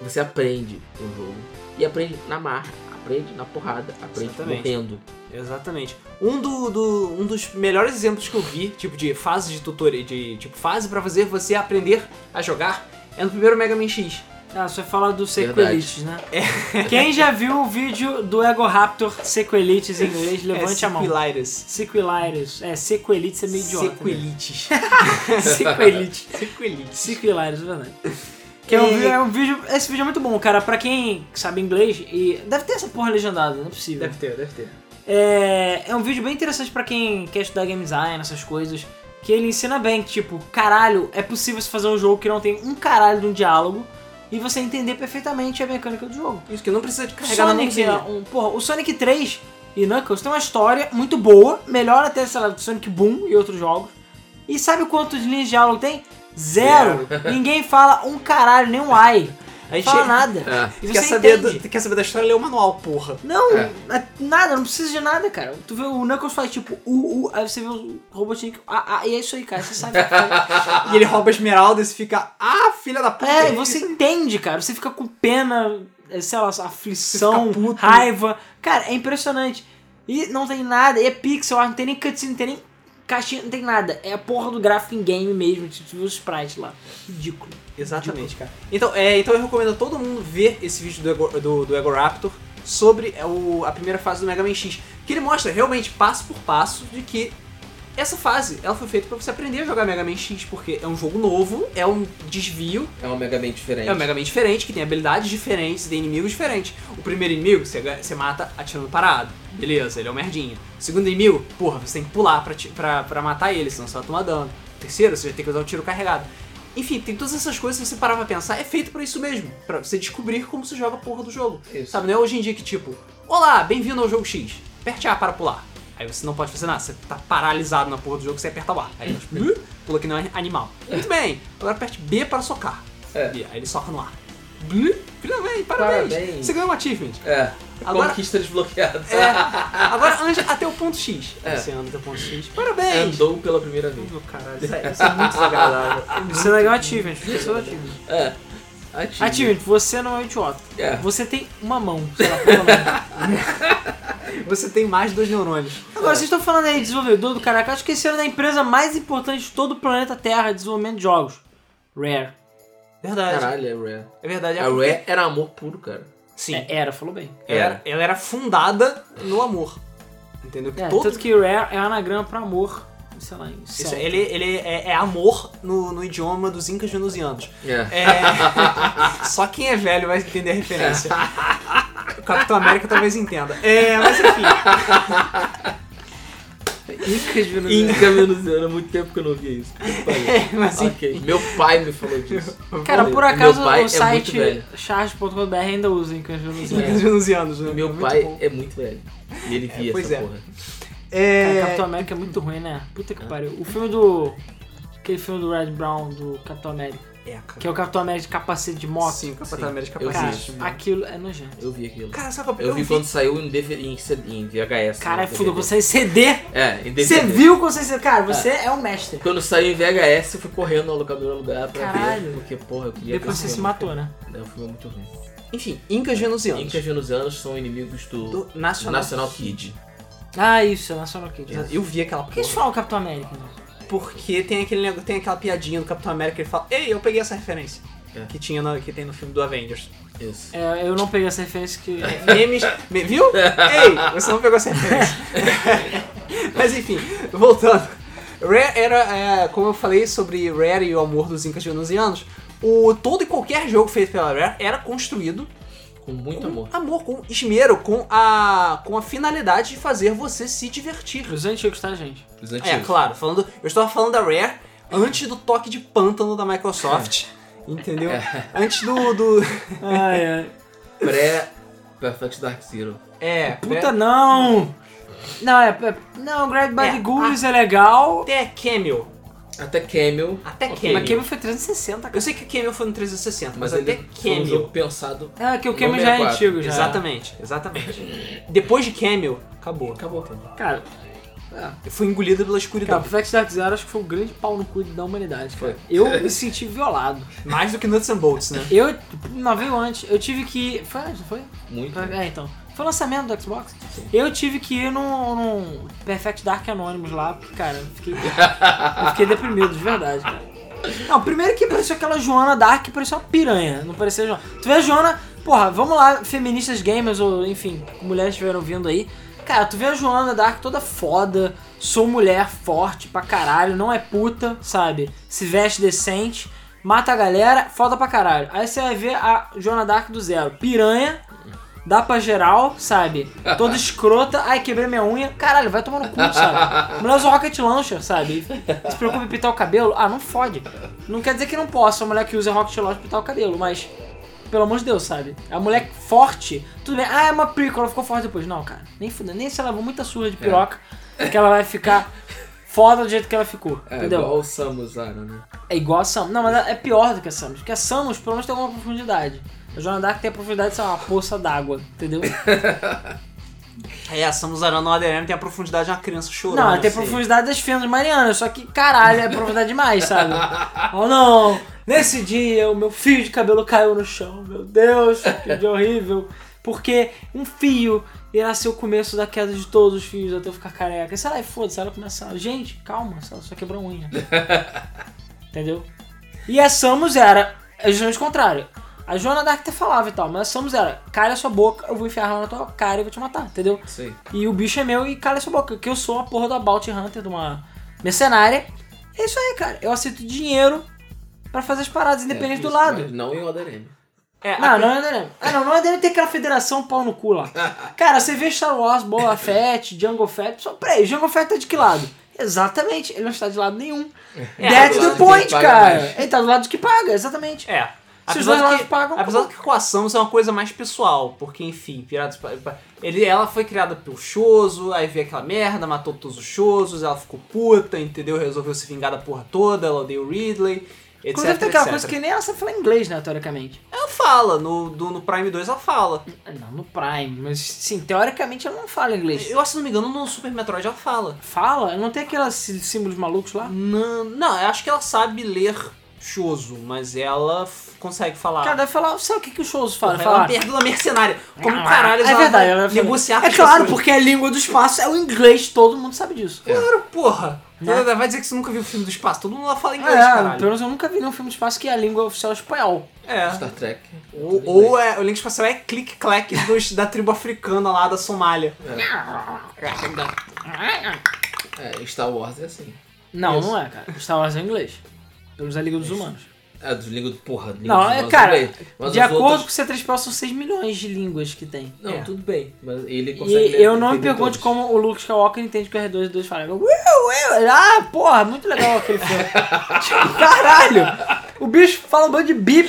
Você aprende o jogo. E aprende na marra, aprende na porrada, aprende Exatamente. morrendo. Exatamente. Um, do, do- um dos melhores exemplos que eu vi, tipo, de fase de tutoria, de tipo, fase pra fazer você aprender a jogar, é no primeiro Mega Man X. Ah, você vai falar do Verdade. Sequelites, né? É. Quem já viu o vídeo do Ego Raptor Sequelites em inglês, levante é, a mão. Sequelitis. Sequelitis. É, Sequelites é meio idiota. né? Sequelitis. Sequelites. Sequelitis. Sequelitis, é verdade. Que é um, E- vi- é um vídeo. Esse vídeo é muito bom, cara. Pra quem sabe inglês, e deve ter essa porra legendada, não é possível. Deve ter, deve ter. É, é um vídeo bem interessante pra quem quer estudar game design, essas coisas. Que ele ensina bem que, tipo, caralho, é possível você fazer um jogo que não tem um caralho de um diálogo e você entender perfeitamente a mecânica do jogo. Isso que não precisa de carregar na Sonic, mãozinha. um, porra, o Sonic 3 e Knuckles tem uma história muito boa, melhor até, sei lá, do Sonic Boom e outros jogos. E sabe quantos linhas de diálogo tem? Zero. Ninguém fala um caralho, nem um ai. A gente Fala nada. É. E você quer, saber entende. do- quer saber da história, lê o manual, porra. Não, É. na- nada, não precisa de nada, cara. Tu vê o Knuckles faz tipo U, U, aí você vê o Robotnik, ah, ah, e é isso aí, cara, você sabe. cara. E ele rouba a esmeralda e você fica, ah, filha da puta. Ah. é, e você entende, cara, você fica com pena, é, sei lá, aflição, Você fica puto. raiva. Cara, é impressionante. E não tem nada, e é pixel, art, não tem nem cutscene, não tem nem caixinha, não tem nada. É a porra do gráfico em game mesmo, tipo, tu viu o sprite lá. Ridículo. Exatamente, cara. Então, é, então eu recomendo a todo mundo ver esse vídeo do Ego, do, do Ego Raptor sobre é, o- a primeira fase do Mega Man X. Que ele mostra realmente passo por passo de que essa fase ela foi feita pra você aprender a jogar Mega Man X, porque é um jogo novo, é um desvio, É um Mega Man diferente. é um Mega Man diferente, que tem habilidades diferentes, tem inimigos diferentes. O primeiro inimigo você, ga- você mata atirando parado. Beleza, ele é um merdinha. O segundo inimigo, porra, você tem que pular pra, ti- pra, pra matar ele, senão você vai tomar dano. O terceiro, você vai ter que usar o tiro carregado. Enfim, tem todas essas coisas, se você parar pra pensar, é feito pra isso mesmo. Pra você descobrir como se joga a porra do jogo. Isso. Sabe, não é hoje em dia que tipo, olá, bem-vindo ao jogo X. Aperte A para pular. Aí você não pode fazer nada, você tá paralisado na porra do jogo, você aperta o A. Aí ele pula que não é animal. Muito bem, agora aperte B para socar. É. E aí ele soca no ar. Blu, Finalmente, parabéns. Parabéns. Você ganhou um achievement. É. Agora- Conquista desbloqueada. É, agora ande até o ponto X. É. Você anda até o ponto X. É. Parabéns. Andou pela primeira vez. Meu caralho, isso é, isso é muito desagradável. Isso é legal achievement, esqueceu o achievement. É. Ativa. Achievement, você não é um idiota. É. Você tem uma mão, sei lá, é pelo menos. Você tem mais dois neurônios. Agora, vocês estão falando aí de desenvolvedor do caraca, acho que esqueceram da empresa mais importante de todo o planeta Terra de desenvolvimento de jogos. Rare. Verdade. Caralho, é Rare. É verdade. é A Rare era amor puro, cara. Sim. É, era, falou bem. Era, ela era fundada no amor. Entendeu? Que É, todo- Tanto que Rare é anagrama pra amor, sei lá, em Isso, céu. ele, ele é, é amor no, no idioma dos incas venusianos. É. É, Só quem é velho vai entender a referência. O Capitão América talvez entenda. É, mas enfim. Incas de Venezuela. Inca venusiana, há muito tempo que eu não via isso. Puta É, mas que pariu. Ok. Meu pai me falou disso. Cara, por acaso Meu pai é o muito site velho. charge.com.br ainda usa Incas de Venezuela. Incas venusianos, né? Meu Muito pai bom. é muito velho. E ele via pois essa é. porra. É, Cara, Capitão América é muito ruim, né? Puta que pariu. O filme do... Aquele filme do Red Brown, do Capitão América. é, cara. Que é o Capitão América de capacete de moto. Sim, o Capitão América eu Cara, aparece. vi. aquilo é nojento. Eu vi aquilo. Cara, sabe o que Eu vi quando saiu em, DVD, em CD em VHS. Cara, é não, fudeu, DVD. consegue ceder É, em DVD. Você viu quando você. Cara, você é, um mestre. Quando saiu em VHS, eu fui correndo ao locador alugar pra Caralho. ver. Porque, porra, eu queria Depois você ver esse filme. se matou, né? É um filme muito ruim. Enfim, Incas venusianos. Incas venusianos são inimigos do, Do Nacional. National Kid. Ah, isso, é National Kid. Por Eu vi aquela que eles porra. falam Capitão América? né? Porque tem, aquele, nego- tem aquela piadinha do Capitão América que ele fala: Ei, eu peguei essa referência. É. Que, tinha no- que tem no filme do Avengers. Isso. É, eu não peguei essa referência que. Memes. me- viu? Ei, você não pegou essa referência. Mas enfim, voltando. Rare era, é, como eu falei sobre Rare e o amor dos Incas venusianos, o todo e qualquer jogo feito pela Rare era construído Com muito Uhum. amor. amor, com esmero, com a, com a finalidade de fazer você se divertir. Os antigos, tá, gente? Os É, antigos. claro, falando, eu estava falando da Rare antes do toque de pântano da Microsoft, entendeu? Antes do... do Ai, ai. Pré... Perfect Dark Zero. é, Puta não! Não, é. é- não, Grab by É, the Ghouls é legal. até Camel, Até Camel. Ah, até Ok. Camel. Mas Camel foi 360, cara. Tá, Eu sei que Camel foi no 360, Mas mas, ele até foi um jogo Camel. pensado. Ah, que o No Camel já é 64, antigo, já. Exatamente, exatamente. Depois de Camel, acabou. Acabou. Cara, É. Eu fui engolido pela cara, escuridão. Perfect Dark Zero acho que foi o grande pau no cu da humanidade, cara. Foi. Eu me senti violado. Mais do que Nuts and Bolts, né? Eu, não veio antes, eu tive que. Foi antes, não foi? Muito. É, então. Foi o lançamento do Xbox. Eu tive que ir num, num Perfect Dark Anonymous lá, porque, cara, eu fiquei, eu fiquei deprimido, de verdade, cara. Não, primeiro que parecia aquela Joana Dark, parecia uma piranha. Não parecia Joana. Tu vê a Joana, porra, vamos lá, feministas gamers ou enfim, mulheres que estiveram vindo aí. Cara, tu vê a Joana Dark toda foda, sou mulher forte pra caralho, não é puta, sabe? Se veste decente, mata a galera, foda pra caralho. Aí você vai ver a Joana Dark do zero, piranha, dá pra geral, sabe? Toda escrota, ai, quebrei minha unha, caralho, vai tomar no cu, sabe? Mulher usa rocket launcher, sabe? Se preocupa em pintar o cabelo, ah, não fode. Não quer dizer que não possa a mulher que usa rocket launcher pintar o cabelo, mas pelo amor de Deus, sabe? A mulher forte, tudo bem, ah, é uma piroca, ela ficou forte depois. Não, cara, nem fudendo, nem se ela levou muita surra É. de piroca, que ela vai ficar foda do jeito que ela ficou, É entendeu? igual o Samus Aran, né? É igual a Samus. Não, mas é pior do que a Samus. Porque a Samus, pelo menos, tem alguma profundidade. A Joana Dark tem a profundidade, sei lá, uma poça d'água, entendeu? É, a Samus Aran no ADM tem a profundidade de uma criança chorando. Não, ela tem a assim. profundidade das fendas marianas, só que, caralho, é profundidade demais, sabe? Ou não, nesse dia o meu fio de cabelo caiu no chão, meu Deus, que dia horrível. Porque um fio irá ser o começo da queda de todos os fios até eu ficar careca. E sei lá, e foda-se, ela começa a... Gente, calma, ela só quebrou a unha. Entendeu? E a Samus era é justamente o contrário. A Joana Dark até falava e tal, mas a Samus era, cala a sua boca, eu vou enfiar a arma na tua cara e vou te matar, entendeu? Sim. E o bicho é meu e cala sua boca, que eu sou a porra da Bounty Hunter, de uma mercenária. É isso aí, cara. Eu aceito dinheiro pra fazer as paradas, independente do É, Isso, lado. mas Não em ODM. É, a Não, não é Adriano. Ah, não, não é Adriano ter aquela federação pau no cu lá. Cara, você vê Star Wars, Boba Fett, Jungle Fett. Só, peraí, Jungle Fett tá de que lado? Exatamente, ele não está de lado nenhum. É, do That's the lado de point, quem paga cara. mais. Ele tá do lado de que paga, exatamente. É. Se os Apesar, dois lados de que, pagam, apesar acabou. de que com a Samus é uma coisa mais pessoal, porque enfim, Piratas. pa- pa- Ele, ela foi criada pelo Choso, aí veio aquela merda, matou todos os Chozos, ela ficou puta, entendeu? Resolveu se vingar da porra toda, ela odeia o Ridley, etc. Inclusive tem aquela etc. coisa que nem ela sabe falar inglês, né, teoricamente. Ela fala, no, do- no Prime 2 ela fala. Não, no Prime, mas sim, teoricamente ela não fala inglês. Eu, se não me engano, no Super Metroid ela fala. Fala? Não tem aqueles sí- símbolos malucos lá? Não, não eu acho que ela sabe ler Choso, mas ela f- consegue falar. Cara, deve falar, sabe o que, que o Shows fala? ela é Fala, "Ah, uma perda mercenária. Como caralho é ela verdade, vai ela vai negociar com É as claro, pessoas? porque a língua do espaço é o inglês, todo mundo sabe disso. É, Claro, porra. Né? Toda- Vai dizer que você nunca viu o filme do espaço. Todo mundo lá fala inglês, é pelo caralho. menos eu nunca vi nenhum filme de espaço que a língua oficial é espanhol. É. Star Trek. Ou, ou é, o link espacial é click-clack dos- da tribo africana lá da Somália. É, Star Wars é assim. Não, não é, cara. Star Wars é inglês. Pelo menos a Liga dos Humanos. É, dos língua do porra. Língua Não, dos é, humanos cara, eu sei, mas de os acordo outros- com o C3PO, são 6 milhões de línguas que tem. Não, É. tudo bem. Mas ele E consegue. ler- eu não me entender pergunto todos. como o Luke Skywalker entende que o R2-D2 fala. Eu, eu, eu, ah, porra, muito legal aquele filme. Tipo, Caralho! O bicho fala um bando de bip.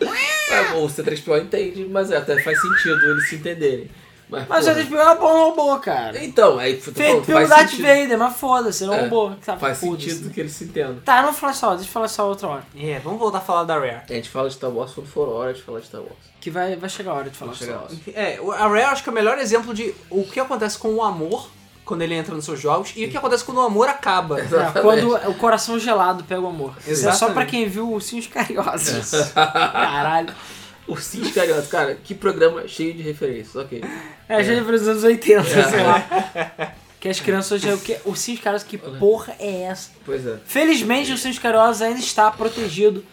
É, o C3PO entende, mas é, até faz sentido eles se entenderem. Mas, Mas o porra, R2-D2 é um bom robô, cara. Então, aí tu Feito falou, pelo faz Darth sentido. Vader, mas foda-se, ele é um É, robô. que sabe, Faz foda-se. sentido que eles se entendam. Tá, não fala só, deixa eu falar só outra hora. É, vamos voltar a falar da Rare. A gente fala de Star Wars quando for hora de falar de Star Wars. Que vai, vai chegar a hora de falar Quando chegar a só. hora. É, o- a Rare acho que é o melhor exemplo de o que acontece com o amor quando ele entra nos seus jogos e o que acontece quando o amor acaba. É, quando o coração gelado pega o amor. Isso é só Exatamente. pra quem viu Ursinhos Carinhosos. Caralho. Ursinhos Carinhosos, cara, que programa cheio de referências, ok. É, a gente dos anos 80, É. sei lá. Que as crianças hoje é o que? Ursinhos Carinhosos, que porra é essa? Pois é. Felizmente, o Ursinhos Carinhosos ainda está protegido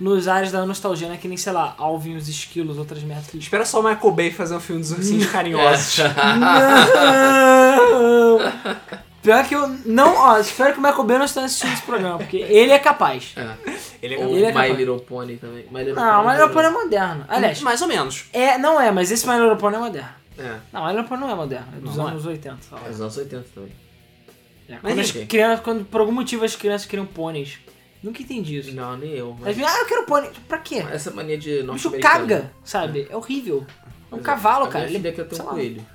nos ares da nostalgia, né? Que nem, sei lá, alvinhos, esquilos, outras merdas que Espera só o Michael Bay fazer um filme dos É. ursinhos carinhosos. Não! Pior que eu não, ó, espero que o Michael Bay não esteja assistindo esse programa, porque ele é capaz. Ele é Ou Ele é My capaz. Little Pony também. My Little Não, Pony My Little Pony é moderno. Aliás, mais ou menos. é, não é, mas esse My Little Pony é moderno. É, Não, My Little Pony não é moderno, é dos Não é. anos 80. sei lá. dos anos 80 também. É, quando, as enfim. crianças, quando por algum motivo as crianças criam pôneis. Nunca entendi isso. Não, nem eu. Elas Mas... viram, ah, eu quero pônei. Pra quê? Essa mania de O norte bicho caga, sabe? É horrível. É um cavalo, cara. Ele é que eu sei tenho um lá, coelho.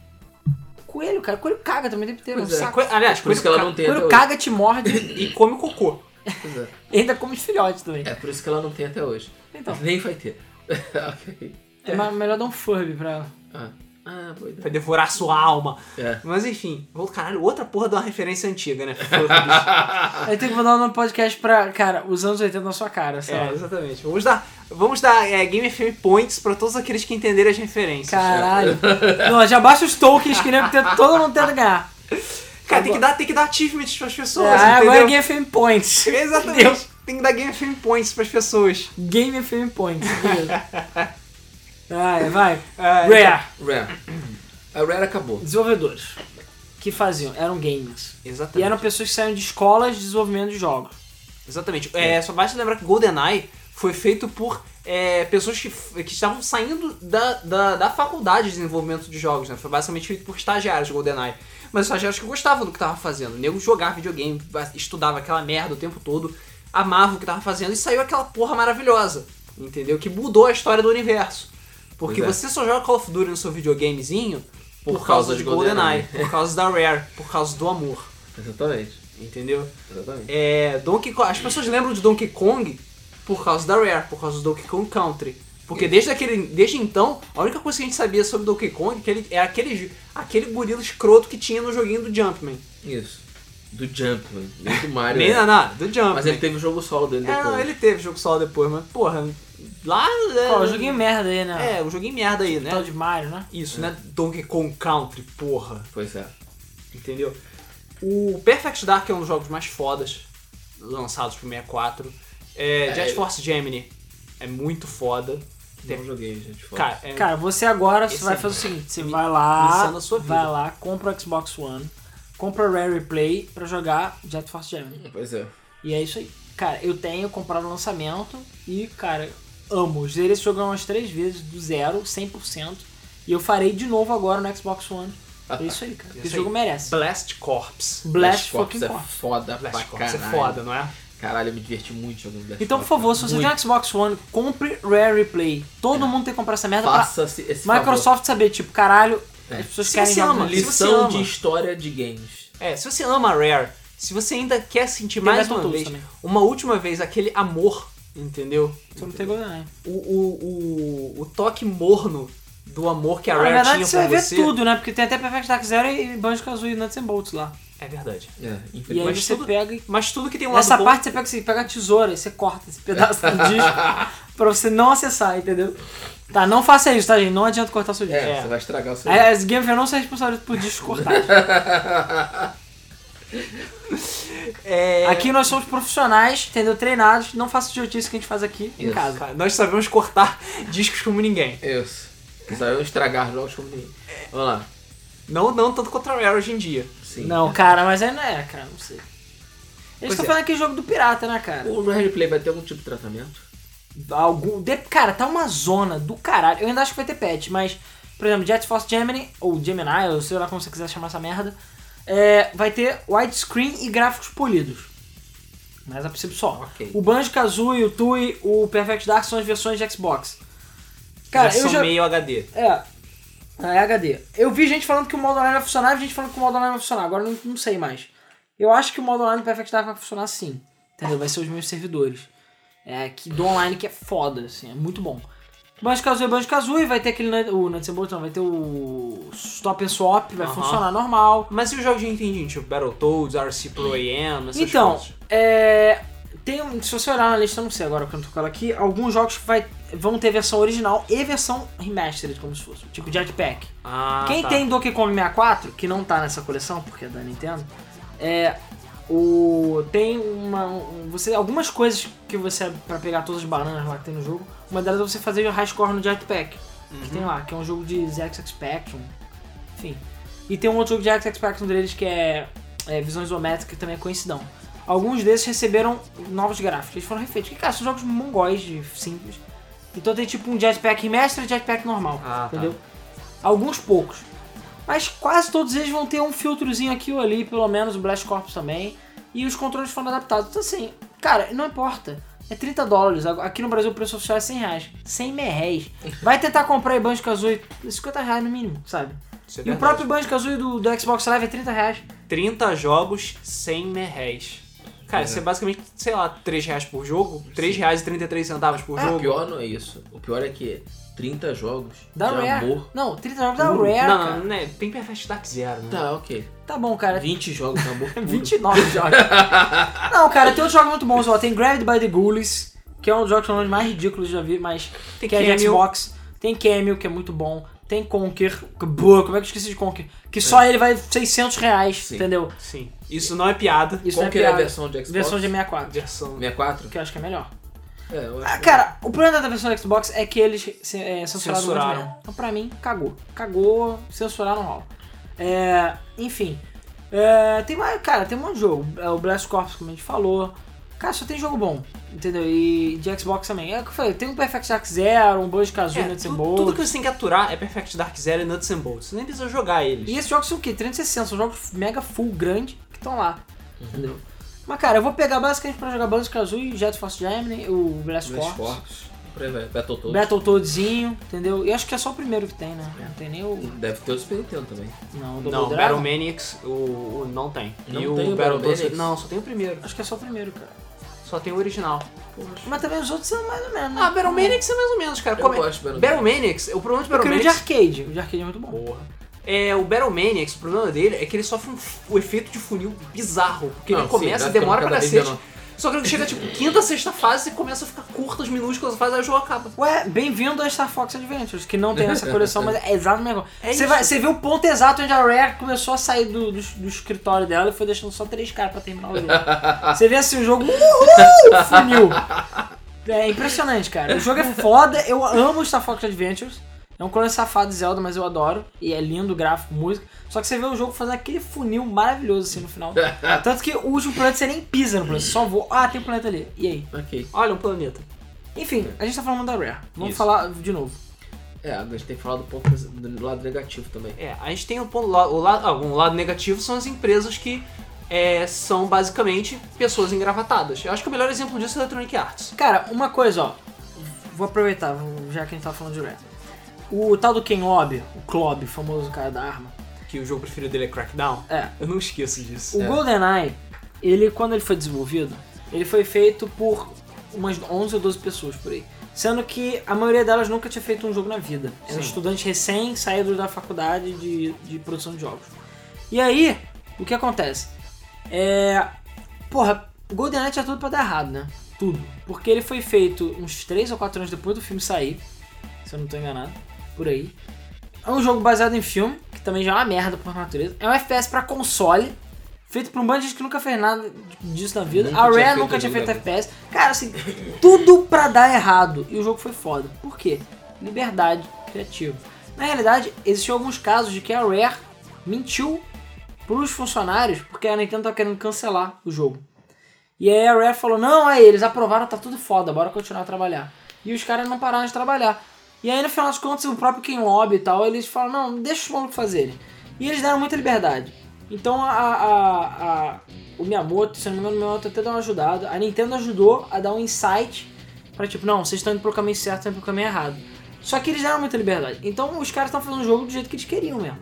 Coelho, cara. Coelho caga também o tempo inteiro. é um Pois é. saco. Co- Aliás, Por isso que ela não tem até Coelho hoje. caga, te morde E come cocô. Pois é. e ainda come os filhotes também. É por isso que ela não tem até hoje. Então. Nem vai ter. ok. É ma- melhor dar um Furby pra. Ah, ah Vai boa ideia. devorar sua alma. É. Mas enfim, vou- caralho, outra porra de uma referência antiga, né? Foda-se. Eu tenho que mandar um podcast pra, cara, os anos 80 na sua cara, É, sabe? exatamente. Vamos dar, vamos dar é, Game FM Points pra todos aqueles que entenderem as referências. Caralho. Não, já baixa os tokens que nem que todo mundo tenta ganhar. Cara, tem que dar, tem que dar achievements pras pessoas, Ah, entendeu? agora Game FM Points. Exatamente. Entendeu? Tem que dar Game Film Points pras pessoas. Game FM Points. beleza. Vai, vai. Ah, Rare. Rare. A Rare acabou. Desenvolvedores. que faziam? Eram games. E Exatamente. eram pessoas que saíam de escolas de desenvolvimento de jogos. Exatamente. É, só basta lembrar que GoldenEye foi feito por é, pessoas que, f- que estavam saindo da, da, da faculdade de desenvolvimento de jogos, né? Foi basicamente feito por estagiários GoldenEye. Mas estagiários que gostavam do que tava fazendo. O nego jogava videogame, ba- estudava aquela merda o tempo todo, amava o que tava fazendo e saiu aquela porra maravilhosa. Entendeu? Que mudou a história do universo. Porque Pois você só joga Call of Duty no seu videogamezinho é. por, causa, Por causa de de GoldenEye, GoldenEye. por causa da Rare, por causa do amor. Exatamente. Entendeu? Exatamente. É, Donkey Kong, as pessoas lembram de Donkey Kong por causa da Rare, por causa do Donkey Kong Country. Porque desde, aquele, desde então, a única coisa que a gente sabia sobre Donkey Kong é que ele, era aquele, ju- aquele gorila escroto que tinha no joguinho do Jumpman. Isso. Do Jumpman. Nem do Mario. Nem né? na nada, do Jumpman. Mas ele teve o jogo solo dele É, depois. não, ele teve jogo solo depois, mas porra, lá... é, Pô, joguinho merda aí, né? É, um joguinho merda aí, né? Tal de Mario, né? Isso, né? Donkey Kong Country, porra. Pois é. Entendeu? O Perfect Dark é um dos jogos mais fodas lançados pro 64. É, Jet ele- Force Gemini é muito foda. Tem- Não joguei, gente. foda. Cara, é, Cara, você agora você Esse vai é fazer o seguinte: você mi- vai lá, missão da sua vida. vai lá, compra o Xbox One, compra o Rare Replay pra jogar Jet Force Gemini. Pois é. E é isso aí. Cara, eu tenho comprado o lançamento e, cara, amo. Zerei esse jogo umas três vezes, do zero, 100%. E eu farei de novo agora no Xbox One. É isso aí, cara. Esse aí. jogo merece. Blast Corps. Blast Corps fucking é Corps. foda Blast pra Corps caralho. é foda, não é? Caralho, eu me diverti muito jogando Blast Então, por favor, se você tem um Xbox One, compre Rare Replay. Todo É. mundo tem que comprar essa merda pra Faça esse esse Microsoft saber, tipo, caralho, É. as pessoas Se querem você jogos ama, favor. no se lixo. você Lição ama. de história de games. É, se você ama a Rare, se você ainda quer sentir mais Battle uma Toads vez, também. uma última vez, aquele amor, entendeu? Você não tem né? GoldenEye. O, o, o, o toque morno do amor que a Na Rare verdade, tinha você vai pra ver você. tudo, né? Porque tem até Perfect Dark Zero e Banjo-Kazooie e Nuts and Bolts lá. É verdade. É, E aí infelizmente. você tudo- pega e... Mas tudo que tem um lado Nessa bom- parte você pega, você pega a tesoura e você corta esse pedaço do disco pra você não acessar, entendeu? Tá, não faça isso, tá, gente? Não adianta cortar seu disco. É, É. você vai estragar o seu. Aí, As Game Fair não são responsáveis por discos cortados. É... Aqui nós somos profissionais, entendeu? Treinados, não faça idiotice que a gente faz aqui em Isso. casa. Cara, Nós sabemos cortar discos como ninguém. Isso. Saiu estragar jogos como ninguém. Vamos lá. Não, não tanto contra a Rare hoje em dia. Sim. Não, cara, mas aí não é, cara, não sei. Eles Pois estão é. falando aquele jogo do pirata, né, cara? O Rare Play vai ter algum tipo de tratamento? Algum. de- Cara, tá uma zona do caralho. Eu ainda acho que vai ter patch, mas, por exemplo, Jet Force Gemini, ou Gemini, ou sei lá como você quiser chamar essa merda, é, vai ter widescreen e gráficos polidos. Mas a princípio só. Ok. O Banjo Kazooie, o Tui, o Perfect Dark são as versões de Xbox. Cara, já eu são já. meio HD. É. É HD. Eu vi gente falando que o modo online vai funcionar e gente falando que o modo online vai funcionar. Agora eu não, não sei mais. Eu acho que o modo online do Perfect Dark vai funcionar sim. Entendeu? Vai ser os meus servidores. É, que do online que é foda, assim, é muito bom. Banjo Kazooie, Banjo Kazooie, vai ter aquele. Nut- O Nuts and Bolts não, vai ter o Stop and Swap, vai Aham. funcionar normal. Mas e os jogos de Nintendinho? Tipo Battletoads, RC Pro AM, essas Então, coisas? é, tem, um- se você olhar na lista, eu não sei agora porque eu não tô com ela aqui, alguns jogos vai, vão ter versão original e versão remastered, como se fosse. Tipo Jetpack. Ah, Quem tá. tem Donkey Kong 64, que não tá nessa coleção, porque é da Nintendo, é. O. Tem uma. um- você, algumas coisas que você. pra pegar todas as bananas lá que tem no jogo, uma delas é você fazer o high score no Jetpack. Uhum. Que tem lá, que é um jogo de ZX Spectrum. um, Enfim. E tem um outro jogo de ZX Spectrum deles que é. é visão isométrica, que também é coincidão. Alguns desses receberam novos gráficos, eles foram refeitos. Que cara, são jogos mongóis, de simples. Então tem tipo um jetpack remaster e jetpack normal. Ah, tá. entendeu? Alguns poucos. Mas quase todos eles vão ter um filtrozinho aqui ou ali, pelo menos o Blast Corps também. E os controles foram adaptados. Então assim, cara, não importa. É 30 dólares. Aqui no Brasil o preço oficial é 100 reais. 100 merréis. Vai tentar comprar aí Banjo Kazooie 50 reais no mínimo, sabe? Isso é e o verdade. próprio Banjo Kazooie do, do Xbox Live é 30 reais. 30 jogos, 100 merréis. Cara, Uhum. isso é basicamente, sei lá, 3 reais por jogo? 3 reais e 33 centavos por Ah, o jogo? pior não é isso. O pior é que 30 jogos Da de Rare. amor. Não, 30 reais da Não, Rare, cara. não, não, né? Tem Perfect Dark Zero, né? Tá, ok. Tá bom, cara. 20 jogos de amor. puro. 29 jogos. Não, cara, tem outros jogos muito bons. Ó, tem Grabbed by the Ghoulies, que é um dos jogos que eu mais ridículos que eu já vi, mas Tem que é de Camel. Xbox. Tem Camel, que é muito bom. Tem Conker. Boa, como é que eu esqueci de Conker? Que só ele vai 600 reais, Sim. entendeu? Sim. Isso não é piada. Isso Qual não é que era a piada. versão de Xbox? Versão de 64, Versão. 64? que eu acho que é melhor. É, eu acho Ah, cara, o problema da versão do Xbox é que eles se- é, censuraram, Censuraram. muito mesmo. Então, pra mim, cagou. Cagou, censuraram o rola. É, enfim. É, tem mais, cara, tem um monte de jogo. É, o Blast Corps, como a gente falou. Cara, só tem jogo bom, entendeu? E de Xbox também. É o que eu falei, tem um Perfect Dark Zero, um Banjo Kazooie, É, Nuts and tu- Bolts. tudo que você tem que aturar é Perfect Dark Zero e Nuts and Bolts. Você nem precisa jogar eles. E esses jogos são o quê? 360, são jogos mega full, grande, que estão lá. Entendeu? Mas, cara, eu vou pegar basicamente pra jogar Banjo Kazooie, Jet Force Gemini, o Blast, que é Corps. Corps. Por aí vai. Battletoads. Battletoadzinho, entendeu? E acho que é só o primeiro que tem, né? Não tem nem o. Deve ter o Super Nintendo também. Não, o Double Não, Dragon. Battle Maniacs o, o- não tem. Não e tem o o Battle Battle Toads- Maniacs? Não, só tem o primeiro. Acho que é só o primeiro, cara. Só tem o original. Mas também os outros são mais ou menos. né? Ah, Battle Maniacs é mais ou menos, cara. Eu Como é- gosto de Battle Battle Maniacs, o problema de Eu Battle queria o de Maniacs... arcade. O de arcade é muito bom. Porra. É, o Battle Maniacs, o problema dele é que ele sofre um f- o efeito de funil bizarro. Porque Não, ele sim, começa vai e demora pra ficando cada vez cacete. menor. Só que ele chega, tipo, quinta, sexta fase e começa a ficar curtas, minúsculas fases, aí o jogo acaba. Ué, bem-vindo a Star Fox Adventures, que não tem nessa coleção, mas é exato mesmo. É você, isso. vai, você vê o ponto exato onde a Rare começou a sair do, do, do escritório dela e foi deixando só três caras pra terminar o jogo. você vê assim o jogo, uhul, funil. É impressionante, cara. O jogo é foda, eu amo Star Fox Adventures. É um clone safado de Zelda, mas eu adoro. E é lindo, o gráfico, música. Só que você vê o jogo fazendo aquele funil maravilhoso assim no final. Tanto que o último planeta você nem pisa no planeta, você só voa. Ah, tem um planeta ali. E aí? Ok. Olha, um planeta. Enfim, a gente tá falando da Rare. Vamos Isso. falar de novo. É, a gente tem que falar do ponto do lado negativo também. É, a gente tem o ponto, la- o lado, algum lado negativo são as empresas que é, são basicamente pessoas engravatadas. Eu acho que o melhor exemplo disso é a Electronic Arts. Cara, uma coisa, ó. Vou aproveitar, vou- já que a gente tá falando de Rare. O tal do Ken Lobby, o Klob, famoso cara da arma. Que o jogo preferido dele é Crackdown. É. Eu não esqueço disso. O GoldenEye, ele, quando ele foi desenvolvido, ele foi feito por umas 11 ou 12 pessoas por aí. Sendo que a maioria delas nunca tinha feito um jogo na vida. Eram Sim. estudantes recém-saídos da faculdade de, de produção de jogos. E aí, o que acontece? É. Porra, o GoldenEye tinha tudo pra dar errado, né? Tudo. Porque ele foi feito uns 3 ou 4 anos depois do filme sair, se eu não tô enganado, por aí. É um jogo baseado em filme, que também já é uma merda por natureza. É um FPS pra console, feito por um bando de gente que nunca fez nada disso na vida. Nunca tinha a Rare feito nunca tinha jogo feito na FPS. Cara, assim, tudo pra dar errado. E o jogo foi foda. Por quê? Liberdade criativa. Na realidade, existiam alguns casos de que a Rare mentiu pros funcionários, porque a Nintendo tava querendo cancelar o jogo. E aí a Rare falou, não, aí eles aprovaram, tá tudo foda, bora continuar a trabalhar. E os caras não pararam de trabalhar. E aí no final das contas, o próprio Ken Lobby e tal, eles falaram, não, deixa os malucos fazerem. E eles deram muita liberdade. Então a, a- a- o Miyamoto, se eu não me engano, o Miyamoto até deu uma ajudada. A Nintendo ajudou a dar um insight pra tipo, não, vocês estão indo pro caminho certo, estão indo pro caminho errado. Só que eles deram muita liberdade. Então os caras estão fazendo o jogo do jeito que eles queriam mesmo.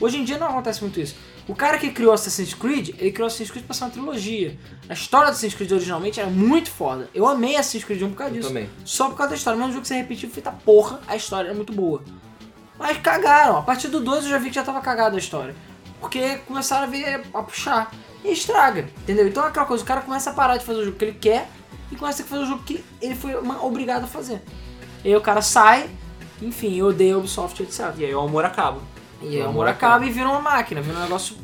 Hoje em dia não acontece muito isso. O cara que criou Assassin's Creed, ele criou Assassin's Creed pra ser uma trilogia. A história do Assassin's Creed originalmente era muito foda. Eu amei Assassin's Creed 1 por causa Eu disso. também. Só por causa da história. Mesmo jogo que você repetiu, feita porra, a história era muito boa. Mas cagaram. A partir do 2 eu já vi que já tava cagada a história. Porque começaram a ver a puxar. E estraga, entendeu? Então é aquela coisa, o cara começa a parar de fazer o jogo que ele quer e começa a fazer o jogo que ele foi uma- obrigado a fazer. E aí o cara sai, enfim, odeia a Ubisoft, etc. E aí o amor acaba. E O o é amor amor acaba e vira uma máquina, vira um negócio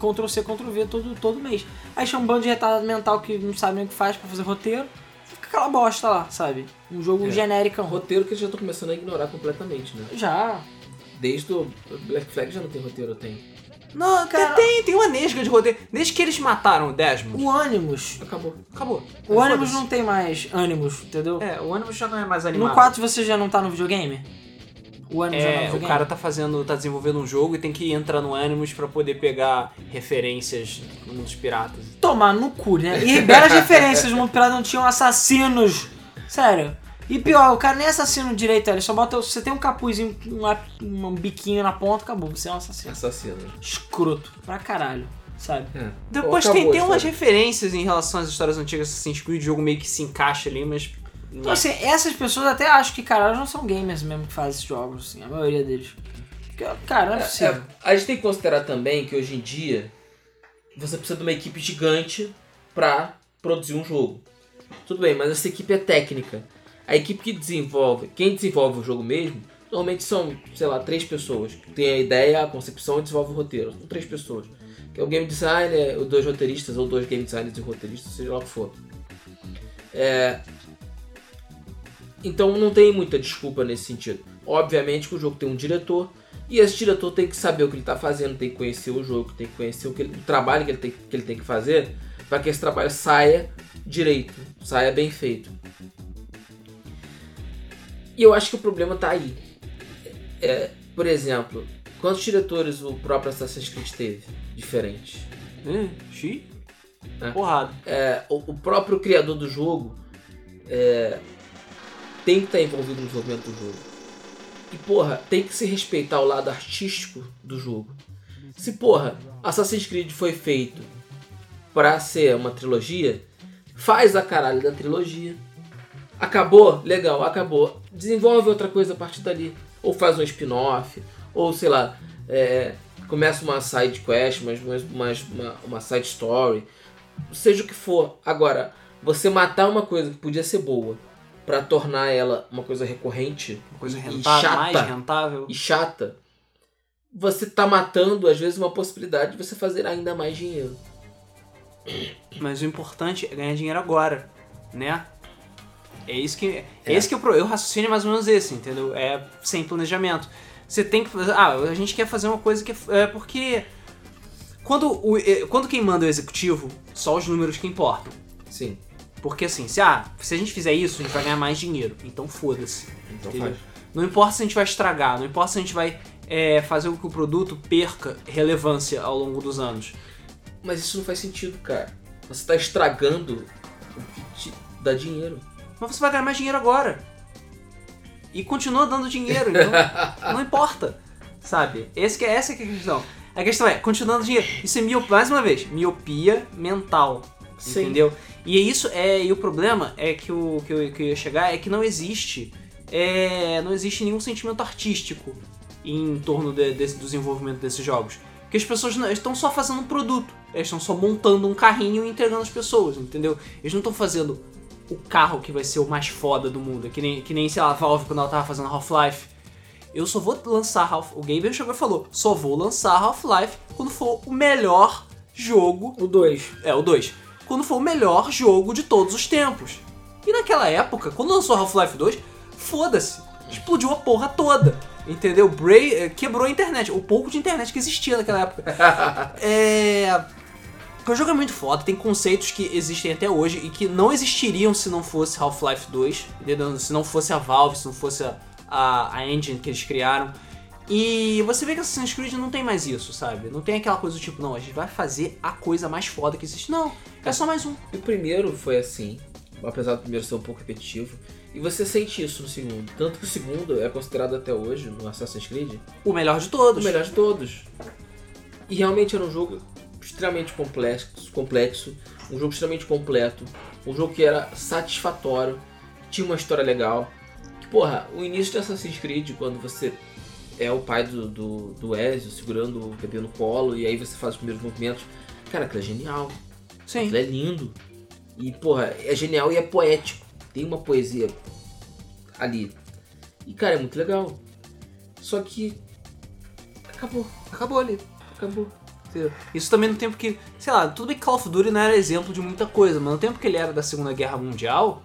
Ctrl-C, Ctrl-V todo, todo mês. Aí chama um bando de retardado mental que não sabe nem o que faz pra fazer roteiro, fica aquela bosta lá, sabe? Um jogo É. genérico. É um roteiro que eu já tô começando a ignorar completamente, né? Já. Desde o Black Flag já não tem roteiro, tem. Não, cara, Tem, tem uma nesga de roteiro. Desde que eles mataram o Desmond, o ânimos. Acabou. acabou. É, O ânimos Foda-se. não tem mais ânimos, entendeu? É, o ônibus já não é mais animado. no 4 você já não tá no videogame? O ânimos já não é É, no o videogame? cara tá fazendo, tá desenvolvendo um jogo e tem que entrar no Animus pra poder pegar referências no mundo dos piratas. tomar no cu, né? E belas referências no mundo pirata não tinham assassinos. Sério. E pior, o cara nem é assassino direito, ele só bota. Você tem um capuzinho, um, ap- um biquinho na ponta, acabou, você é um assassino. Assassino. Escroto pra caralho, sabe? É. Depois Acabou tem, a tem umas história. referências em relação às histórias antigas do Assassin's Creed, o jogo meio que se encaixa ali, mas. Então, assim, essas pessoas até acham que, cara, elas não são gamers mesmo que fazem esses jogos, assim, a maioria deles. Porque, cara, não é possível. É, a gente tem que considerar também que hoje em dia você precisa de uma equipe gigante pra produzir um jogo. Tudo bem, mas essa equipe é técnica. A equipe que desenvolve, quem desenvolve o jogo mesmo, Normalmente são, sei lá, três pessoas que tem a ideia, a concepção e desenvolve o roteiro. São três pessoas. Que é o game designer, ou dois roteiristas, ou dois game designers e roteiristas, seja lá o que for. É, Então não tem muita desculpa nesse sentido. Obviamente que o jogo tem um diretor, e esse diretor tem que saber o que ele está fazendo, tem que conhecer o jogo, tem que conhecer o, que ele- o trabalho que ele tem que, ele tem que fazer para que esse trabalho saia direito, saia bem feito. E eu acho que o problema tá aí. É, por exemplo, quantos diretores o próprio Assassin's Creed teve? Diferente. Hum, xi? É. Porrada. É, o, o próprio criador do jogo é, tem que estar envolvido no desenvolvimento do jogo. E porra, tem que se respeitar o lado artístico do jogo. Se porra, Assassin's Creed foi feito pra ser uma trilogia, faz a caralho da trilogia. Acabou? Legal, acabou. Desenvolve outra coisa a partir dali. Ou faz um spin-off, ou sei lá, é, começa uma side quest, mas, mas, mas uma, uma side story seja o que for. Agora, você matar uma coisa que podia ser boa pra tornar ela uma coisa recorrente Uma coisa E rentável, chata. mais rentável. e chata, você tá matando às vezes uma possibilidade de você fazer ainda mais dinheiro. Mas o importante é ganhar dinheiro agora, né? É isso que. É, esse que eu, pro- eu raciocínio é mais ou menos esse, entendeu? É sem planejamento. Você tem que fazer. Ah, a gente quer fazer uma coisa que é f- é porque. Quando, o, é, quando quem manda é o executivo, só os números que importam. Sim. Porque assim, se, ah, se a gente fizer isso, a gente vai ganhar mais dinheiro. Então foda-se. Então Entendeu? faz. Não importa se a gente vai estragar, não importa se a gente vai é, fazer com que o produto perca relevância ao longo dos anos. Mas isso não faz sentido, cara. Você tá estragando o que te dá dinheiro. Mas você vai ganhar mais dinheiro agora. E continua dando dinheiro, então não importa. Sabe? Esse que é, essa que é a questão. A questão é, continuando dando dinheiro. Isso é miopia, mais uma vez, miopia mental. Sim. Entendeu? E é isso é. E o problema é que o que eu, que eu ia chegar é que não existe. é, não existe nenhum sentimento artístico em torno de- desse- do desenvolvimento desses jogos. Porque as pessoas não- estão só fazendo um produto, elas estão só montando um carrinho e entregando as pessoas, entendeu? Eles não estão fazendo o carro que vai ser o mais foda do mundo. É Que nem, que nem sei lá, a Valve quando ela tava fazendo Half-Life. Eu só vou lançar Half O Gamer chegou e falou: só vou lançar Half-Life quando for o melhor jogo. O 2. É, o 2. Quando for o melhor jogo de todos os tempos. E naquela época, quando lançou Half-Life 2, foda-se. Explodiu a porra toda. Entendeu? Bray eh, quebrou a internet. O pouco de internet que existia naquela época. É. O jogo é muito foda, tem conceitos que existem até hoje e que não existiriam se não fosse Half-Life 2, entendeu? se não fosse a Valve, se não fosse a, a, a engine que eles criaram. E você vê que Assassin's Creed não tem mais isso, sabe? Não tem aquela coisa do tipo, não, a gente vai fazer a coisa mais foda que existe. Não, é só mais um. E o primeiro foi assim, apesar do primeiro ser um pouco repetitivo. E você sente isso no segundo. Tanto que o segundo é considerado até hoje, no Assassin's Creed, O melhor de o todos. melhor de todos. E realmente era um jogo extremamente complexo, complexo, um jogo extremamente completo, um jogo que era satisfatório, que tinha uma história legal. Que, porra, o início de Assassin's Creed, quando você é o pai do, do, do Ezio segurando o bebê no colo e aí você faz os primeiros movimentos, cara, aquilo é genial. Sim. Aquilo é lindo. E, porra, é genial e é poético. Tem uma poesia ali. E, cara, é muito legal. Só que. Acabou, Acabou ali. acabou. Entendeu? Isso também no tempo que, sei lá, tudo bem que Call of Duty não era exemplo de muita coisa, mas no tempo que ele era da Segunda Guerra Mundial,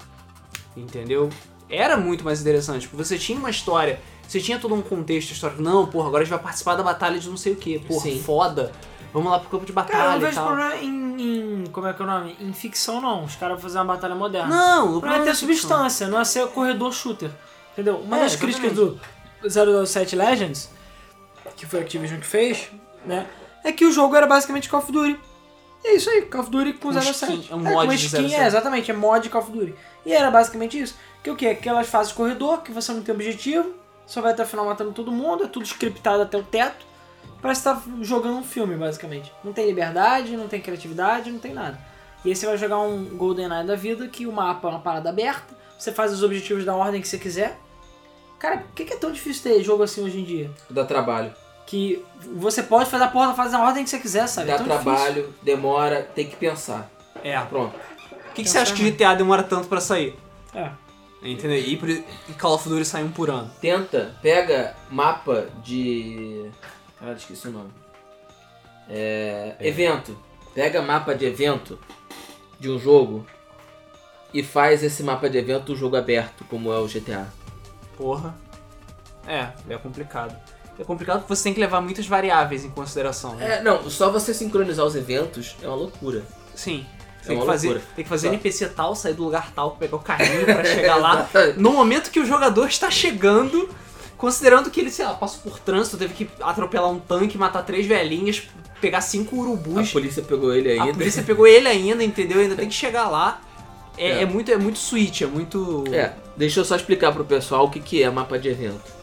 entendeu? Era muito mais interessante, porque você tinha uma história, você tinha todo um contexto histórico. Não, porra, agora a gente vai participar da batalha de não sei o que, porra, Sim. foda. Vamos lá pro campo de batalha Cara, eu não e vejo tal. problema em, em- Como é que é o nome? Em ficção, não. Os caras vão fazer uma batalha moderna. Não, o Pra problema ter é substância. substância, não é ser corredor shooter. Entendeu? Uma É, das críticas do 007 Legends, que foi a Activision que fez, né? É que o jogo era basicamente Call of Duty. E é isso aí, Call of Duty com Um 07. skin, é um com mod uma de skin, 07. é, exatamente, é mod de Call of Duty. E era basicamente isso. Que é o que? Aquelas fases de corredor, que você não tem objetivo, só vai até o final matando todo mundo, é tudo scriptado até o teto. Parece estar jogando um filme, basicamente. Não tem liberdade, não tem criatividade, não tem nada. E aí você vai jogar um GoldenEye da vida, que o mapa é uma parada aberta, você faz os objetivos da ordem que você quiser. Cara, por que que é tão difícil ter jogo assim hoje em dia? Dá trabalho. Que você pode fazer a porra, faz na ordem que você quiser, sabe? é Dá tão trabalho, demora, tem que pensar. É. Pronto. O que, que você acha que GTA demora tanto pra sair? Difícil. É. Entendeu? E, por- e Call of Duty sai um por ano. Tenta, pega mapa de. Ah, esqueci o nome. É, Evento. Pega mapa de evento de um jogo e faz esse mapa de evento um jogo aberto, como é o GTA. Porra. É, é complicado. É complicado porque você tem que levar muitas variáveis em consideração. né? É, não, só você sincronizar os eventos é uma loucura. Sim. É Tem, uma que fazer, loucura. tem que fazer Tá. NPC tal, sair do lugar tal, pegar o carrinho pra chegar lá. Exatamente. No momento que o jogador está chegando, considerando que ele, sei lá, passou por trânsito, teve que atropelar um tanque, matar três velhinhas, pegar cinco urubus. A polícia pegou ele A ainda. polícia pegou ele ainda, entendeu? Ainda tem que chegar lá. É, É. é muito, é muito switch, é muito. É, deixa eu só explicar pro pessoal o que, que é mapa de evento.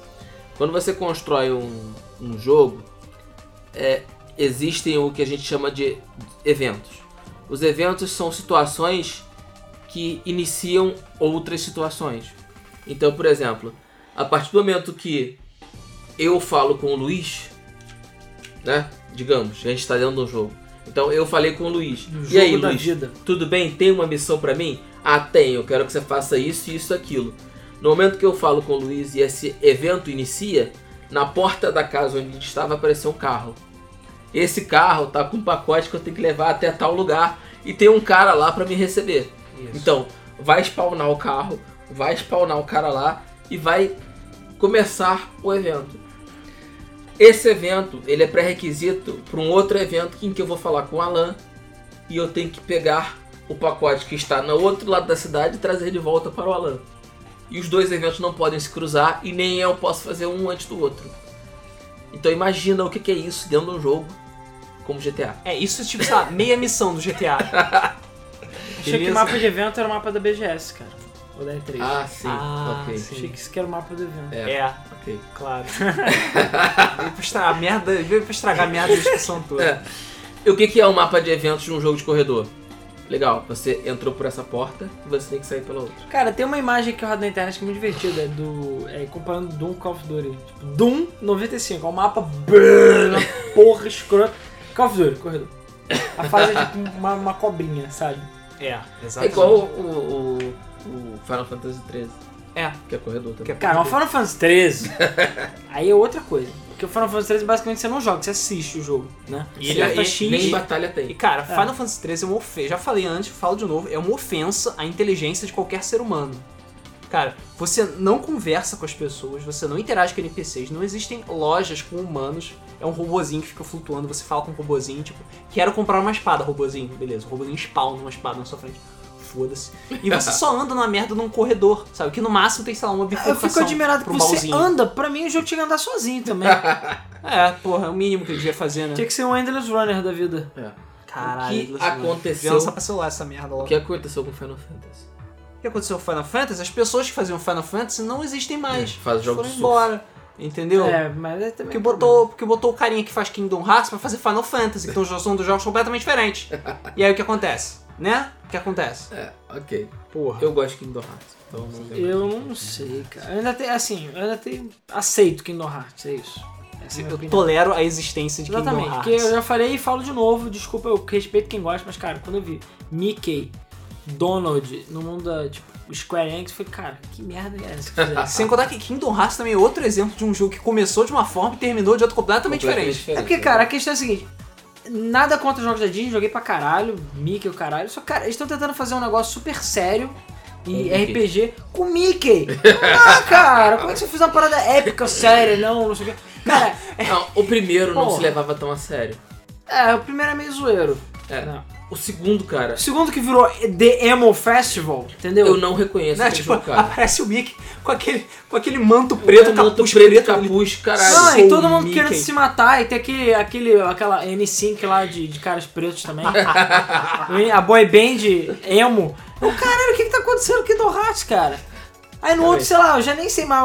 Quando você constrói um, um jogo, é, existem o que a gente chama de eventos. Os eventos são situações que iniciam outras situações. Então, por exemplo, a partir do momento que eu falo com o Luiz, né? Digamos, a gente está dentro de um jogo. Então eu falei com o Luiz. Do e jogo aí, da Luiz? vida. Tudo bem? Tem uma missão pra mim? Ah, tem. Eu quero que você faça isso, isso, aquilo. No momento que eu falo com o Luiz e esse evento inicia, na porta da casa onde a gente estava apareceu um carro. Esse carro tá com um pacote que eu tenho que levar até tal lugar e tem um cara lá pra me receber. Então, vai spawnar o carro, vai spawnar o cara lá e vai começar o evento. Esse evento, ele é pré-requisito para um outro evento em que eu vou falar com o Alan e eu tenho que pegar o pacote que está no outro lado da cidade e trazer de volta para o Alan. E os dois eventos não podem se cruzar e nem eu posso fazer um antes do outro. Então imagina o que que é isso dentro de um jogo como GTA. É, isso é tipo, sei lá, meia missão do GTA. Achei que Beleza. o mapa de evento era o mapa da BGS, cara. Ou da E3. Ah, sim. Ah, ok. sim. Achei que isso que era o mapa do evento. É, É, ok. claro. veio pra estragar a merda, veio pra estragar a merda da discussão toda. É. E o que, que é um mapa de eventos de um jogo de corredor? Legal, você entrou por essa porta e você tem que sair pela outra. Cara, tem uma imagem que eu rodo na internet que é muito divertida, é do. É, comparando Doom com Call of Duty. Tipo, Doom 95, é um mapa brrr, uma porra escrota. Call of Duty, corredor. A fase é tipo uma, uma cobrinha, sabe? É, É exatamente. igual o, o- o Final Fantasy XIII, É, que é corredor também. que é Cara, mas Final Fantasy 13 aí é outra coisa. Porque o Final Fantasy 13 basicamente você não joga, você assiste o jogo, né? E Sim, ele- aí e- X. nem batalha tem. E cara, Final Fantasy XIII é uma ofensa. Já falei antes, falo de novo, é uma ofensa à inteligência de qualquer ser humano. Cara, você não conversa com as pessoas, você não interage com NPCs, não existem lojas com humanos. É um robozinho que fica flutuando, você fala com um robozinho, tipo, quero comprar uma espada, robozinho. Beleza, o robozinho spawna uma espada na sua frente. Foda-se. E você só anda na merda num corredor, sabe? Que no máximo tem, sei lá, uma Eu bifurcação fico admirado que pra um você baúzinho. anda, pra mim o jogo tinha que andar sozinho também. É, porra, é o mínimo que ele devia fazer, né? tinha que ser um Endless Runner da vida. É. Caralho, O que Luciano, aconteceu- devia lançar pra celular essa merda O logo. que aconteceu com Final Fantasy? O que aconteceu com Final Fantasy? As pessoas que faziam Final Fantasy não existem mais. É, faz jogos foram de embora. Entendeu? É, mas é também. Porque um botou, porque botou o carinha que faz Kingdom Hearts pra fazer Final Fantasy, então já são dos jogos completamente diferentes. E aí o que acontece? Né? O que acontece? É, ok. Porra. Eu gosto de Kingdom Hearts. Então não tem- Eu não sei, cara. Eu ainda tenho, assim, eu ainda tenho. Aceito Kingdom Hearts, é isso. Essa é a minha Eu opinião. tolero a existência de Exatamente, Kingdom porque Hearts. eu já falei e falo de novo, desculpa, eu respeito quem gosta, mas cara, quando eu vi Mickey, Donald no mundo da tipo, Square Enix, eu falei, cara, que merda é essa que fizeram? Sem contar que Kingdom Hearts também é outro exemplo de um jogo que começou de uma forma e terminou de outra completamente, diferente. É porque, cara, a questão é a seguinte. Nada contra os jogos da Disney, joguei pra caralho, Mickey o caralho. Só, cara, eles estão tentando fazer um negócio super sério e Com o RPG com Mickey. Ah, cara, como é que você fez uma parada épica, séria, não, não sei o quê. Cara, Não, o primeiro não Porra. se levava tão a sério. é, o primeiro é meio zoeiro. É. Não. O segundo, cara, O segundo que virou The Emo Festival, entendeu? eu não reconheço Né? aquele Tipo, jogo, cara. aparece o Mickey com aquele, com aquele manto preto, Manto capuz preto, preto, capuz, caralho. Não, Sou e todo mundo Mickey. querendo se matar, e tem aquele, aquele, aquela N5 lá de, de caras pretos também. a boy band emo. Eu, caralho, o que, que tá acontecendo aqui do Hearts, cara? Aí no Cara, outro, sei lá, eu já nem sei mais,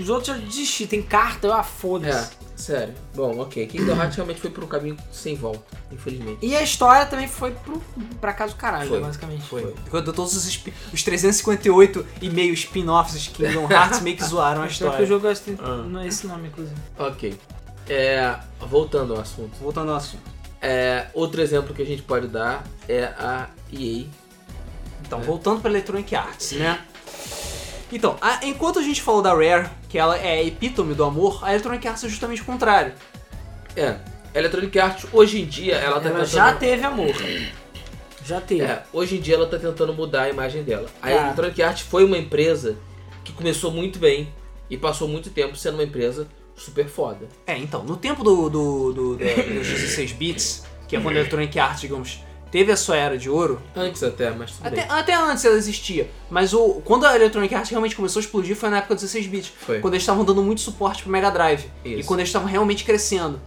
os outros já desisti, tem carta, eu, ah, foda-se. É, sério. Bom, ok. Kingdom Hearts realmente foi por um caminho sem volta, infelizmente. E a história também foi pro, pra casa do caralho, Foi. basicamente. Foi. Quando todos os, spin- os 358 e meio spin-offs de Kingdom Hearts meio que zoaram a Acho que o história. jogo acho que tem- Ah. não é esse nome, inclusive. Ok. É, voltando ao assunto. Voltando ao assunto. É, outro exemplo que a gente pode dar é a EA. É. Então, voltando pra Electronic Arts, né? Então, a- enquanto a gente falou da Rare, que ela é a epítome do amor, a Electronic Arts é justamente o contrário. É, a Electronic Arts hoje em dia ela tá Ela tentando... já teve amor. Já teve. É, hoje em dia ela tá tentando mudar a imagem dela. A Tá. Electronic Arts foi uma empresa que começou muito bem e passou muito tempo sendo uma empresa super foda. É, então, no tempo do, do, do, da- dos 16 bits, que é quando a Electronic Arts, digamos, teve a sua era de ouro, Antes até, mas tudo até, bem. até antes ela existia, mas o, quando a Electronic Arts realmente começou a explodir foi na época dos 16 bits, Foi. quando eles estavam dando muito suporte pro Mega Drive e Isso. quando eles estavam realmente crescendo.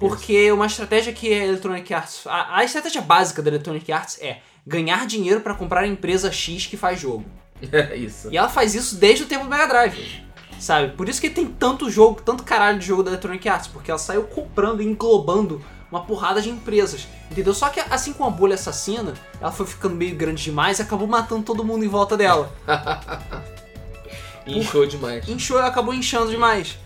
Porque uma estratégia que a Electronic Arts. A, a estratégia básica da Electronic Arts é ganhar dinheiro pra comprar a empresa X que faz jogo. É isso. E ela faz isso desde o tempo do Mega Drive. Sabe? Por isso que tem tanto jogo, tanto caralho de jogo da Electronic Arts, porque ela saiu comprando e englobando uma porrada de empresas. Entendeu? Só que assim como a bolha assassina, ela foi ficando meio grande demais e acabou matando todo mundo em volta dela. E show demais. Inchou, ela acabou inchando demais.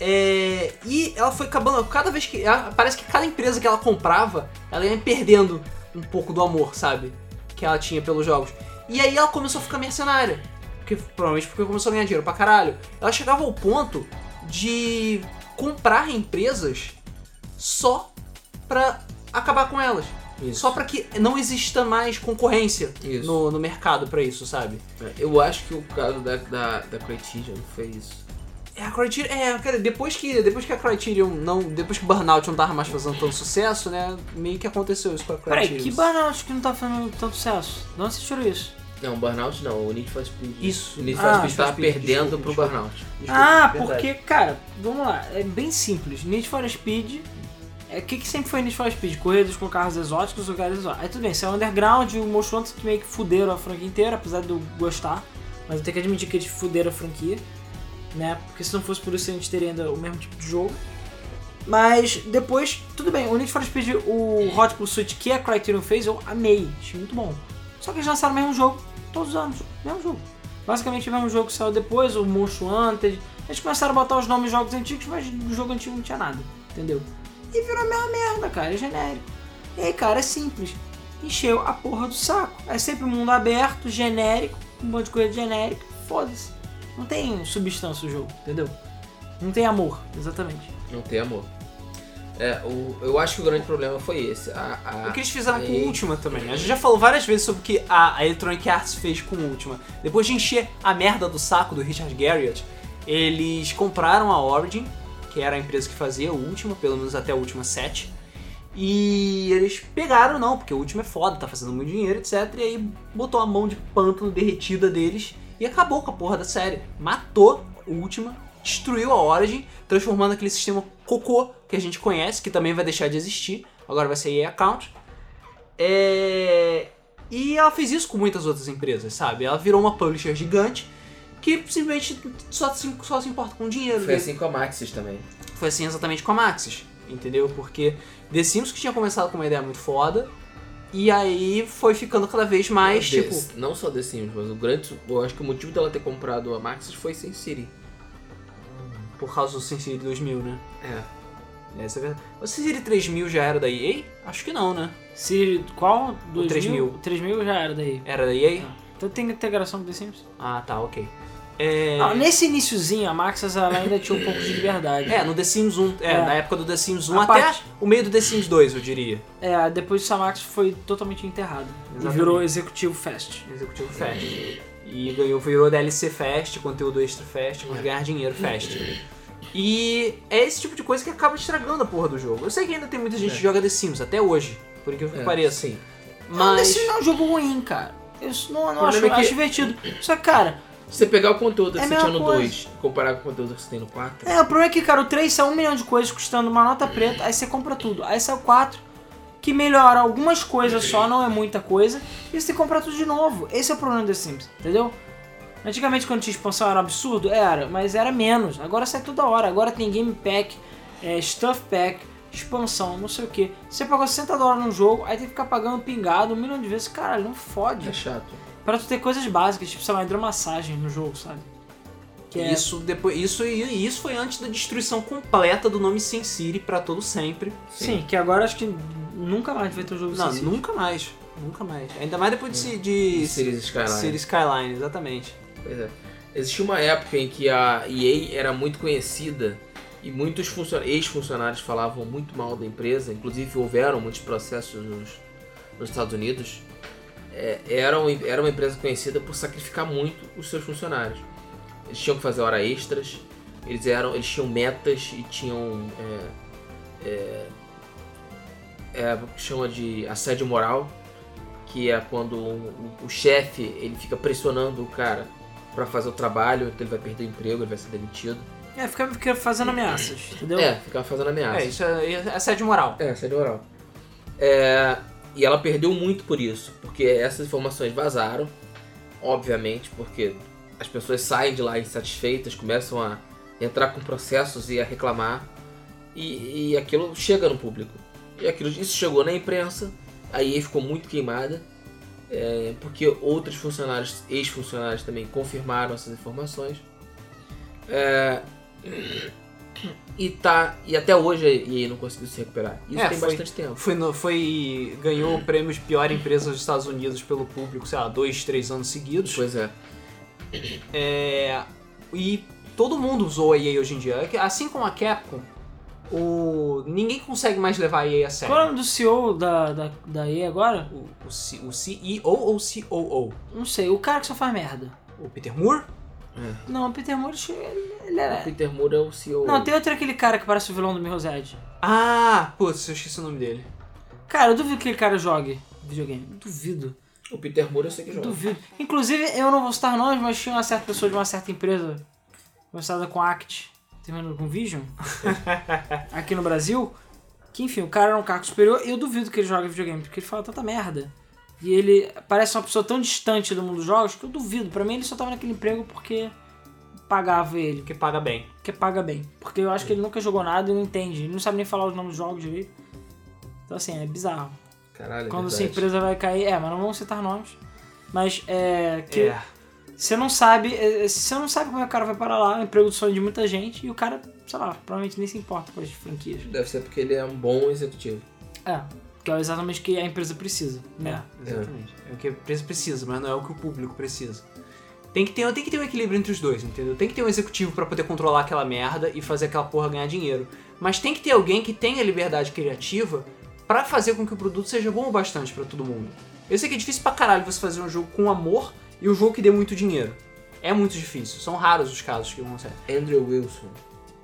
É, e ela foi acabando, cada vez que. ela- parece que cada empresa que ela comprava, ela ia perdendo um pouco do amor, sabe? Que ela tinha pelos jogos. E aí ela começou a ficar mercenária. Porque, provavelmente porque começou a ganhar dinheiro pra caralho. Ela chegava ao ponto de comprar empresas só pra acabar com elas. Isso. Só pra que não exista mais concorrência Isso. É, no, no mercado pra isso, sabe? Eu acho que o caso da, da, da Cretigion foi isso. É, a Criterion. É, cara, depois que, depois que a Criterion não. Depois que o Burnout não tava mais fazendo tanto sucesso, né? Meio que aconteceu isso com a Criterion. Peraí, que burnout que não tá fazendo tanto sucesso? De onde você tirou isso? Não, o Burnout não, o Need for Speed. Isso. O Need for Ah, Speed tava Need for Speed, perdendo desculpa, pro desculpa. Burnout. ah, Verdade. porque, cara, vamos lá, é bem simples. Need for Speed. é, O que, que sempre foi Need for Speed? Corridas com carros exóticos, lugares exóticos. Aí tudo bem, saiu Underground e o Most Wanted que meio que fuderam a franquia inteira, apesar de eu gostar. Mas eu tenho que admitir que eles fuderam a franquia, né? Porque se não fosse por isso a gente teria ainda o mesmo tipo de jogo. Mas depois, tudo bem, o Need for Speed, o Hot Pursuit que a Criterion fez, eu amei, achei muito bom. Só que eles lançaram o mesmo jogo, todos os anos, mesmo jogo. Basicamente o mesmo jogo que saiu depois, o Most Wanted. Eles começaram a botar os nomes de jogos antigos, mas no jogo antigo não tinha nada, entendeu? E virou a mesma merda, cara, é genérico. E aí, cara, é simples. Encheu a porra do saco. É sempre mundo aberto, genérico, um monte de coisa genérica, foda-se. Não tem substância o jogo, entendeu? Não tem amor, exatamente. Não tem amor. É, o, eu acho que o grande problema foi esse. A, a- O que eles fizeram com Ei. o Ultima também. A gente já falou várias vezes sobre o que a a Electronic Arts fez com o Ultima. Depois de encher a merda do saco do Richard Garriott, eles compraram a Origin, que era a empresa que fazia o Ultima, pelo menos até o Ultima 7. E eles pegaram, não, porque o Ultima é foda, tá fazendo muito dinheiro, etc. E aí botou a mão de pântano derretida deles e acabou com a porra da série. Matou o Ultima, destruiu a Origin, transformando aquele sistema cocô que a gente conhece, que também vai deixar de existir. Agora vai ser EA Account. É... E ela fez isso com muitas outras empresas, sabe? Ela virou uma publisher gigante que simplesmente só se, só se importa com dinheiro. Foi né? assim com a Maxis também. Foi assim exatamente com a Maxis, entendeu? Porque The Sims que tinha começado com uma ideia muito foda, e aí foi ficando cada vez mais, The- tipo... Não só The Sims, mas o grande. su- Eu acho que o motivo dela ter comprado a Maxis foi Sin City. Por causa do SimCity 2000, né? É. Essa é a verdade. O SimCity 3000 já era da EA? Acho que não, né? Se qual? 2000? 3000. 3000 já era daí. Era da EA? Então tem integração com The Sims? Ah, tá, ok. É... Não, nesse iniciozinho, a Maxis ela ainda tinha um pouco de liberdade. É, no The Sims 1, é, É. na época do The Sims 1 A até parte- o meio do The Sims 2, eu diria. É, depois disso a Maxis foi totalmente enterrada. E Exatamente. virou executivo fast. Executivo Fast. E ganhou, virou DLC Fast, conteúdo extra Fast, mas ganhar dinheiro Fast. E é esse tipo de coisa que acaba estragando a porra do jogo. Eu sei que ainda tem muita gente É. que joga The Sims, até hoje, por incrível que É, pareça. sim. Não, The Mas. Sims não é um jogo ruim, cara. Eu s- não, não O acho, problema é que- acho divertido. Só que, cara, Se você pegar o conteúdo É que a você tinha mesma no coisa. 2 e comparar com o conteúdo que você tem no 4, é, o problema é que, cara, o 3 saiu um milhão de coisas custando uma nota preta, aí você compra tudo. Aí sai o 4, que melhora algumas coisas só, não é muita coisa, e você tem que comprar tudo de novo. Esse é o problema do The Sims, entendeu? Antigamente, quando tinha expansão, era um absurdo? Era, mas era menos. Agora sai toda hora. Agora tem Game Pack, é, Stuff Pack, expansão, não sei o que. Você pagou 60 dólares num jogo, aí tem que ficar pagando pingado um milhão de vezes. Caralho, não fode. é chato. Pra tu ter coisas básicas, tipo, sei lá, hidromassagem no jogo, sabe? Que é... Isso, depois, isso, e isso foi antes da destruição completa do nome Sin City pra todo sempre. Sim, que agora acho que nunca mais vai ter um jogo Não, assim. nunca mais. Nunca mais. Ainda mais depois de, de Series Skyline. Cities Skyline, exatamente. Pois é. Existia uma época em que a EA era muito conhecida e muitos funcion- ex-funcionários falavam muito mal da empresa, inclusive houveram muitos processos nos, nos Estados Unidos. É, era, um- era uma empresa conhecida por sacrificar muito os seus funcionários. Eles tinham que fazer hora extras, eles, eram, eles tinham metas e tinham. é, é, é, o que chama de assédio moral, que é quando o, o chefe ele fica pressionando o cara para fazer o trabalho, então ele vai perder o emprego, ele vai ser demitido. É, fica, fica fazendo ameaças, entendeu? É, fica fazendo ameaça. É, isso é, é assédio moral. É, assédio moral. É, e ela perdeu muito por isso, porque essas informações vazaram, obviamente, porque as pessoas saem de lá insatisfeitas, começam a entrar com processos e a reclamar, e, e aquilo chega no público. E aquilo, isso chegou na imprensa, a EA ficou muito queimada, é, porque outros funcionários, ex-funcionários também confirmaram essas informações. É, e tá, e até hoje a EA não conseguiu se recuperar. Isso É, tem foi- bastante tempo. Foi, no- foi ganhou o prêmio de pior empresa dos Estados Unidos pelo público, sei lá, dois, três anos seguidos. Pois é. É, e todo mundo usou a EA hoje em dia. É que, Assim como a Capcom, o, ninguém consegue mais levar a EA a Qual é o sério. nome do CEO da, da, da EA agora? O, o, C- o CEO ou COO? Não sei, o cara que só faz merda. O Peter Moore? Não, o Peter Moore, ele, ele O era... Peter Moore é o CEO. Não, tem outro aquele cara que parece o vilão do Mirror's Edge. Ah, putz, eu esqueci o nome dele. Cara, eu duvido que aquele cara jogue videogame. Duvido. O Peter Moore eu sei que joga. Duvido. Inclusive, eu não vou citar nomes, mas tinha uma certa pessoa de uma certa empresa começada com Act, terminando com Vision, aqui no Brasil, que enfim, o cara era um cargo superior e eu duvido que ele jogue videogame, porque ele fala tanta merda. E ele parece uma pessoa tão distante do mundo dos jogos que eu duvido. Pra mim, ele só tava naquele emprego porque pagava ele, Que paga bem. porque paga bem. Porque eu acho que ele nunca jogou nada e não entende. Ele não sabe nem falar os nomes dos jogos direito. Então, assim, é bizarro. Caralho, é Quando sua verdade. empresa vai cair. É, mas não vamos citar nomes. Mas é. Que É. você não sabe. é, Você não sabe como é que o cara vai parar lá, é um emprego do sonho de muita gente, e o cara, sei lá, provavelmente nem se importa com as franquias. Deve ser porque ele é um bom executivo. É. Que é exatamente o que a empresa precisa, né? Exatamente. É. o que a empresa precisa, mas não é o que o público precisa. Tem que ter, tem que ter um equilíbrio entre os dois, entendeu? Tem que ter um executivo pra poder controlar aquela merda e fazer aquela porra ganhar dinheiro. Mas tem que ter alguém que tenha liberdade criativa pra fazer com que o produto seja bom o bastante pra todo mundo. Eu sei que é difícil pra caralho você fazer um jogo com amor e um jogo que dê muito dinheiro. É muito difícil, são raros os casos que conseguem. Andrew Wilson.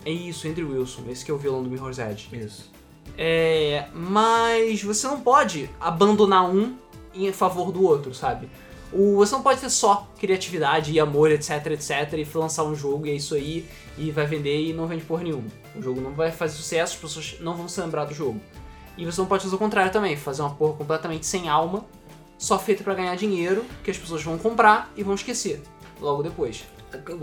É isso, Andrew Wilson, esse que é o vilão do Mirror's Edge. Isso. É, mas você não pode abandonar um em favor do outro, sabe? O, você não pode ter só criatividade e amor, etc, etc, e lançar um jogo e é isso aí, e vai vender e não vende porra nenhuma. O jogo não vai fazer sucesso, as pessoas não vão se lembrar do jogo. E você não pode fazer o contrário também, fazer uma porra completamente sem alma, só feita pra ganhar dinheiro, que as pessoas vão comprar e vão esquecer logo depois.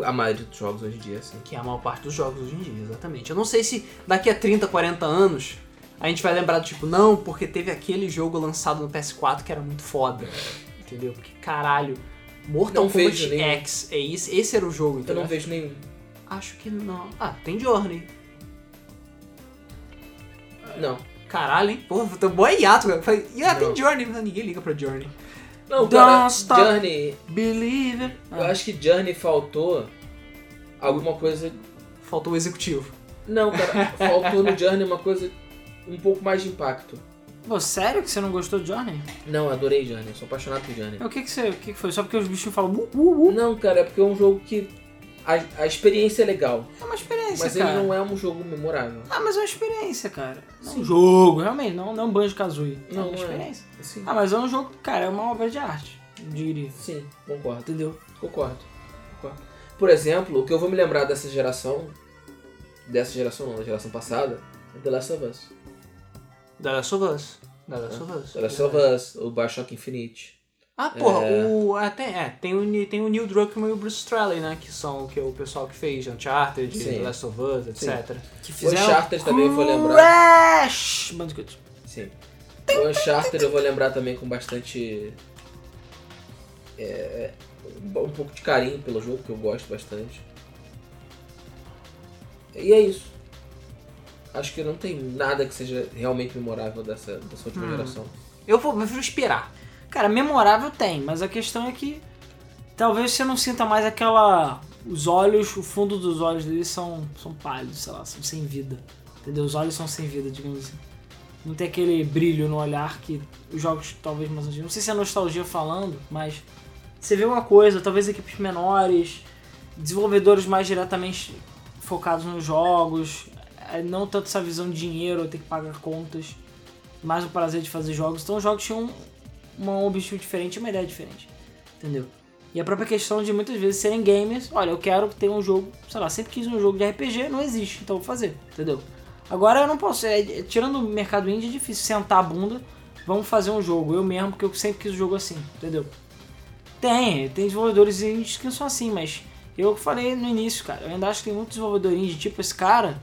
A maioria dos jogos hoje em dia, assim. Que é a maior parte dos jogos hoje em dia, exatamente. Eu não sei se daqui a 30, 40 anos a gente vai lembrar do tipo, não, porque teve aquele jogo lançado no PS4 que era muito foda. Entendeu? Porque caralho. Mortal Não Kombat vejo nenhum. X, é isso, esse era o jogo, Eu entendeu? não vejo nenhum. Acho que não. Ah, tem Journey. Não. Caralho, hein? Pô, tô boa hiato, cara. Falei, yeah, tem Não. Journey, mas ninguém liga pra Journey. Não, Don't cara, stop. Ah. Journey. Believer. Eu acho que Journey faltou alguma coisa. Faltou o executivo. Não, cara, faltou no Journey uma coisa um pouco mais de impacto. Pô, sério que você não gostou de Journey? É, Não, adorei Journey, sou apaixonado por Journey. O que que você. O que que foi? Só porque os bichos falam. Uh, uh, uh. Não, cara, é porque é um jogo que. A, a experiência é legal, É uma experiência, mas cara. ele não é um jogo memorável. Ah, mas é uma experiência, cara. Não é um jogo, realmente, não, não é um banjo kazooie. Não, Não, é não é. uma experiência. Sim. Ah, mas é um jogo, cara, é uma obra de arte, eu diria. Sim, concordo. Entendeu? Concordo. Concordo. Por exemplo, o que eu vou me lembrar dessa geração, dessa geração não, da geração passada, é The Last of Us. Da Last of Us. Da Last of Us. É. The Last of Us, o Bioshock Infinite. Ah, porra, É. o. Até, é, tem o, Ni- tem o Neil Druckmann e o Bruce Straley, né? Que são o que é o pessoal que fez Uncharted, Sim. The Last of Us, etc. Que O Uncharted também eu vou lembrar. Crash! Bandicoot. Sim. O Uncharted eu vou lembrar também com bastante. é, um pouco de carinho pelo jogo, que eu gosto bastante. E é isso. Acho que não tem nada que seja realmente memorável dessa, dessa última geração. Eu vou, prefiro esperar. Cara, memorável tem, mas a questão é que talvez você não sinta mais aquela os olhos, o fundo dos olhos dele são, são pálidos, sei lá, são sem vida. Entendeu? Os olhos são sem vida, digamos assim. Não tem aquele brilho no olhar que os jogos talvez mais antigos. Não sei se é nostalgia falando, mas você vê uma coisa, talvez equipes menores, desenvolvedores mais diretamente focados nos jogos, eh, não tanto essa visão de dinheiro, ter que pagar contas, mais o prazer de fazer jogos. Então os jogos tinham um, um objetivo diferente, uma ideia diferente, entendeu? E a própria questão de muitas vezes serem gamers, olha, eu quero ter um jogo, sei lá, sempre quis um jogo de RPG, não existe, então eu vou fazer, entendeu? Agora eu não posso, é, é, tirando o mercado indie é difícil sentar a bunda, vamos fazer um jogo, eu mesmo, porque eu sempre quis um jogo assim, entendeu? Tem, tem desenvolvedores indies que são assim, mas eu falei no início, cara, eu ainda acho que tem muitos desenvolvedores indie, tipo esse cara,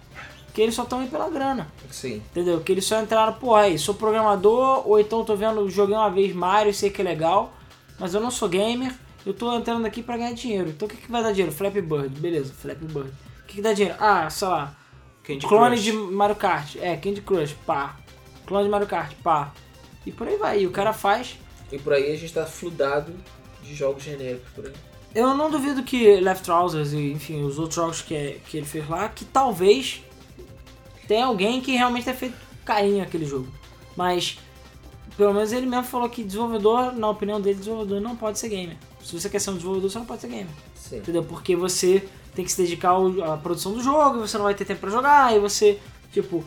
que eles só estão indo pela grana. Sim. Entendeu? Que eles só entraram, pô, aí, sou programador, ou então tô vendo, joguei uma vez Mario, sei que é legal, mas eu não sou gamer, eu tô entrando aqui pra ganhar dinheiro. Então o que, que vai dar dinheiro? Flap Bird, beleza, Flap Bird. O que, que dá dinheiro? Ah, sei lá, Candy clone Crush. de Mario Kart, é, Candy Crush, pá. Clone de Mario Kart, pá. E por aí vai, e o cara faz. E por aí a gente tá fludado de jogos genéricos por aí. Eu não duvido que Left Trousers e, enfim, os outros jogos que, é- que ele fez lá, que talvez tenha alguém que realmente tenha feito carinho aquele jogo. Mas, pelo menos ele mesmo falou que desenvolvedor, na opinião dele, desenvolvedor não pode ser gamer. Se você quer ser um desenvolvedor, você não pode ser gamer. Sim. Entendeu? Porque você tem que se dedicar ao- à produção do jogo, você não vai ter tempo pra jogar, e você, tipo,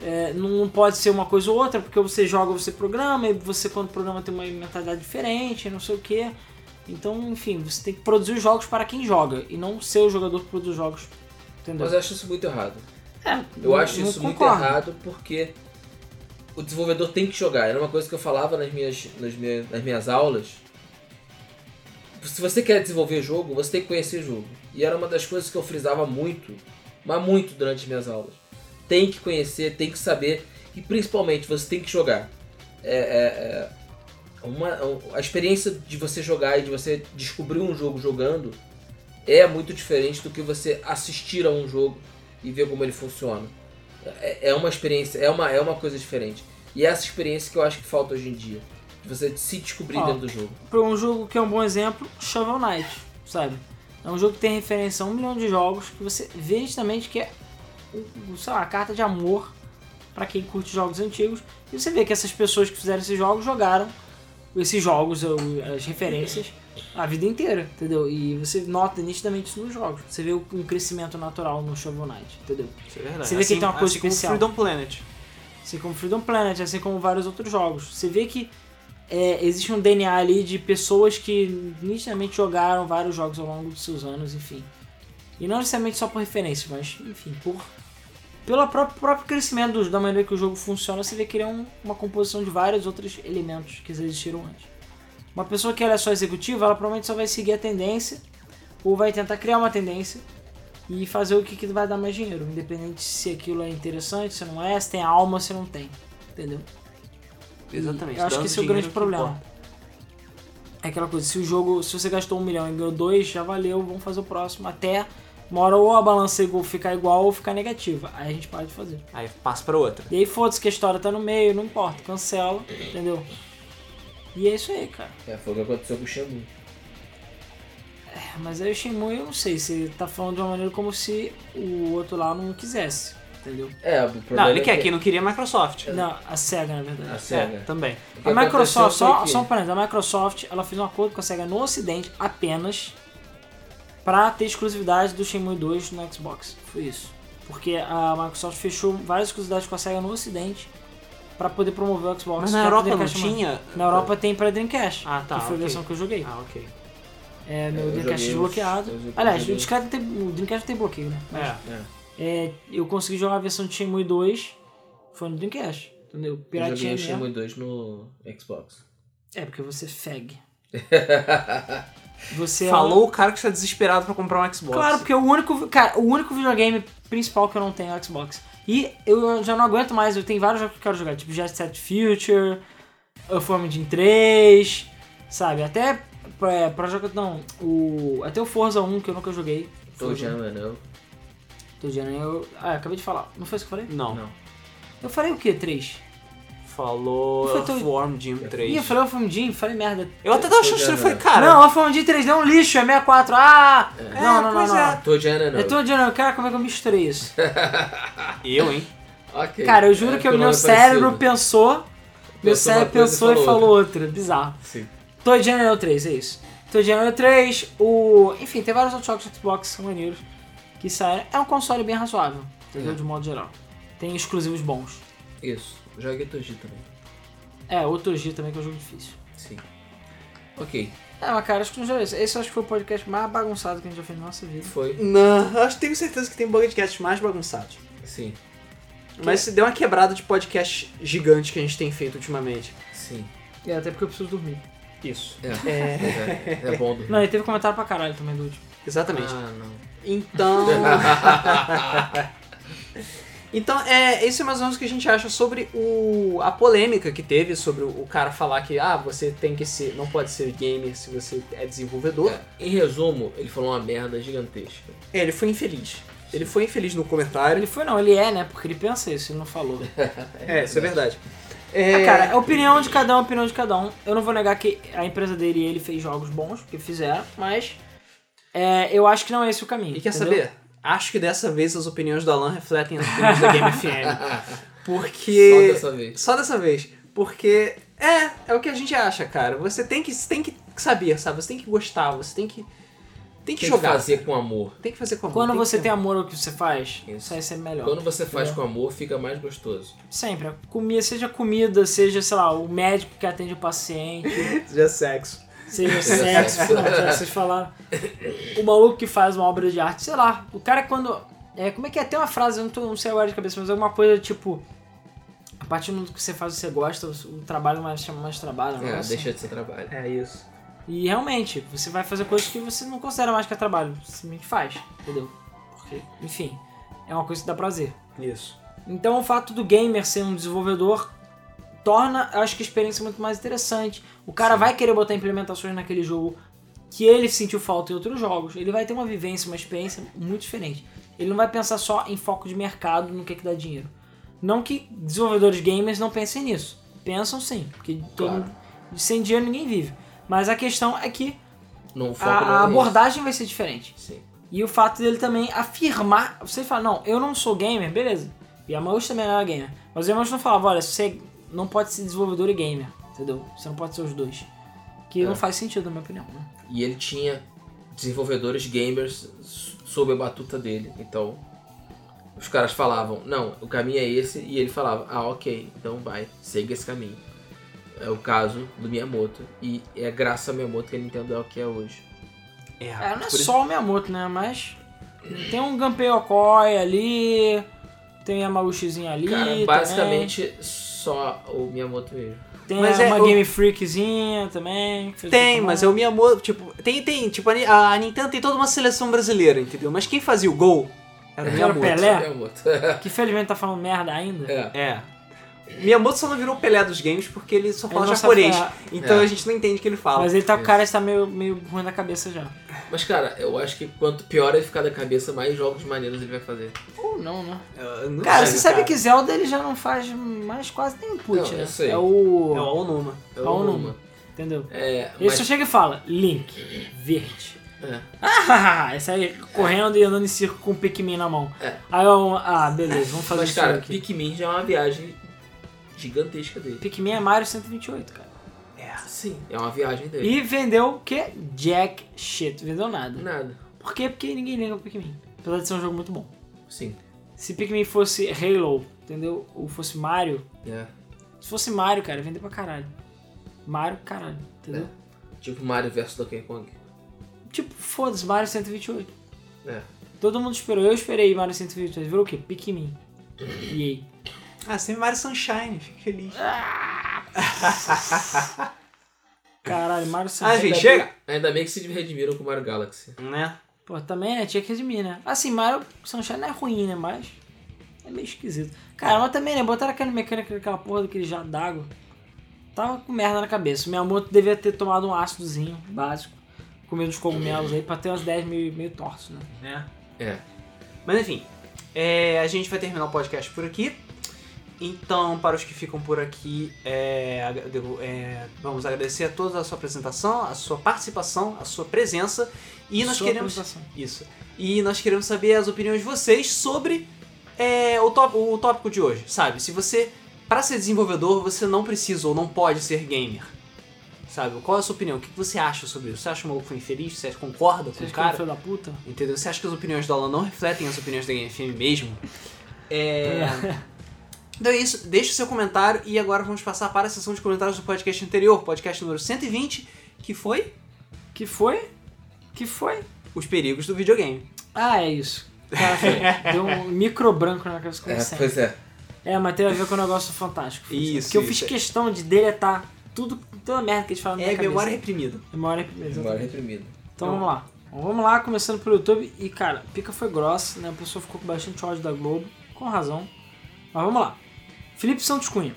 é, não pode ser uma coisa ou outra, porque você joga, você programa, e você quando programa tem uma mentalidade diferente, não sei o que. Então, enfim, você tem que produzir os jogos para quem joga, e não ser o jogador que produz os jogos. Entendeu? Mas eu acho isso muito errado. É, Eu não- acho não isso muito concordo. errado porque o desenvolvedor tem que jogar. Era uma coisa que eu falava nas minhas, nas minhas, nas minhas aulas. Se você quer desenvolver jogo, você tem que conhecer jogo. E era uma das coisas que eu frisava muito, mas muito durante as minhas aulas. Tem que conhecer, tem que saber e principalmente você tem que jogar. É, é- é uma, a experiência de você jogar e de você descobrir um jogo jogando é muito diferente do que você assistir a um jogo e ver como ele funciona é é uma experiência, é uma, é uma coisa diferente. E é essa experiência que eu acho que falta hoje em dia. De você se descobrir Ó. dentro do jogo. Pra um jogo que é um bom exemplo, Shovel Knight, sabe? É um jogo que tem referência a um milhão de jogos, que você vê justamente que é, o- o, sei lá, a carta de amor pra quem curte jogos antigos. E você vê que essas pessoas que fizeram esses jogos jogaram esses jogos, ou as referências, a vida inteira, entendeu? E você nota nitidamente isso nos jogos. Você vê um crescimento natural no Shovel Knight, entendeu? Isso é verdade. Você vê que tem uma coisa assim como especial. Freedom Planet. Assim como Freedom Planet, assim como vários outros jogos. Você vê que é, existe um DNA ali de pessoas que nitidamente jogaram vários jogos ao longo dos seus anos, enfim. E não necessariamente só por referência, mas enfim, por. Pelo próprio, próprio crescimento dos- da maneira que o jogo funciona, você vê que ele é um- uma composição de vários outros elementos que já existiram antes. Uma pessoa que ela é só executiva, ela provavelmente só vai seguir a tendência, ou vai tentar criar uma tendência, e fazer o que, que vai dar mais dinheiro, independente se aquilo é interessante, se não é, se tem alma, se não tem. Entendeu? Exatamente. Eu acho dando que esse é o dinheiro grande que problema. importa. É aquela coisa, se o jogo, se você gastou um milhão e ganhou dois, já valeu, vamos fazer o próximo. Até uma hora ou a balança igual- ficar igual ou ficar negativa. Aí a gente para de fazer. Aí passa pra outra. E aí foda-se que a história tá no meio, não importa, cancela, entendeu? E é isso aí, cara. É, foi o que aconteceu com o Xambu. É, Mas aí o Shenmue, eu não sei, você tá falando de uma maneira como se o outro lá não quisesse, entendeu? É, o problema Não, ele é quer, quem não queria é a Microsoft. Não, a SEGA, na verdade. A É, SEGA. também. O que A tá. Microsoft, aconteceu só, foi que- só um parênteses, a Microsoft ela fez um acordo com a SEGA no ocidente apenas pra ter exclusividade do Shenmue 2 no Xbox. Foi isso. Porque a Microsoft fechou várias exclusividades com a SEGA no ocidente pra poder promover o Xbox. Mas na pra Europa não Dreamcast One. tinha. é Na Europa tem pra Dreamcast, Ah, tá, que foi ok. a versão que eu joguei. Ah, ok. é, meu eu Dreamcast joguei os- desbloqueado. eu joguei- Aliás, joguei. o, Dreamcast não tem, o Dreamcast não tem bloqueio, né? Mas- É. É. é, eu consegui jogar a versão de Shenmue 2, foi no Dreamcast, entendeu? Eu joguei Piratinha o mesmo. Shenmue 2 no Xbox. É, porque você é fag. Você é Falou o cara que está desesperado pra comprar um um- Xbox. Claro, porque o único, cara, o único videogame principal que eu não tenho é o Xbox. E eu já não aguento mais, eu tenho vários jogos que eu quero jogar, tipo Jet Set Future, Earthworm Jim 3, sabe? Até pra, pra jogar, não, o, até o Forza 1 que eu nunca joguei. um. Tô já, mano. né? Tô dizendo, eu, ah, acabei de falar. Não foi isso que eu falei? Não. Não. Eu falei o quê? 3? falou Foi tu- Earthworm Jim Ih, eu 3. falei Alpha Jim, falei merda. Eu até tava achando Foi estranho, verdade. falei, cara... Não, Alpha Jim 3D é um lixo, é 64. Ah! É, não, não, não, pois não. é. Tô Jenner, não. Eu tô dizendo, cara, como é que eu misturei isso? Eu, hein? Ok. Cara, eu juro É, que o pelo meu nome é cérebro parecido. pensou, meu Pensou uma cérebro coisa pensou e falou outra. Bizarro. Sim. Toy General 3, é isso. Toy General 3, o. Enfim, tem vários outros jogos de Xbox maneiros que saíram. É um console bem razoável, entendeu? É. De modo geral. Tem exclusivos bons. Isso. Joguei Toji também. É, outro G também que é um jogo difícil. Sim. Ok. É, mas cara, acho que não já- esse eu acho que foi o podcast mais bagunçado que a gente já fez na nossa vida. Foi. Não, acho que tenho certeza que tem podcasts mais bagunçados. Sim. Mas se deu uma quebrada de podcast gigante que a gente tem feito ultimamente. Sim. É, até porque eu preciso dormir. Isso. É. É, é bom dormir. Não, e teve comentário pra caralho também do último. Exatamente. Ah, não. Então. então, é, isso é mais ou menos o que a gente acha sobre o, a polêmica que teve sobre o, o cara falar que ah, você tem que ser. não pode ser gamer se você é desenvolvedor. É, Em resumo, ele falou uma merda gigantesca. É, ele foi infeliz. Ele foi infeliz no comentário. Ele foi não, ele é, né? Porque ele pensa isso, ele não falou. É, isso é verdade. É, É, cara, é opinião de cada um, opinião de cada um. Eu não vou negar que a empresa dele e ele fez jogos bons, que fizeram, mas é, eu acho que não é esse o caminho. E quer entendeu? saber? Acho que dessa vez as opiniões do Alan refletem as opiniões da Game FM. Porque. Só dessa vez. Só dessa vez. Porque é, é o que a gente acha, cara. Você tem que, tem que saber, sabe? Você tem que gostar, você tem que. Tem que Tem que jogar. fazer com amor. Tem que fazer com amor, Quando tem que você ser tem amor ao que você faz, Isso. isso aí é melhor. Quando você faz É. com amor, fica mais gostoso. Sempre. Comida, seja comida, seja, sei lá, o médico que atende o paciente, Já é sexo. seja Seja sexo, sexo. não, já vocês falaram. O maluco que faz uma obra de arte, sei lá. O cara quando. É, como é que é? Tem uma frase, eu não, tô, não sei agora de cabeça, mas alguma coisa tipo. A partir do momento que você faz o que você gosta, o o trabalho mais chama mais trabalho. um É, negócio deixa de ser trabalho. É isso. E realmente, você vai fazer coisas que você não considera mais que é trabalho, você simplesmente faz, entendeu? Porque, enfim, é uma coisa que dá prazer. Isso. Então o fato do gamer ser um desenvolvedor torna, eu acho que a experiência muito mais interessante. O cara vai querer botar implementações naquele jogo que ele sentiu falta em outros jogos. Ele vai ter uma vivência, uma experiência muito diferente. Ele não vai pensar só em foco de mercado, no que é que dá dinheiro. Não que desenvolvedores gamers não pensem nisso. Pensam sim, porque todo Claro. mundo- sem dinheiro ninguém vive. Mas a questão é que Não, o foco não a, a é abordagem vai ser diferente. esse. Sim. E o fato dele também afirmar. Você fala, não, eu não sou gamer, beleza. E a Maus também não era gamer. Mas o Yamauchi não falava, olha, você não pode ser desenvolvedor e gamer, entendeu? Você não pode ser os dois. Que É. não faz sentido, na minha opinião. né? E ele tinha desenvolvedores gamers sob a batuta dele. Então, os caras falavam, não, o caminho é esse. E ele falava, ah, ok, então vai, segue esse caminho. É o caso do Miyamoto. E é graças a Miyamoto que a Nintendo é o que é hoje. É, É, não é por isso- só o Miyamoto, né? Mas tem um Gunpei Okoi ali, tem o Yamauchizinho ali. Cara, também, basicamente só o Miyamoto mesmo. Tem Mas é, uma o- Game Freakzinha também. que fez Tem, o mas é Pokémon. o Miyamoto, tipo, tem, tem, tipo, a Ni- a Nintendo tem toda uma seleção brasileira, entendeu? Mas quem fazia o gol era o Era o Miyamoto. Pelé. É. Miyamoto. Que felizmente tá falando merda ainda. é. É. Miyamoto só não virou o Pelé dos games porque ele só Ele fala não sabe japonês. falar. Então É. a gente não entende o que ele fala. Mas ele tá com Isso. cara está meio, meio ruim na cabeça já. Mas cara, eu acho que quanto pior ele ficar da cabeça, mais jogos maneiros ele vai fazer. Ou não, né? Eu não Cara, sei, você sabe que Zelda ele já não faz mais quase nenhum input, Não, eu né? sei. É É o. o Onuma. É o Qual o Numa. Entendeu? É, Ele mas, só chega e fala, Link, verde. é, Ah, esse aí correndo e andando em circo com o Pikmin na mão. É. Aí eu. Ah, beleza, vamos fazer mas isso cara, aqui. Pikmin já é uma viagem gigantesca dele. Pikmin é Mario 128, cara. É. Sim, é uma viagem dele. E vendeu o quê? Jack shit. Vendeu nada. Nada. Por quê? Porque ninguém liga pro Pikmin. Apesar de ser um jogo muito bom. Sim. Se Pikmin fosse Halo, entendeu? Ou fosse Mario. É. Se fosse Mario, cara, vendeu pra caralho. Mario, caralho, entendeu? É. Tipo Mario vs Donkey Kong. Tipo, foda-se, Mario 128. É. Todo mundo esperou, eu esperei Mario 128. Virou o quê? Pikmin. E aí? Ah, sempre Mario Sunshine, fico feliz. Caralho, Mario Ah, 128. gente, chega! Ainda bem que se redimiram com o Mario Galaxy. Né? Pô, também, né? Tinha que resumir, né? Assim, Mario Sunshine não é ruim, né? Mas é meio esquisito. Cara, mas também, né? Botaram aquela mecânica daquela porra daquele jato d'água. Tava com merda na cabeça. O Miyamoto devia ter tomado um ácidozinho básico. Comido uns cogumelos aí pra ter umas 10 meio, meio torso, né? né? É. Mas enfim, é, a gente vai terminar o podcast por aqui. Então, para os que ficam por aqui, é, agrade- é, vamos agradecer a todos a sua apresentação, a sua participação, a sua presença. E nós Sua queremos. apresentação. Isso. E nós queremos saber as opiniões de vocês sobre é, o, tó- o tópico de hoje, sabe? Se você, para ser desenvolvedor, você não precisa ou não pode ser gamer, sabe? Qual é a sua opinião? O que que você acha sobre isso? Você acha o maluco infeliz? Você concorda com Vocês o cara... cara? filho da puta? Entendeu? Você acha que as opiniões do Alan não refletem as opiniões da Game FM mesmo? É... Então é isso, deixe o seu comentário e agora vamos passar para a sessão de comentários do podcast anterior, podcast número 120, que foi Que foi? Que foi? Os Perigos do Videogame. Ah, é isso. Cara, foi. Deu um micro branco na cabeça como É, sempre. pois é. É, mas tem a ver com o negócio fantástico. foi Isso, Porque eu isso, fiz é. questão de deletar tudo, toda a merda que eles falam na É minha cabeça. memória é- reprimida. Memória é primeiro, Memória é exatamente. reprimida. Então vamos lá. Bom, Vamos lá, começando pelo YouTube. E cara, pica foi grossa, né? A pessoa ficou com bastante ódio da Globo, com razão. Mas vamos lá. Felipe Santos Cunha.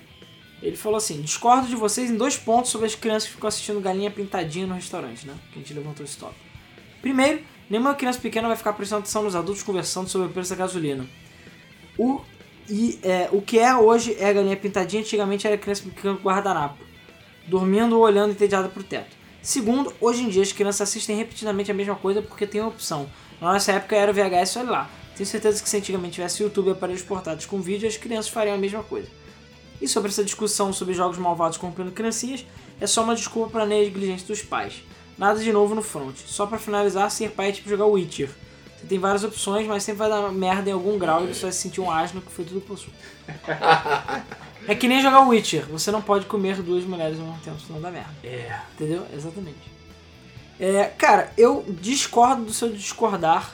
Ele falou assim: discordo de vocês em dois pontos sobre as crianças que ficam assistindo galinha pintadinha no restaurante, né? Que a gente levantou esse tópico. Primeiro, nenhuma criança pequena vai ficar prestando atenção nos adultos conversando sobre o preço da gasolina. O, e, é, o que é hoje é a galinha pintadinha, antigamente era criança pequena com guardanapo, dormindo ou olhando entediada pro teto. Segundo, hoje em dia as crianças assistem repetidamente a mesma coisa porque tem opção. Na nossa época era o VHS olha lá. Tenho certeza que se antigamente tivesse YouTube e aparelhos portáteis com vídeo, as crianças fariam a mesma coisa. E sobre essa discussão sobre jogos malvados comprando criancinhas, é só uma desculpa para negligência dos pais. Nada de novo no front. Só para finalizar, ser pai é tipo jogar Witcher. Você tem várias opções, mas sempre vai dar merda em algum grau e você vai se sentir um asno que foi tudo por sua. É que nem jogar Witcher. Você não pode comer duas mulheres ao mesmo tempo, senão dá merda. É. Entendeu? Exatamente. É, cara, eu discordo do seu discordar.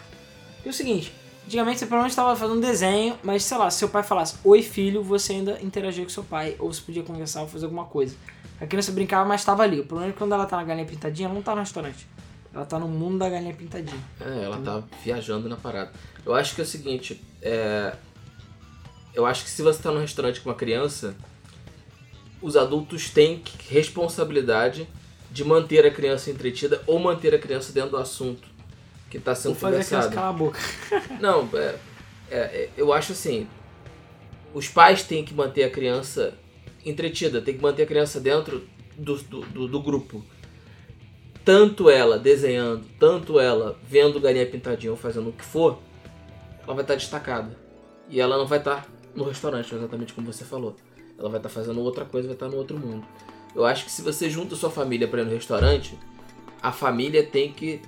É o seguinte, antigamente você provavelmente estava fazendo um desenho, mas sei lá, se seu pai falasse oi filho, você ainda interagia com seu pai, ou você podia conversar ou fazer alguma coisa. A criança brincava, mas estava ali. O problema é que quando ela tá na galinha pintadinha, ela não tá no restaurante. Ela tá no mundo da galinha pintadinha. É, ela tá viajando na parada. Eu acho que é o seguinte, é... Eu acho que se você tá num restaurante com uma criança, os adultos têm que- responsabilidade de manter a criança entretida ou manter a criança dentro do assunto que tá Ou sendo fazer a criança conversado. calar a boca. Não, é, é, é, eu acho assim. Os pais têm que manter a criança entretida, tem que manter a criança dentro do, do, do- do grupo. Tanto ela desenhando, tanto ela vendo galinha pintadinha ou fazendo o que for, ela vai estar destacada. E ela não vai estar no restaurante, exatamente como você falou. Ela vai estar fazendo outra coisa, vai estar no outro mundo. Eu acho que se você junta sua família para ir no restaurante, a família tem que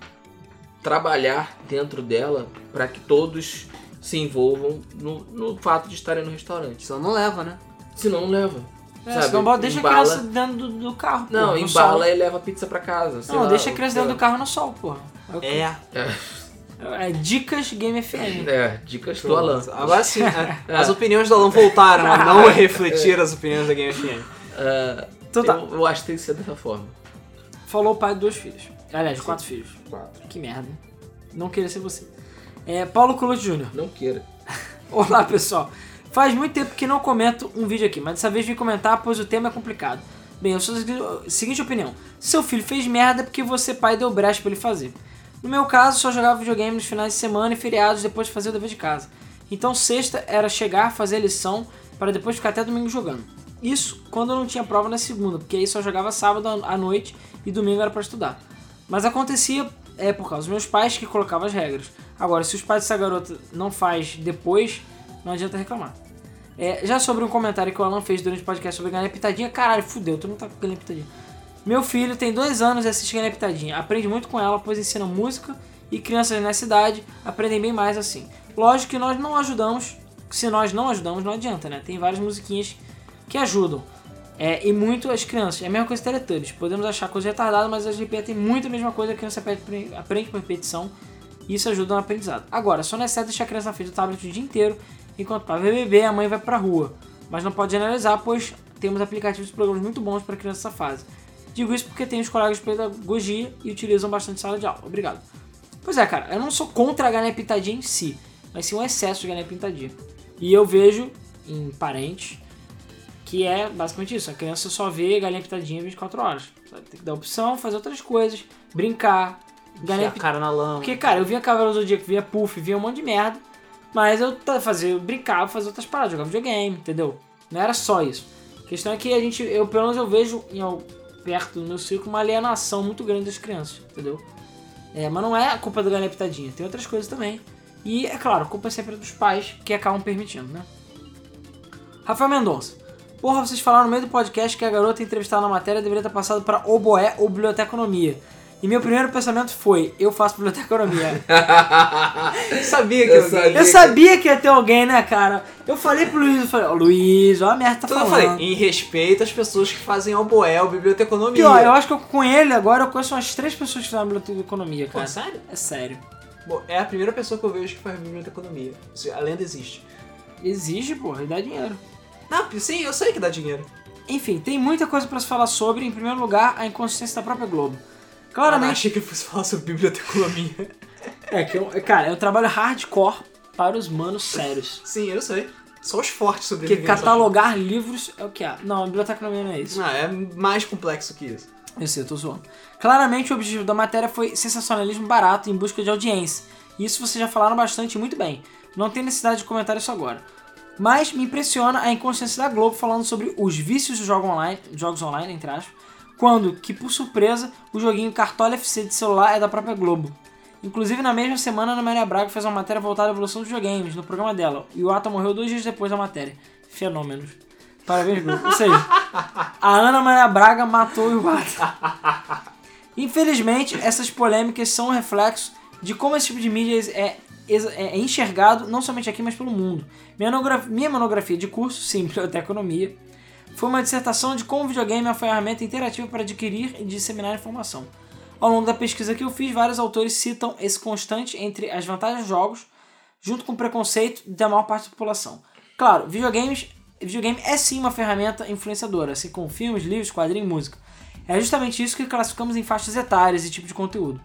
trabalhar dentro dela para que todos se envolvam no, no fato de estarem no restaurante. Senão não leva, né? Senão não leva. É, sabe? senão bota- deixa a Embala- criança dentro do, do carro. Não, porra, no embala sol. e leva a pizza pra casa. sei Não, lá, deixa a criança sei dentro do carro no sol, porra. É. É, é dicas Game FM. lá. É, dicas do Alan. Agora sim, a- É. as opiniões do Alan voltaram a não refletir as opiniões da Game FM. Ah, Então tá. eu, eu acho que tem que ser dessa forma. Falou o pai de dois filhos. Aliás, de quatro filhos. Quatro. Que merda. Não queria ser você. É, Paulo Colucci Jr. Não queira. Olá, pessoal. Faz muito tempo que não comento um vídeo aqui, mas dessa vez vim comentar, pois o tema é complicado. Bem, eu sou da seguinte opinião. Seu filho fez merda porque você, pai, deu brecha pra ele fazer. No meu caso, só jogava videogame nos finais de semana e feriados depois de fazer o dever de casa. Então, sexta era chegar, fazer a lição, para depois ficar até domingo jogando. Isso quando eu não tinha prova na segunda, porque aí só jogava sábado à noite e domingo era pra estudar. Mas acontecia é por causa dos meus pais que colocavam as regras. Agora, se os pais dessa garota não faz depois, não adianta reclamar. É, já sobre um comentário que o Alan fez durante o podcast sobre galinha pitadinha, caralho, fudeu, tu não tá com galinha pitadinha. Meu filho tem dois anos e assiste galinha pitadinha. Aprende muito com ela, pois ensina música e crianças nessa idade aprendem bem mais assim. Lógico que nós não ajudamos, se nós não ajudamos, não adianta, né? Tem várias musiquinhas que ajudam. É, e muito as crianças. É a mesma coisa que Teletubbies. Podemos achar coisa retardada, mas elas repetem muito a mesma coisa. A criança aprende, aprende com repetição e isso ajuda no aprendizado. Agora, só não é certo deixar a criança na frente do tablet o dia inteiro, enquanto para ver bebê a mãe vai pra rua. Mas não pode generalizar, pois temos aplicativos e programas muito bons para criança nessa fase. Digo isso porque tenho os colegas de pedagogia e utilizam bastante sala de aula. Obrigado. Pois é, cara, eu não sou contra a galinha pintadinha em si, mas sim o excesso de galinha pintadinha. E eu vejo em parentes que é basicamente isso. A criança só vê galinha pitadinha 24 horas. sabe? Tem que dar opção, fazer outras coisas, brincar. Enfiar Galinha a pit... cara na lama. Porque, cara, eu via Cavaleiro do Zodíaco, via Puff, via um monte de merda. Mas eu ta- fazia, eu brincava, fazia outras paradas, jogava videogame, entendeu? Não era só isso. A questão é que a gente, eu pelo menos eu vejo em al- perto do meu círculo uma alienação muito grande das crianças, entendeu? É, mas não é a culpa da galinha pitadinha, tem outras coisas também. E é claro, a culpa é sempre dos pais que acabam permitindo, né? Rafael Mendonça. Porra, vocês falaram no meio do podcast que a garota entrevistada na matéria deveria ter passado para oboé ou biblioteconomia. E meu primeiro pensamento foi, eu faço biblioteconomia. Eu sabia que Eu eu, sabia. eu sabia que ia ter alguém, né, cara? Eu falei pro Luiz, eu falei, ó, Luiz, ó a merda que tá Então eu falando. falei, em respeito às pessoas que fazem alboel, biblioteconomia. Pior, eu acho que eu, com ele agora eu conheço umas três pessoas que fizeram biblioteconomia, Pô, cara. sério? É sério. Bom, é a primeira pessoa que eu vejo que faz biblioteconomia. Isso- A lenda existe. Exige, porra, e dá dinheiro. Não, sim, eu sei que dá dinheiro. Enfim, tem muita coisa pra se falar sobre. Em primeiro lugar, a inconsistência da própria Globo. Eu Claramente. achei que eu fosse falar sobre biblioteconomia. É, que eu, cara, eu trabalho hardcore para os manos sérios. sim, eu sei. Só os fortes Porque sobrevivem. catalogar livros é o que há. Não, a biblioteconomia não é isso. Não, é mais complexo que isso. Eu sei, eu tô zoando. Claramente o objetivo da matéria foi sensacionalismo barato em busca de audiência. E Isso vocês já falaram bastante e muito bem. Não tem necessidade de comentar isso agora. Mas me impressiona a inconsciência da Globo falando sobre os vícios do jogo online, jogos online, entre aspas, quando, que por surpresa, o joguinho Cartola FC de celular é da própria Globo. Inclusive, na mesma semana, a Ana Maria Braga fez uma matéria voltada à evolução dos videogames no programa dela. E o Ata morreu dois dias depois da matéria. Fenômenos. Parabéns, Globo. Ou seja, a Ana Maria Braga matou o Iwata. Infelizmente, essas polêmicas são um reflexo de como esse tipo de mídia é, é enxergado não somente aqui, mas pelo mundo. Minha monogra- minha monografia de curso, sim, biblioteconomia, foi uma dissertação de como o videogame é uma ferramenta interativa para adquirir e disseminar informação. Ao longo da pesquisa que eu fiz, vários autores citam esse constante entre as vantagens dos jogos, junto com o preconceito da maior parte da população. Claro, videogames, videogame é sim uma ferramenta influenciadora, assim como filmes, livros, quadrinhos e música. É justamente isso que classificamos em faixas etárias e tipo de conteúdo.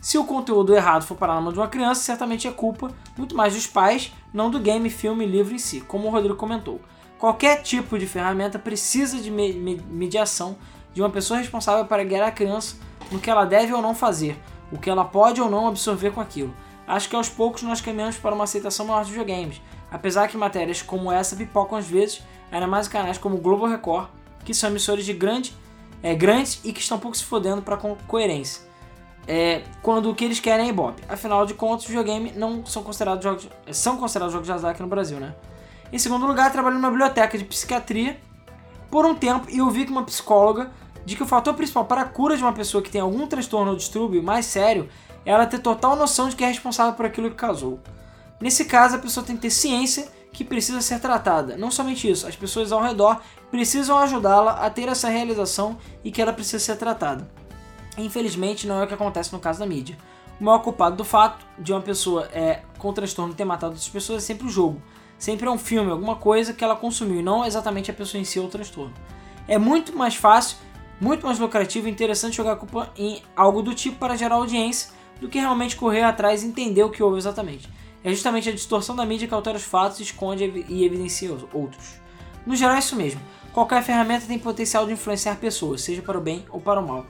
Se o conteúdo errado for parar na mão de uma criança, certamente é culpa muito mais dos pais, não do game, filme, livro em si, como o Rodrigo comentou. Qualquer tipo de ferramenta precisa de me- me- mediação de uma pessoa responsável para guiar a criança no que ela deve ou não fazer, o que ela pode ou não absorver com aquilo. Acho que aos poucos nós caminhamos para uma aceitação maior dos videogames, apesar que matérias como essa pipocam às vezes, ainda mais em canais como o Globo Record, que são emissores de grande, é, grandes e que estão pouco se fodendo para co coerência é, quando o que eles querem é Ibope. Afinal de contas, videogame não são considerados jogos, é, são considerados jogos de azar aqui no Brasil, né? Em segundo lugar, trabalhei numa biblioteca de psiquiatria por um tempo e ouvi que uma psicóloga de que o fator principal para a cura de uma pessoa que tem algum transtorno ou distúrbio mais sério é ela ter total noção de que é responsável por aquilo que causou. Nesse caso, a pessoa tem que ter ciência que precisa ser tratada. Não somente isso, as pessoas ao redor precisam ajudá-la a ter essa realização e que ela precisa ser tratada. Infelizmente, não é o que acontece no caso da mídia. O maior culpado do fato de uma pessoa é, com transtorno ter matado outras pessoas é sempre o jogo. Sempre é um filme, alguma coisa que ela consumiu, e não exatamente a pessoa em si ou o transtorno. É muito mais fácil, muito mais lucrativo e interessante jogar a culpa em algo do tipo para gerar audiência do que realmente correr atrás e entender o que houve exatamente. É justamente a distorção da mídia que altera os fatos, esconde evi- e evidencia os outros. No geral, é isso mesmo. Qualquer ferramenta tem potencial de influenciar pessoas, seja para o bem ou para o mal.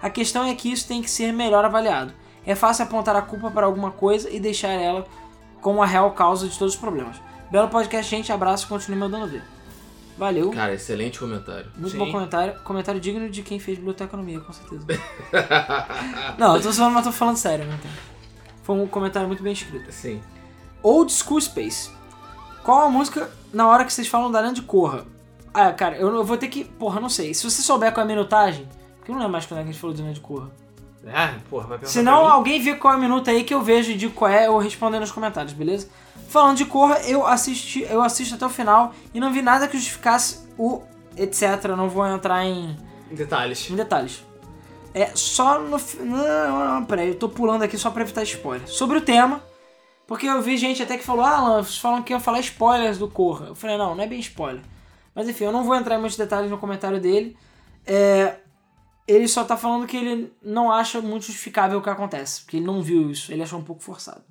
A questão é que isso tem que ser melhor avaliado. É fácil apontar a culpa para alguma coisa e deixar ela como a real causa de todos os problemas. Belo podcast, gente. Abraço e continue mandando ver. Valeu. Cara, excelente comentário. Muito Sim. bom comentário. Comentário digno de quem fez biblioteconomia, com certeza. Não, eu tô zoando, mas tô falando sério, né? cara? Foi um comentário muito bem escrito. Sim. Old School Space. Qual a música na hora que vocês falam da Grande Corra? Ah, cara, eu, eu vou ter que. Porra, não sei. Se você souber qual é a minutagem, porque eu não lembro mais quando é que a gente falou de Grande Corra. Ah, porra, vai perguntar Se não, pra mim? alguém vê qual é a minuta aí que eu vejo e digo qual é, eu respondo aí nos comentários, beleza? Falando de Corra, eu assisti, eu assisto até o final e não vi nada que justificasse o etc. Não vou entrar em, Detalhes. em detalhes. É só no. fi- Não, não, não, peraí, eu tô pulando aqui só pra evitar spoiler. Sobre o tema, porque eu vi gente até que falou: Ah, Alan, vocês falam que ia falar spoilers do Corra. Eu falei: Não, não é bem spoiler. Mas enfim, eu não vou entrar em muitos detalhes no comentário dele. É, ele só tá falando que ele não acha muito justificável o que acontece, porque ele não viu isso, ele achou um pouco forçado.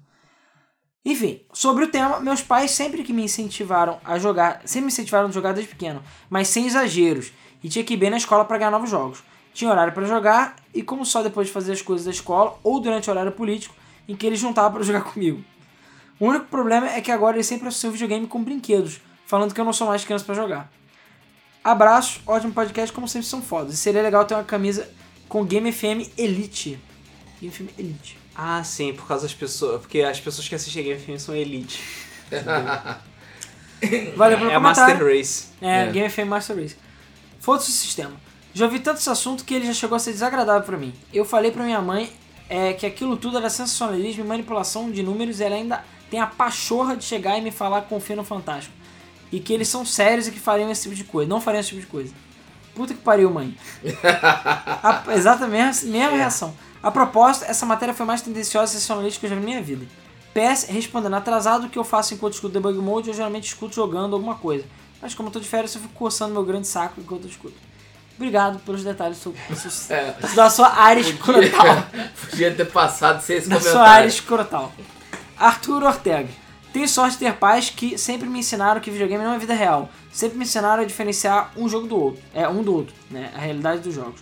Enfim, sobre o tema, meus pais sempre que me incentivaram a jogar, sempre me incentivaram a jogar desde pequeno, mas sem exageros, e tinha que ir bem na escola para ganhar novos jogos. Tinha horário para jogar, e como só depois de fazer as coisas da escola, ou durante o horário político, em que eles juntavam para jogar comigo. O único problema é que agora ele sempre associa o videogame com brinquedos, falando que eu não sou mais criança pra jogar. Abraço, ótimo podcast, como sempre são fodas. E seria legal ter uma camisa com Game FM Elite. Game FM Elite. Ah, sim, por causa das pessoas. Porque as pessoas que assistem Game FM são elite. Valeu pelo é a comentário. Master Race. É, É. Game FM Master Race. Foda-se o sistema. Já ouvi tanto esse assunto que ele já chegou a ser desagradável pra mim. Eu falei pra minha mãe é, que aquilo tudo era sensacionalismo e manipulação de números e ela ainda tem a pachorra de chegar e me falar que confia no Fantástico. E que eles são sérios e que fariam esse tipo de coisa. Não fariam esse tipo de coisa. Puta que pariu, mãe. A- exatamente a mesma reação. A proposta, essa matéria foi mais tendenciosa e sensacionalista que eu já vi na minha vida. PS, respondendo, atrasado o que eu faço enquanto escuto debug mode, eu geralmente escuto jogando alguma coisa. Mas como eu tô de férias, eu fico coçando meu grande saco enquanto eu escuto. Obrigado pelos detalhes sobre É. da sua área escrotal. Podia ter passado sem esse Da comentário. sua área escrotal. Arthur Ortega. Tenho sorte de ter pais que sempre me ensinaram que videogame não é vida real. Sempre me ensinaram a diferenciar um jogo do outro. É, um do outro, né? A realidade dos jogos.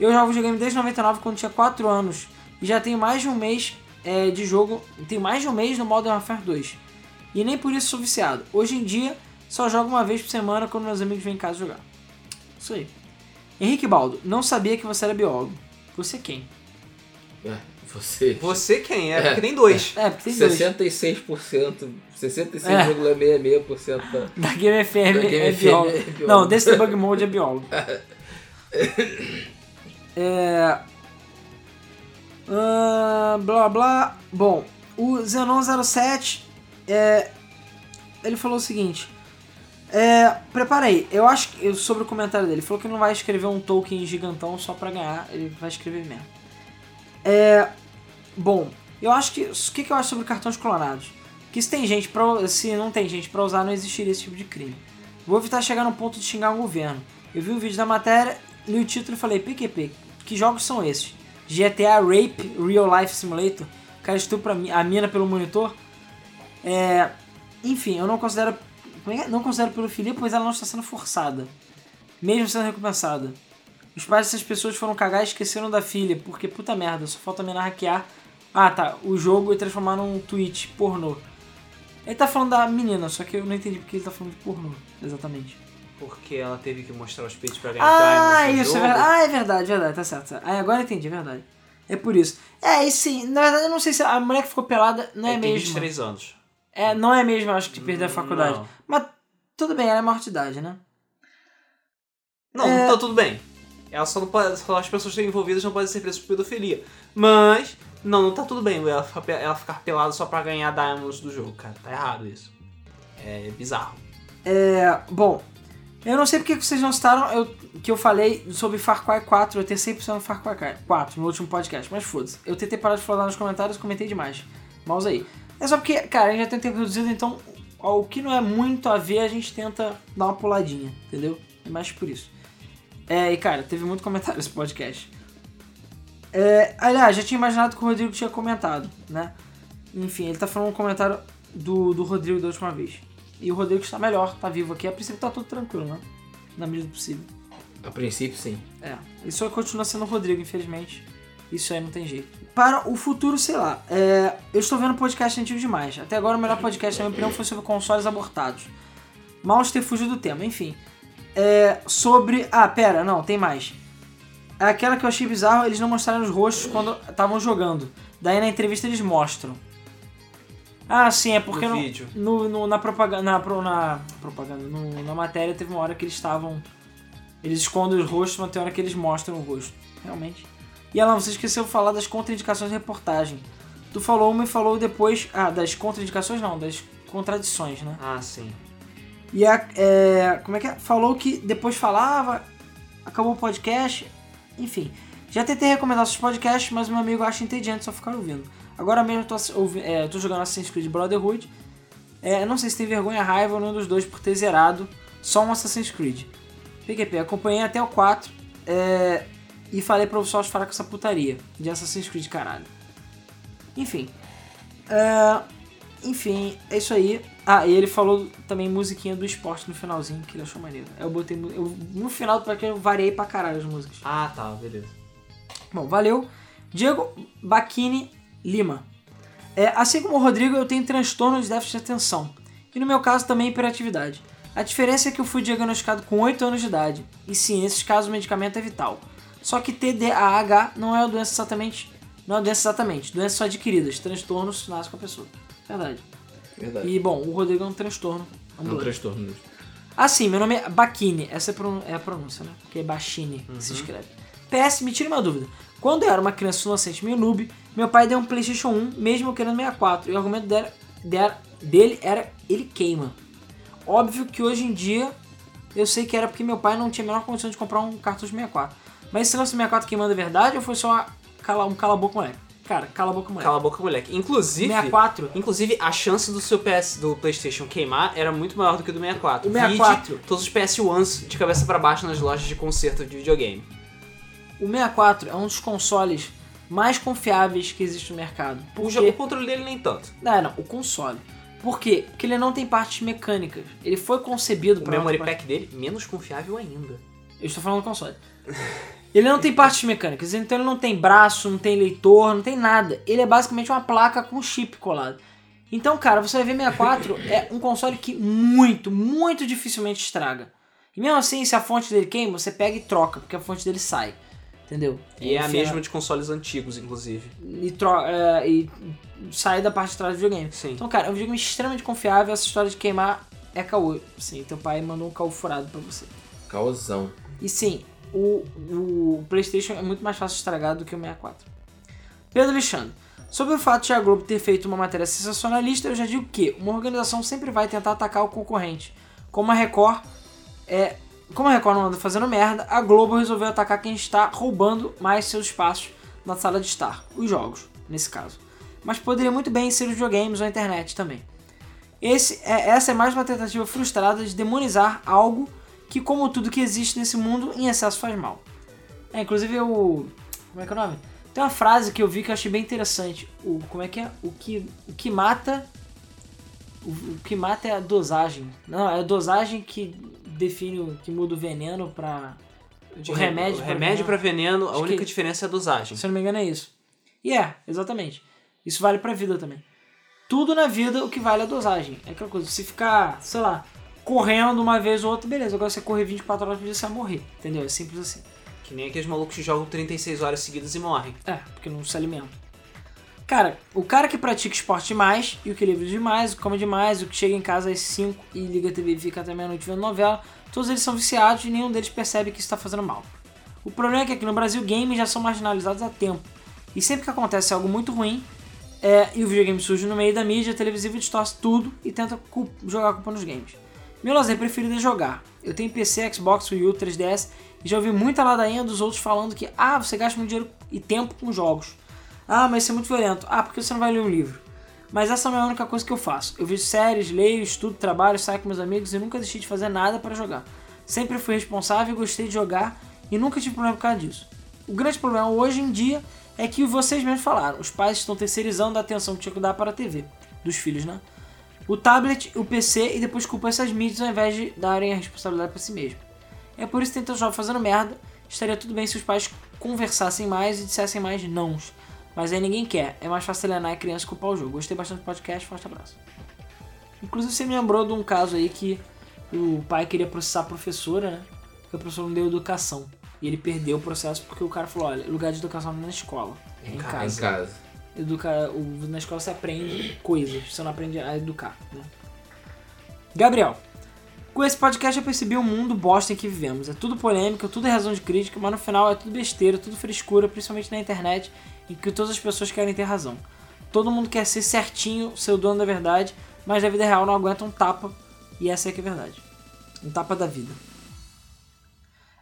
Eu jogo videogame desde 99, quando tinha 4 anos. E já tenho mais de um mês é, de jogo... Tenho mais de um mês no Modern Warfare 2. E nem por isso sou viciado. Hoje em dia, só jogo uma vez por semana quando meus amigos vêm em casa jogar. Isso aí. Henrique Baldo. Não sabia que você era biólogo. Você é quem? É, você. Você quem é? É. Porque tem dois. É, porque tem dois. 66%, 66,66% da- Da Game FM Da Game é FM biólogo. é biólogo. Não, desse debug mode é biólogo. É... Ah, blá blá. Bom, o Zenon07 é... ele falou o seguinte. É, prepara aí, eu acho que. eu- Sobre o comentário dele, ele falou que não vai escrever um token gigantão só pra ganhar, ele vai escrever mesmo. É, Bom, eu acho que. O que, que eu acho sobre cartões clonados? Que se tem gente pra. Se não tem gente pra usar, não existiria esse tipo de crime. Vou evitar chegar no ponto de xingar um governo. Eu vi um vídeo da matéria, li o título e falei, PQP, que jogos são esses? GTA Rape Real Life Simulator? O cara estupra a mi- a mina pelo monitor? É, enfim, eu não considero. como é que é? Não considero pelo Felipe, pois ela não está sendo forçada. Mesmo sendo recompensada. Os pais dessas pessoas foram cagar e esqueceram da filha, porque puta merda, só falta a mina hackear. Ah tá, o jogo e transformar num tweet pornô. Ele tá falando da menina, só que eu não entendi porque ele tá falando de pornô, exatamente. Porque ela teve que mostrar os peitos pra ganhar Ah, diamonds um no isso, é jogo. verdade. Ah, é verdade, verdade, tá certo. certo. Ah, agora eu entendi, é verdade. É por isso. É, e sim, na verdade eu não sei se a mulher que ficou pelada não é, Ele tem mesmo. 23 anos. É, não é mesmo, eu acho que perdeu a faculdade. Hum, Não. Mas tudo bem, ela é maior de idade, né? Não, É. tá tudo bem. Ela só não pode, só as pessoas que estão envolvidas não podem ser presas por pedofilia. Mas, não, não tá tudo bem ela, ficar pe- ela ficar pelada só pra ganhar diamonds do jogo, cara. Tá errado isso. É bizarro. É, bom, eu não sei porque vocês não citaram eu- que eu falei sobre Far Cry 4, eu ter 100% no Far Cry 4 no último podcast, mas foda-se. Eu tentei parar de falar nos comentários, comentei demais. Mouse aí. É só porque, cara, a gente já tem tempo reduzido, então o que não é muito a ver, a gente tenta dar uma puladinha, entendeu? É mais por isso. É, e cara, teve muito comentário esse podcast. É, aliás, já tinha imaginado que o Rodrigo tinha comentado, né? Enfim, ele tá falando um comentário do, do Rodrigo da última vez. E o Rodrigo está melhor, tá vivo aqui. A princípio tá tudo tranquilo, né? Na medida do possível. A princípio, sim. É. Ele só continua sendo o Rodrigo, infelizmente. Isso aí não tem jeito. Para o futuro, sei lá. é, eu estou vendo podcast antigo demais. Até agora o melhor podcast, na minha opinião, foi sobre consoles abortados. Mal ter fugido do tema, enfim. É, sobre. Ah, pera, não, tem mais. É Aquela que eu achei bizarro, eles não mostraram os rostos quando estavam jogando. Daí na entrevista eles mostram. Ah, sim, é porque No não. vídeo. No, no- na propaganda. Na, pro- na propaganda. no- na matéria teve uma hora que eles estavam. Eles escondem os rostos, mas tem hora que eles mostram o rosto. Realmente. E Alan, você esqueceu de falar das contraindicações da reportagem. Tu falou uma e falou depois. Ah, das contraindicações não, das contradições, né? Ah, sim. E a, é, como é que é? Falou que depois falava, acabou o podcast, enfim. Já tentei recomendar seus podcasts, mas meu amigo acha entediante só ficar ouvindo. Agora mesmo eu tô, assi- ouvi- é, eu tô jogando Assassin's Creed Brotherhood. É, não sei se tem vergonha, raiva ou nenhum dos dois por ter zerado só um Assassin's Creed. PQP, acompanhei até o 4 é, e falei pra o pessoal parar com essa putaria de Assassin's Creed, caralho. Enfim. É, enfim, é isso aí. Ah, e ele falou também musiquinha do esporte no finalzinho, que ele achou maneiro. Eu botei. mu- Eu, no final do podcast eu variei pra caralho as músicas. Ah, tá, beleza. Bom, valeu. Diego Bacchini Lima. É, assim como o Rodrigo, eu tenho transtorno de déficit de atenção. e no meu caso também hiperatividade. A diferença é que eu fui diagnosticado com 8 anos de idade, e sim, nesses casos o medicamento é vital. Só que TDAH não é uma doença exatamente. Não é uma doença exatamente, doenças são adquiridas, transtornos nascem com a pessoa. Verdade. Verdade. E bom, o Rodrigo é um transtorno. É um ambulante. transtorno mesmo. Ah, sim, meu nome é Bachini. Essa é pronu- é a pronúncia, né? Porque é Bachini que se escreve. PS, me tira uma dúvida. Quando eu era uma criança inocente meio noob, meu pai deu um Playstation 1, mesmo eu querendo 64, e o argumento dera- dera- dele era ele queima. Óbvio que hoje em dia eu sei que era porque meu pai não tinha a menor condição de comprar um cartucho 64. Mas esse lance do 64 queimando é verdade ou foi só uma cala, um cala-boca moleque? Cara, cala-boca moleque. Cala a boca, moleque. Inclusive, 64 inclusive a chance do seu PS do PlayStation queimar era muito maior do que o do 64. O 64. Vide todos os PS1s de cabeça pra baixo nas lojas de conserto de videogame. O 64 é um dos consoles mais confiáveis que existe no mercado. O, Porque... jo- o controle dele nem tanto. Não, não, o console. Por quê? Porque ele não tem partes mecânicas. Ele foi concebido O para memory pack dele, menos confiável ainda. Eu estou falando do console. Ele não tem partes mecânicas, então ele não tem braço, não tem leitor, não tem nada. Ele é basicamente uma placa com chip colado. Então, cara, você vai ver 64 é um console que muito, muito dificilmente estraga. E mesmo assim, se a fonte dele queima, você pega e troca, porque a fonte dele sai. Entendeu? E é a Enfia- mesma de consoles antigos, inclusive. e, tro é, e sair da parte de trás do videogame. Sim. Então, cara, é um videogame extremamente confiável. Essa história de queimar é caô. Sim, teu pai mandou um caô furado pra você. Causão. E sim, o, o PlayStation é muito mais fácil de estragar do que o 64. Pedro Alexandre. Sobre o fato de a Globo ter feito uma matéria sensacionalista, eu já digo que uma organização sempre vai tentar atacar o concorrente. Como a Record é. Como a Record não anda fazendo merda, a Globo resolveu atacar quem está roubando mais seus espaços na sala de estar. Os jogos, nesse caso. Mas poderia muito bem ser os videogames ou a internet também. Esse é- essa é mais uma tentativa frustrada de demonizar algo que, como tudo que existe nesse mundo, em excesso faz mal. É, inclusive o. Como é que é o nome? Tem uma frase que eu vi que eu achei bem interessante. O, como é que é? O que, o que mata. O, o que mata é a dosagem. Não, é a dosagem que define, o, que muda o veneno pra. De o re- remédio o pra remédio pra veneno, a Acho única que- diferença é a dosagem. se eu não me engano, é isso. E é, exatamente. Isso vale pra vida também. Tudo na vida, o que vale é a dosagem. É aquela coisa, se ficar, sei lá, correndo uma vez ou outra, beleza. Agora você correr 24 horas por dia, você vai morrer. Entendeu? É simples assim. Que nem aqueles malucos que jogam 36 horas seguidas e morrem. É, porque não se alimenta. Cara, o cara que pratica esporte demais, e o que livra demais, o que come demais, o que chega em casa às 5 e liga a TV e fica até meia-noite vendo novela, todos eles são viciados e nenhum deles percebe que isso está fazendo mal. O problema é que aqui no Brasil games já são marginalizados há tempo. E sempre que acontece algo muito ruim, é, e o videogame surge no meio da mídia televisiva, distorce tudo e tenta cul- jogar a culpa nos games. Meu lazer preferido é jogar. Eu tenho PC, Xbox, Wii U, 3DS e já ouvi muita ladainha dos outros falando que ah, você gasta muito dinheiro e tempo com jogos. Ah, mas isso é muito violento. Ah, porque você não vai ler um livro. Mas essa não é a única coisa que eu faço. Eu vejo séries, leio, estudo, trabalho, saio com meus amigos e nunca deixei de fazer nada para jogar. Sempre fui responsável e gostei de jogar e nunca tive problema por causa disso. O grande problema hoje em dia é que vocês mesmos falaram, os pais estão terceirizando a atenção que tinha que dar para a TV, dos filhos, né? O tablet, o PC e depois culpa essas mídias ao invés de darem a responsabilidade para si mesmo. É por isso que tem tanto jovem fazendo merda. Estaria tudo bem se os pais conversassem mais e dissessem mais nãos. Mas aí ninguém quer. É mais fácil alienar a criança e culpar o jogo. Gostei bastante do podcast. Forte abraço. Inclusive, você me lembrou de um caso aí que o pai queria processar a professora, né? Porque a professora não deu educação. E ele perdeu o processo porque o cara falou: olha, lugar de educação não é na escola, é em Em casa. casa. Educa... o- Na escola você aprende coisas, você não aprende a educar. Né? Gabriel, com esse podcast eu percebi o mundo bosta em que vivemos. É tudo polêmica, tudo é razão de crítica, mas no final é tudo besteira, tudo frescura, principalmente na internet, em que todas as pessoas querem ter razão. Todo mundo quer ser certinho, ser o dono da verdade, mas na vida real não aguenta um tapa, e essa é que é a verdade. Um tapa da vida.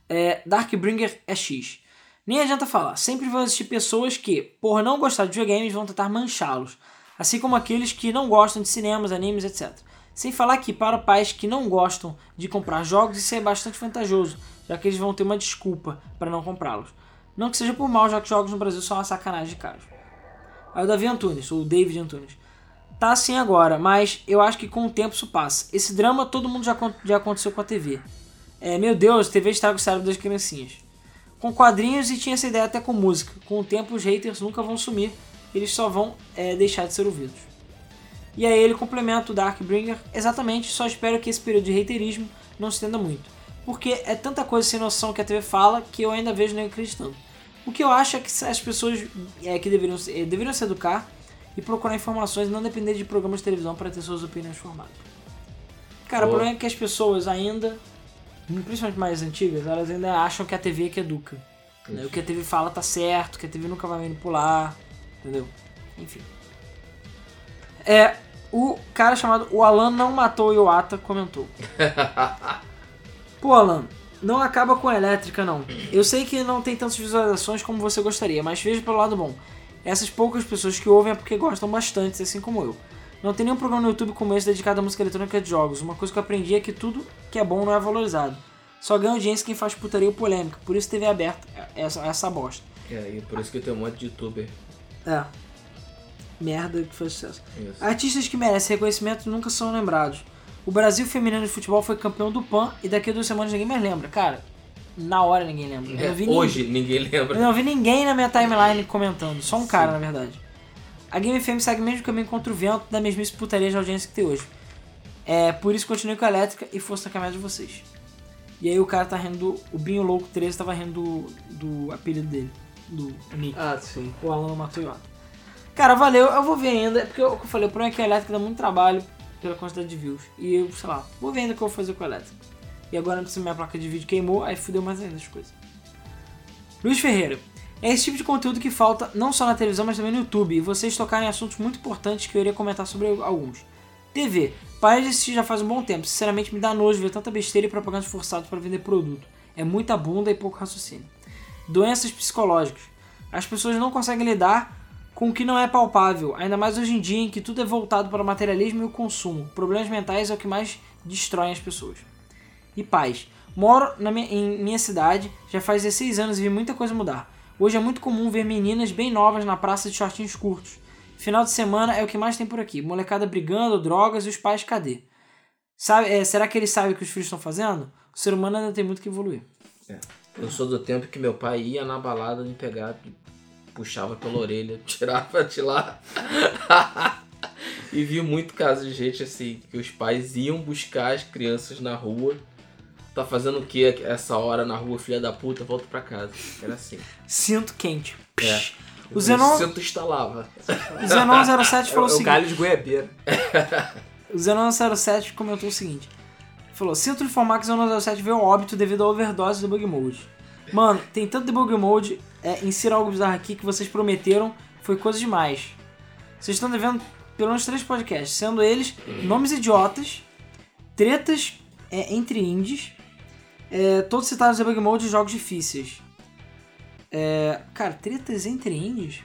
É, Darkbringer é X. Nem adianta falar, sempre vão existir pessoas que, por não gostar de videogames, vão tentar manchá-los, assim como aqueles que não gostam de cinemas, animes, etc. Sem falar que, para pais que não gostam de comprar jogos, isso é bastante vantajoso, já que eles vão ter uma desculpa para não comprá-los. Não que seja por mal, já que jogos no Brasil são uma sacanagem de caros. Aí É o Davi Antunes, ou o David Antunes. Tá assim agora, mas eu acho que com o tempo isso passa. Esse drama todo mundo já, acon- já aconteceu com a TV. É, meu Deus, TV estraga o cérebro das criancinhas. Com quadrinhos e tinha essa ideia até com música. Com o tempo os haters nunca vão sumir, eles só vão é, deixar de ser ouvidos. E aí ele complementa o Darkbringer. Exatamente, só espero que esse período de haterismo não se estenda muito. Porque é tanta coisa sem noção que a TV fala que eu ainda vejo nem acreditando. O que eu acho é que as pessoas é, que deveriam, se- eh, deveriam se educar e procurar informações e não depender de programas de televisão para ter suas opiniões formadas. Cara, o Boa. problema é que as pessoas ainda, principalmente mais antigas, elas ainda acham que a TV é que educa. né? O que a TV fala tá certo, que a TV nunca vai manipular, entendeu? Enfim. É, o cara chamado O Alan Não Matou o Iwata comentou. Pô, Alan, não acaba com a elétrica, não. Eu sei que não tem tantas visualizações como você gostaria, mas veja pelo lado bom. Essas poucas pessoas que ouvem é porque gostam bastante, assim como eu. Não tem nenhum programa no YouTube como esse dedicado à música eletrônica de jogos. Uma coisa que eu aprendi é que tudo que é bom não é valorizado. Só ganha audiência quem faz putaria ou polêmica. Por isso TV aberta é essa, essa bosta. É, e por isso que tem um monte de youtuber. É. Merda que faz sucesso. Isso. Artistas que merecem reconhecimento nunca são lembrados. O Brasil feminino de futebol foi campeão do PAN e daqui a duas semanas ninguém mais lembra. Cara, na hora ninguém lembra. Eu É, não vi hoje ninguém lembra. eu não vi ninguém na minha timeline comentando, só um cara, na verdade. A Game FM segue o mesmo caminho contra o vento da mesmice putaria de audiência que tem hoje. É, por isso continue com a elétrica e força na caminhada de vocês. E aí o cara tá rindo, o Binho Louco 13 tava rindo do, do apelido dele, do Nick. Ah, sim. O Alan matou o Iwata. Cara, valeu, eu vou ver ainda, é porque eu, o que eu falei, o problema é que a elétrica dá muito trabalho pela quantidade de views. E eu, sei lá, vou ver ainda o que eu vou fazer com a elétrica. E agora se minha placa de vídeo queimou, aí fudeu mais ainda as coisas. Luiz Ferreira. É esse tipo de conteúdo que falta não só na televisão, mas também no YouTube. E vocês tocaram em assuntos muito importantes que eu iria comentar sobre alguns. TV. Parei de assistir já faz um bom tempo. Sinceramente, me dá nojo ver tanta besteira e propaganda forçada para vender produto. É muita bunda e pouco raciocínio. Doenças psicológicas. As pessoas não conseguem lidar com o que não é palpável, ainda mais hoje em dia em que tudo é voltado para o materialismo e o consumo. Problemas mentais é o que mais destroem as pessoas. E paz. Moro na minha- em minha cidade já faz 16 anos e vi muita coisa mudar. Hoje é muito comum ver meninas bem novas na praça de shortinhos curtos. Final de semana é o que mais tem por aqui. Molecada brigando, drogas e os pais cadê? Sabe- é, será que eles sabem o que os filhos estão fazendo? O ser humano ainda tem muito que evoluir. Eu sou do tempo que meu pai ia na balada me pegar, puxava pela orelha, tirava de lá. e vi muito caso de gente assim, que os pais iam buscar as crianças na rua. Tá fazendo o que essa hora na rua, filha da puta? Volta pra casa. Era assim. Cinto quente. É. Psh. O Zenon, Sento instalava. o Zenon07 É, o- falou o é o seguinte. galho de goiabeira. O Zenon07 comentou o seguinte. Falou, sinto informar que o Zenon07 veio ao óbito devido à overdose do Bug Mode. Mano, tem tanto debug mode, é, insira algo bizarro aqui que vocês prometeram, foi coisa demais. Vocês estão devendo pelo menos três podcasts, sendo eles nomes idiotas, tretas é, entre indies, é, todos citados em debug mode e jogos difíceis. É, cara, tretas entre indies?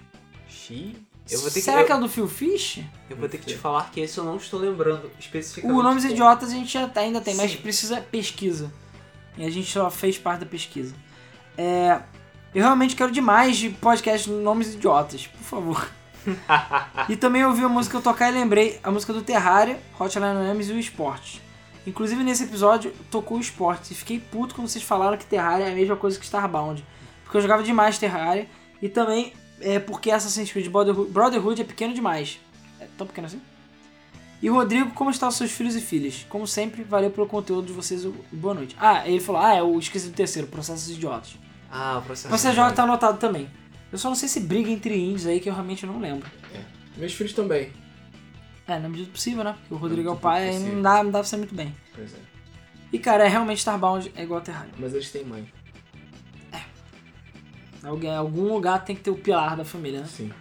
Eu vou ter que- Será eu- que é o do Phil Fish? Eu vou ter que te falar que esse eu não estou lembrando especificamente. O Nomes Idiotas a gente já tá- ainda tem, mas Sim. precisa pesquisa. E a gente só fez parte da pesquisa. É, eu realmente quero demais de podcast Nomes Idiotas, por favor. e também ouvi a música tocar e lembrei a música do Terraria, Hotline Names e o Esporte. Inclusive nesse episódio tocou o Esporte e fiquei puto quando vocês falaram que Terraria é a mesma coisa que Starbound. Porque eu jogava demais Terraria e também é porque Assassin's Creed Brotherhood- Brotherhood é pequeno demais. É tão pequeno assim? E Rodrigo, como estão seus filhos e filhas? Como sempre, valeu pelo conteúdo de vocês e boa noite. Ah, ele falou, ah, eu esqueci do terceiro, processos idiotas. Ah, o É processo. Processo idiota tá anotado também. Eu só não sei se briga entre índios aí, que eu realmente não lembro. Meus filhos também. É, na medida do possível, né? Porque o Rodrigo é o medida do pai, aí não possível. dá, não dá pra ser muito bem. Pois é. E cara, é realmente Starbound é igual a Terraria. Mas eles têm mãe. Alguém, algum lugar tem que ter o pilar da família, né? Sim.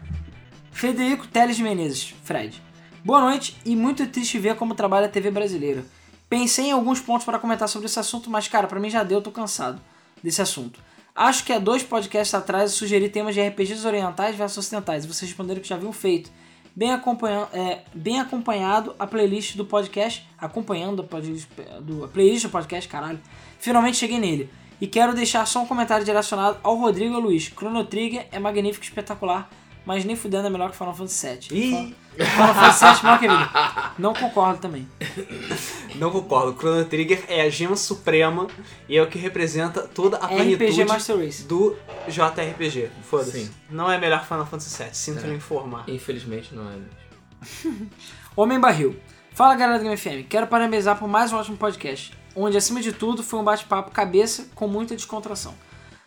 Frederico Teles Menezes, Fred. Boa noite e muito triste ver como trabalha a TV brasileira. Pensei em alguns pontos para comentar sobre esse assunto, mas cara, pra mim já deu, tô cansado desse assunto. Acho que há dois podcasts atrás eu sugeri temas de RPGs orientais versus ocidentais e vocês responderam que já haviam feito. Bem, acompanha, é, bem acompanhado a playlist do podcast, acompanhando a, pod- do, a playlist do podcast, caralho. Finalmente cheguei nele. E quero deixar só um comentário direcionado ao Rodrigo e ao Luiz. Chrono Trigger é magnífico e espetacular, mas nem fudendo é melhor que Final Fantasy VII. Ih, Final Fantasy VII, é mal que vida. Não concordo também. não concordo. O Chrono Trigger é a gema suprema e é o que representa toda a RPG plenitude Master Race. do JRPG. Foda-se. Sim. Não é melhor que Final Fantasy VII, sinto É. me informar. Infelizmente não é. Homem Barril. Fala galera do Game FM, quero parabenizar por mais um ótimo podcast, onde acima de tudo foi um bate-papo cabeça com muita descontração.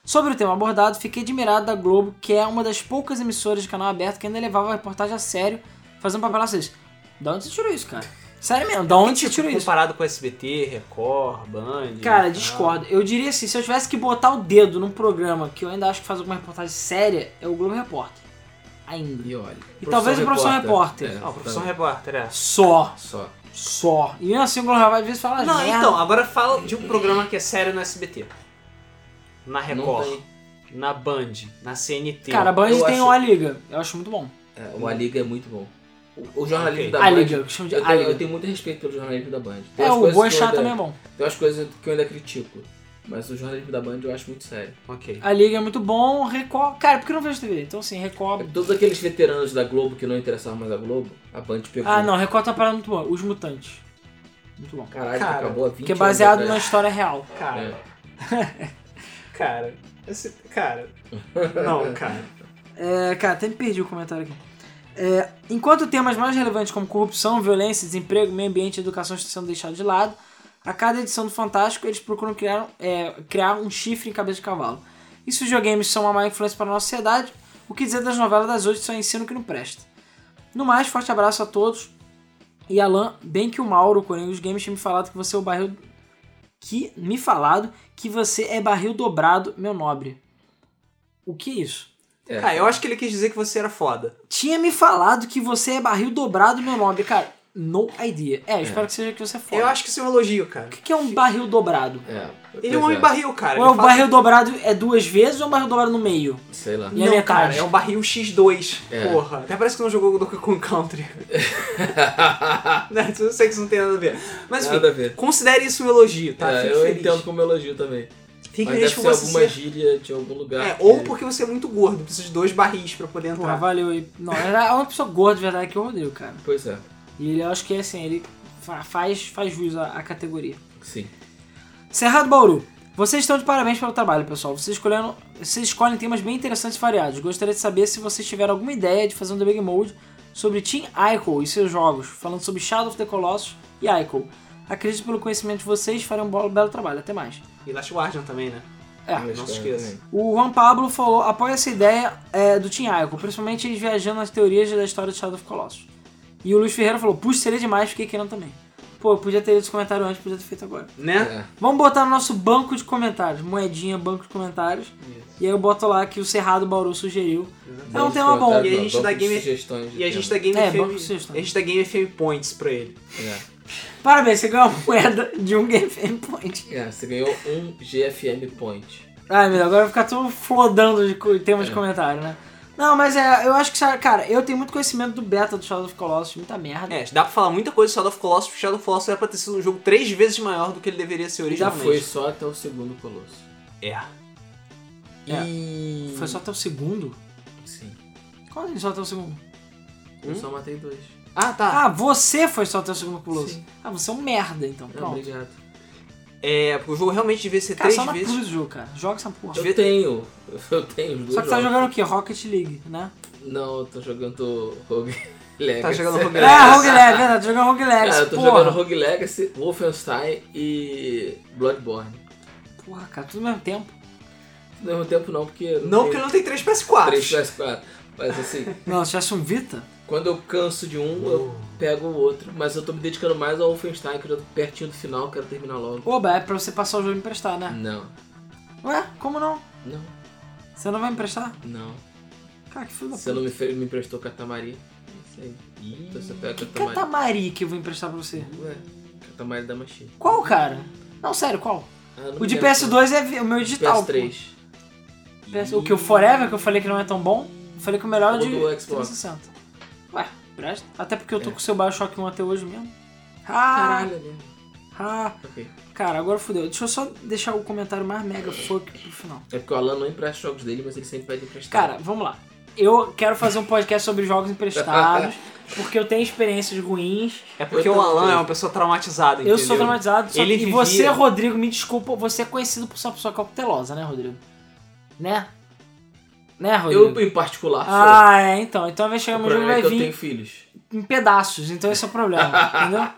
Sobre o tema abordado, fiquei admirado da Globo, que é uma das poucas emissoras de canal aberto que ainda levava a reportagem a sério, fazendo papel vocês. Da onde você tirou isso, cara? Sério mesmo, da onde você Tipo, tirou isso? comparado com SBT, Record, Band. Cara, tal. discordo. Eu diria assim, se eu tivesse que botar o dedo num programa que eu ainda acho que faz alguma reportagem séria, é o Globo Repórter. Ainda. E olha. É, E talvez o Profissão Repórter. Ah, o professor repórter, é. Só. então, Só. Só. E mesmo assim o Globo Repórter às vezes fala Não, merda. então, agora fala de um programa que é sério no SBT. Na Record, tem. na Band, na CNT. Cara, a Band eu tem acho- uma liga. Eu acho muito bom. É, o A Liga é muito bom. O, o jornalismo Ok. da a Band. liga, eu chamo de Eu A tenho, eu Liga. tenho muito respeito pelo jornalismo da Band. Tem É, umas o coisas Boa que eu Chá ainda- também é bom. Tem umas coisas que eu ainda critico. Mas o jornalismo da Band eu acho muito sério. Ok. A Liga é muito bom, Record... Cara, porque eu não vejo TV? Então, assim, Record... Todos aqueles veteranos da Globo que não interessavam mais a Globo, a Band pegou. Ah, não, Record tá parada muito boa. Os Mutantes. Muito bom. Caralho, Cara, acabou a 20 Que é baseado anos numa atrás. história real. Cara, É. cara. Esse, cara. Não, cara. É, cara, até me perdi o comentário aqui. É, enquanto temas mais relevantes como corrupção, violência, desemprego, meio ambiente e educação estão sendo deixados de lado, a cada edição do Fantástico eles procuram criar, é, criar um chifre em cabeça de cavalo. E se os videogames são uma má influência para a nossa sociedade, o que dizer das novelas das oito que só ensino que não presta? No mais, forte abraço a todos. E Alan, bem que o Mauro, o Coringa dos Games, tinha me falado que você é o barril. Que me falado que você é barril dobrado, meu nobre. O que é isso? É. Cara, eu acho que ele quis dizer que você era foda. tinha me falado que você é barril dobrado, meu nome. Cara, no idea. É, eu espero que seja que você é foda. Eu acho que isso é um elogio, cara. O que que é um barril dobrado? É, Ele pois é um homem é. barril, cara. Ou é Ele o fala- barril dobrado é duas vezes ou é um barril dobrado no meio? Sei lá. E a Não, metade? cara, é um barril X2. É. Porra. Até parece que não jogou Donkey Kong Country. Né, Eu sei que isso não tem nada a ver. Mas enfim, Nada a ver. considere isso um elogio, tá? É, Fique eu feliz. entendo como elogio também. Fique Mas feliz deve com ser você. alguma ser- gíria de algum lugar. É, que- ou porque você é muito gordo, precisa de dois barris pra poder Porra, entrar. valeu aí. Não, é uma pessoa gorda de verdade que é o Rodrigo, cara. Pois é, E ele, eu acho que é assim, ele fa- faz, faz jus à, à categoria. sim. Cerrado Bauru. Vocês estão de parabéns pelo trabalho, pessoal. Vocês, escolhendo, vocês escolhem temas bem interessantes e variados. Gostaria de saber se vocês tiveram alguma ideia de fazer um debug mode sobre Team Ico e seus jogos, falando sobre Shadow of the Colossus e Ico. Acredito pelo conhecimento de vocês, farem um belo, belo trabalho. Até mais. E Last Guardian também, né? É. Eu não se espero esqueça. também. O Juan Pablo falou, apoia essa ideia é, do Team Ico, principalmente eles viajando nas teorias da história de Shadow of the Colossus. E o Luiz Ferreira falou, puxa, seria demais, fiquei querendo também. Pô, eu podia ter lido esse comentário antes, podia ter feito agora. Né? É. Vamos botar no nosso banco de comentários, moedinha, banco de comentários. E aí eu boto lá que o Cerrado Bauru sugeriu. Então É um tema bom. Comentário, E a não, gente banco dá de game- sugestões de E a tema. gente dá Game É, FM. bom que vocês A estão. gente dá Game FM Points pra ele. Parabéns, você ganhou uma moeda de um Game Fan Point. É. É, você ganhou um GFM Point. Ai, meu, Deus, agora vai ficar todo flodando de co- temas de É. comentário, né? Não, mas é, eu acho que, sabe, cara, eu tenho muito conhecimento do beta do Shadow of the Colossus, muita merda. É, dá pra falar muita coisa de Shadow of Colossus, porque Shadow of Colossus era pra ter sido um jogo três vezes maior do que ele deveria ser E já originalmente. foi só até o segundo Colosso. É. É. E. Foi só até o segundo? Sim. Como assim só até o segundo? Hum? Eu só matei dois. Ah, tá. Ah, você foi só até o segundo Colossus. Sim. Ah, você é um merda, então. É, Pronto. obrigado. É, porque o jogo realmente devia ser Cara, três só na vezes. cruz do jogo, cara. Joga essa porra. Eu tenho. Eu tenho os dois. Só que tá jogos. jogando o quê? Rocket League, né? Não, eu tô jogando Rogue Legacy. Tá jogando Rogue É, Legacy. Rogue Legacy, é verdade, jogando Rogue Cara, Legacy, É, eu tô porra. jogando Rogue Legacy, Wolfenstein e Bloodborne. Porra, cara, tudo ao mesmo tempo. Ao mesmo tempo não, porque... eu Não, porque tenho não tem três PS4. Três PS4. Mas assim, Não, se tivesse um Vita, quando eu canso de um, eu Hum. pego o outro. Mas eu tô me dedicando mais ao Wolfenstein, que eu já tô pertinho do final, quero terminar logo. oba, é pra você passar o jogo e emprestar, né? Não, Ué, como não? não, Você não vai emprestar? não. Cara, que filho da Você puta. não me, fe- me emprestou Catamari. Isso aí. Então você pega Que Catamari. catamari que eu vou emprestar pra você? Ué, Catamari da Machine. Qual, cara? Não, sério, qual? Ah, não O de lembro. PS2 é vi- o meu digital. PS3. pô. PS- O que? O Forever, que eu falei que não é tão bom? Eu falei que o melhor é o de Ou do Xbox. 360. Ué, presta. Até porque eu tô É. com o seu Bioshock 1 até hoje mesmo. Ah, Caralho, né? ah, Ok. cara, agora fodeu. Deixa eu só deixar o comentário mais mega fuck pro final. É porque o Alan não empresta jogos dele, mas ele sempre pede emprestado. Cara, vamos lá. Eu quero fazer um podcast sobre jogos emprestados, porque eu tenho experiências ruins. É porque Eu o Alan também. é uma pessoa traumatizada, Eu entendeu? sou traumatizado. Só Ele que, E vivia- você, Rodrigo, me desculpa, você é conhecido por ser uma pessoa cautelosa, né, Rodrigo? Né? Né, Rodrigo? Eu, em particular, sou. Ah, é, então. Então vai o chegar meu jogo problema é vai que eu vir tenho filhos. em pedaços, então esse é o problema, entendeu?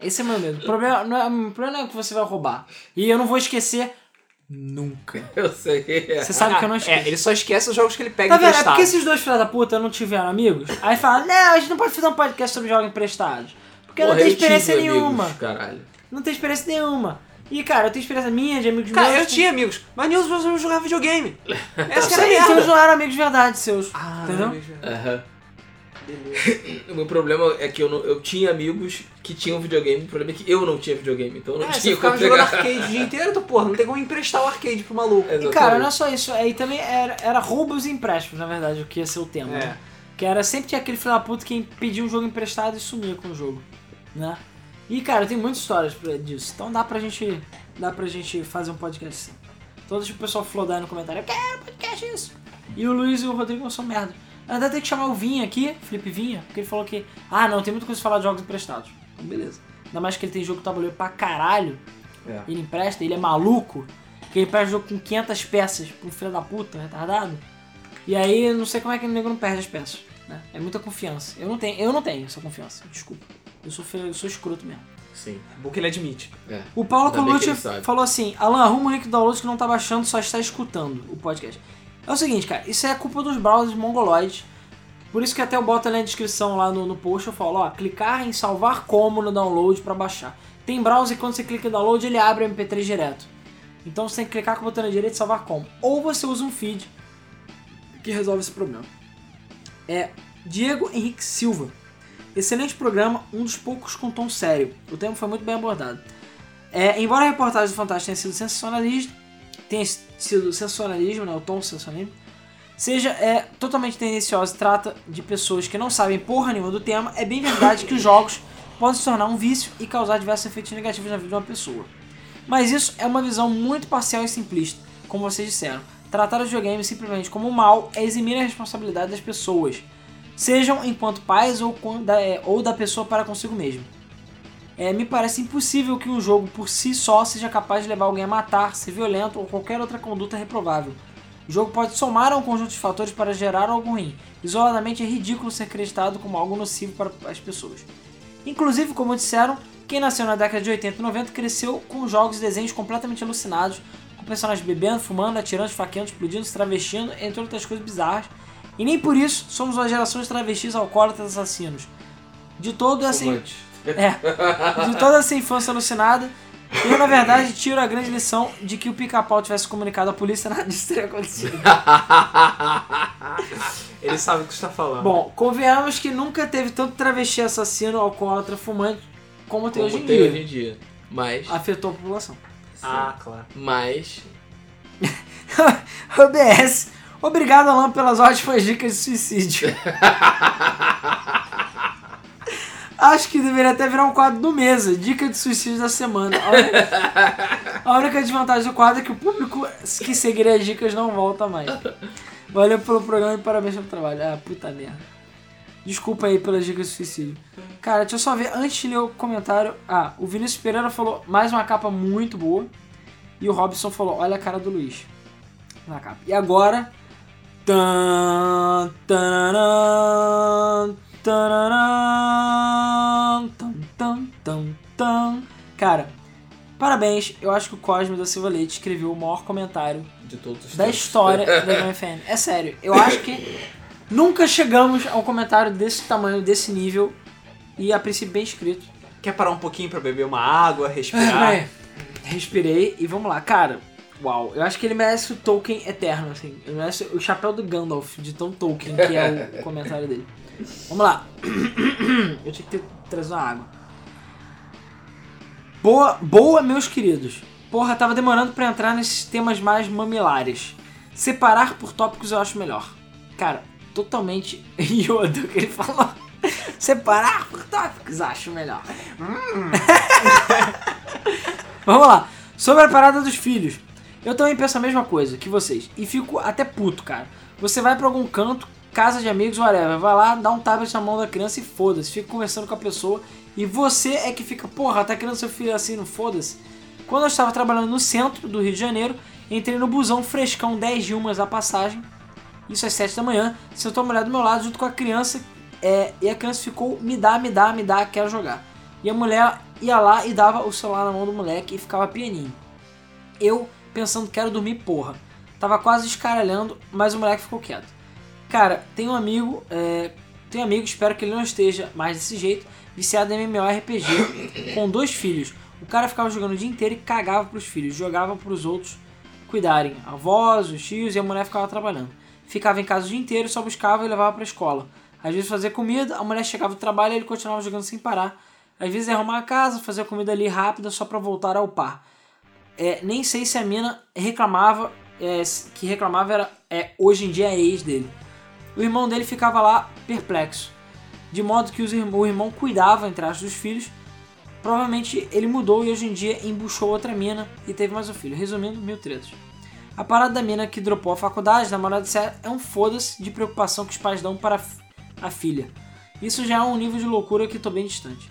Esse é meu medo. O problema não é, o problema não é que você vai roubar. E eu não vou esquecer nunca. Eu sei. Você sabe que eu não É, esqueço. ele só esquece os jogos que ele pega Tá vendo? É emprestado. porque esses dois filhos da puta não tiveram amigos. Aí fala, não, a gente não pode fazer um podcast sobre jogos emprestados. Porque eu não Porra, tenho tive experiência amigos, nenhuma. caralho. Não tenho experiência nenhuma. E, cara, eu tenho experiência minha de amigos Cara, meus. eu tinha amigos, mas nenhum dos meus amigos jogava videogame. Então Essa que era a Sim, merda. um seus não eram amigos de verdade seus. Ah, entendeu? Aham. O meu problema é que eu, não- eu tinha amigos que tinham videogame, o problema é que eu não tinha videogame, então eu não É, tinha você o que eu ficava jogando pegar. arcade o dia inteiro, tu, porra, não tem como emprestar o arcade pro maluco. Exatamente. E cara, não é só isso, aí também era, era roubos e empréstimos, na verdade, o que ia ser o tema, É. né? Que era sempre tinha aquele filho da puta que pedia um jogo emprestado e sumia com o jogo, né? E cara, tem muitas histórias pra- disso, então dá pra gente, dá pra gente fazer um podcast assim. Então deixa o pessoal flodar no comentário, eu quero um podcast isso. E o Luiz e o Rodrigo são merda. Na verdade tem que chamar o Vinha aqui, Felipe Vinha, porque ele falou que, ah não, tem muita coisa pra falar de jogos emprestados. Então, beleza. Ainda mais que ele tem jogo tabuleiro pra caralho, É. ele empresta, ele é maluco, que ele empresta jogo com 500 peças pro filho da puta, retardado. E aí, eu não sei como é que o nego não perde as peças, né? É muita confiança. Eu não tenho, eu não tenho essa confiança, desculpa. Eu sou, feio, eu sou escroto mesmo. Sim. O que ele admite. É. O Paulo Ainda bem que Colucci ele sabe. falou assim: Alan, arruma o link do download que não tá baixando, só está escutando o podcast. É o seguinte, cara, isso é culpa dos browsers mongoloides. Por isso que até eu boto ali na descrição lá no, no post, eu falo, ó, clicar em salvar como no download pra baixar. Tem browser que quando você clica em download, ele abre o MP3 direto. Então você tem que clicar com o botão na direita e salvar como. Ou você usa um feed que resolve esse problema. É Diego Henrique Silva. Excelente programa, um dos poucos com tom sério. O tema foi muito bem abordado. É, embora a reportagem do Fantástico tenha sido sensacionalista, tenha sido sensacionalismo, né, o tom sensacionalismo, seja é, totalmente tendenciosa e trata de pessoas que não sabem porra nenhuma do tema, é bem verdade que os jogos podem se tornar um vício e causar diversos efeitos negativos na vida de uma pessoa. Mas isso é uma visão muito parcial e simplista, como vocês disseram. Tratar o videogame simplesmente como um mal é eximir a responsabilidade das pessoas, sejam enquanto pais ou, com- da, é, ou da pessoa para consigo mesmo. É, me parece impossível que um jogo por si só seja capaz de levar alguém a matar, ser violento ou qualquer outra conduta reprovável. O jogo pode somar a um conjunto de fatores para gerar algo ruim. Isoladamente é ridículo ser acreditado como algo nocivo para as pessoas. Inclusive, como disseram, quem nasceu na década de 80 e 90 cresceu com jogos e desenhos completamente alucinados, com personagens bebendo, fumando, atirando, esfaqueando, explodindo, se travestindo, entre outras coisas bizarras. E nem por isso somos uma geração de travestis, alcoólatras, assassinos. De todo essa, Fumante. é. De toda essa infância alucinada, eu, na verdade, tiro a grande lição de que o pica-pau tivesse comunicado à polícia, nada disso teria acontecido. Ele Ah. sabe o que você tá falando. Bom, convenhamos que nunca teve tanto travesti assassino, alcoólatra, fumante como tem Como hoje em tem dia. hoje em dia. Mas. Afetou a população. ah, claro. Mas. OBS. Obrigado, Alan, pelas ótimas dicas de suicídio. Acho que deveria até virar um quadro do Mesa, dica de suicídio da semana. A única, a única desvantagem do quadro é que o público que seguir as dicas não volta mais. Valeu pelo programa e parabéns pelo trabalho. Ah, puta merda. Desculpa aí pelas dicas de suicídio. Cara, deixa eu só ver, antes de ler o comentário... Ah, o Vinícius Pereira falou, mais uma capa muito boa. E o Robson falou, olha a cara do Luiz na capa. E agora. Tan, tararam, tararam, tan, tan, tan, tan. Cara, parabéns. Eu acho que o Cosme da Silva Leite escreveu o maior comentário De todos os da tempos. história da Game FM. É sério, eu acho que nunca chegamos a um comentário desse tamanho, desse nível. E a princípio bem escrito. Quer parar um pouquinho pra beber uma água, respirar? Vai. É. Respirei e vamos lá. Cara, uau. Eu acho que ele merece o Tolkien eterno, assim. Ele merece o chapéu do Gandalf, de tão Tolkien, que é o comentário dele. Vamos lá. Eu tinha que ter trazido uma água. Boa, boa, meus queridos. Porra, tava demorando pra entrar nesses temas mais mamilares. Separar por tópicos eu acho melhor. Cara, totalmente Yoda o que ele falou. Separar por tópicos acho melhor. Vamos lá. Sobre a parada dos filhos. Eu também penso a mesma coisa que vocês. E fico até puto, cara. Você vai pra algum canto, casa de amigos, whatever. Vai lá, dá um tablet na mão da criança e foda-se. Fica conversando com a pessoa. E você é que fica, porra, tá criando seu filho assim, não foda-se. Quando eu estava trabalhando no centro do Rio de Janeiro, entrei no busão frescão 10 de umas a passagem. Isso às 7 da manhã. Sentou a mulher do meu lado junto com a criança. é, e a criança ficou, me dá, me dá, me dá, quero jogar. E a mulher ia lá e dava o celular na mão do moleque e ficava pianinho. Eu pensando, quero dormir, porra. Tava quase escaralhando, mas o moleque ficou quieto. Cara, tem um amigo, é, tem um amigo, espero que ele não esteja mais desse jeito, viciado em MMORPG, com dois filhos. O cara ficava jogando o dia inteiro e cagava pros filhos, jogava pros outros cuidarem, avós, os tios e a mulher ficava trabalhando. Ficava em casa o dia inteiro, só buscava e levava pra escola. Às vezes fazia comida, a mulher chegava do trabalho e ele continuava jogando sem parar. Às vezes ia arrumar a casa, fazia comida ali rápida só pra voltar ao par. É, nem sei se a mina reclamava, é, se- que reclamava era é, hoje em dia é ex dele. O irmão dele ficava lá perplexo, de modo que os irm- o irmão cuidava, entre aspas, dos filhos. Provavelmente ele mudou e hoje em dia embuchou outra mina e teve mais um filho. Resumindo, mil tretas. A parada da mina que dropou a faculdade, namorada etc, é um foda-se de preocupação que os pais dão para a fi- a filha. Isso já é um nível de loucura que tô bem distante.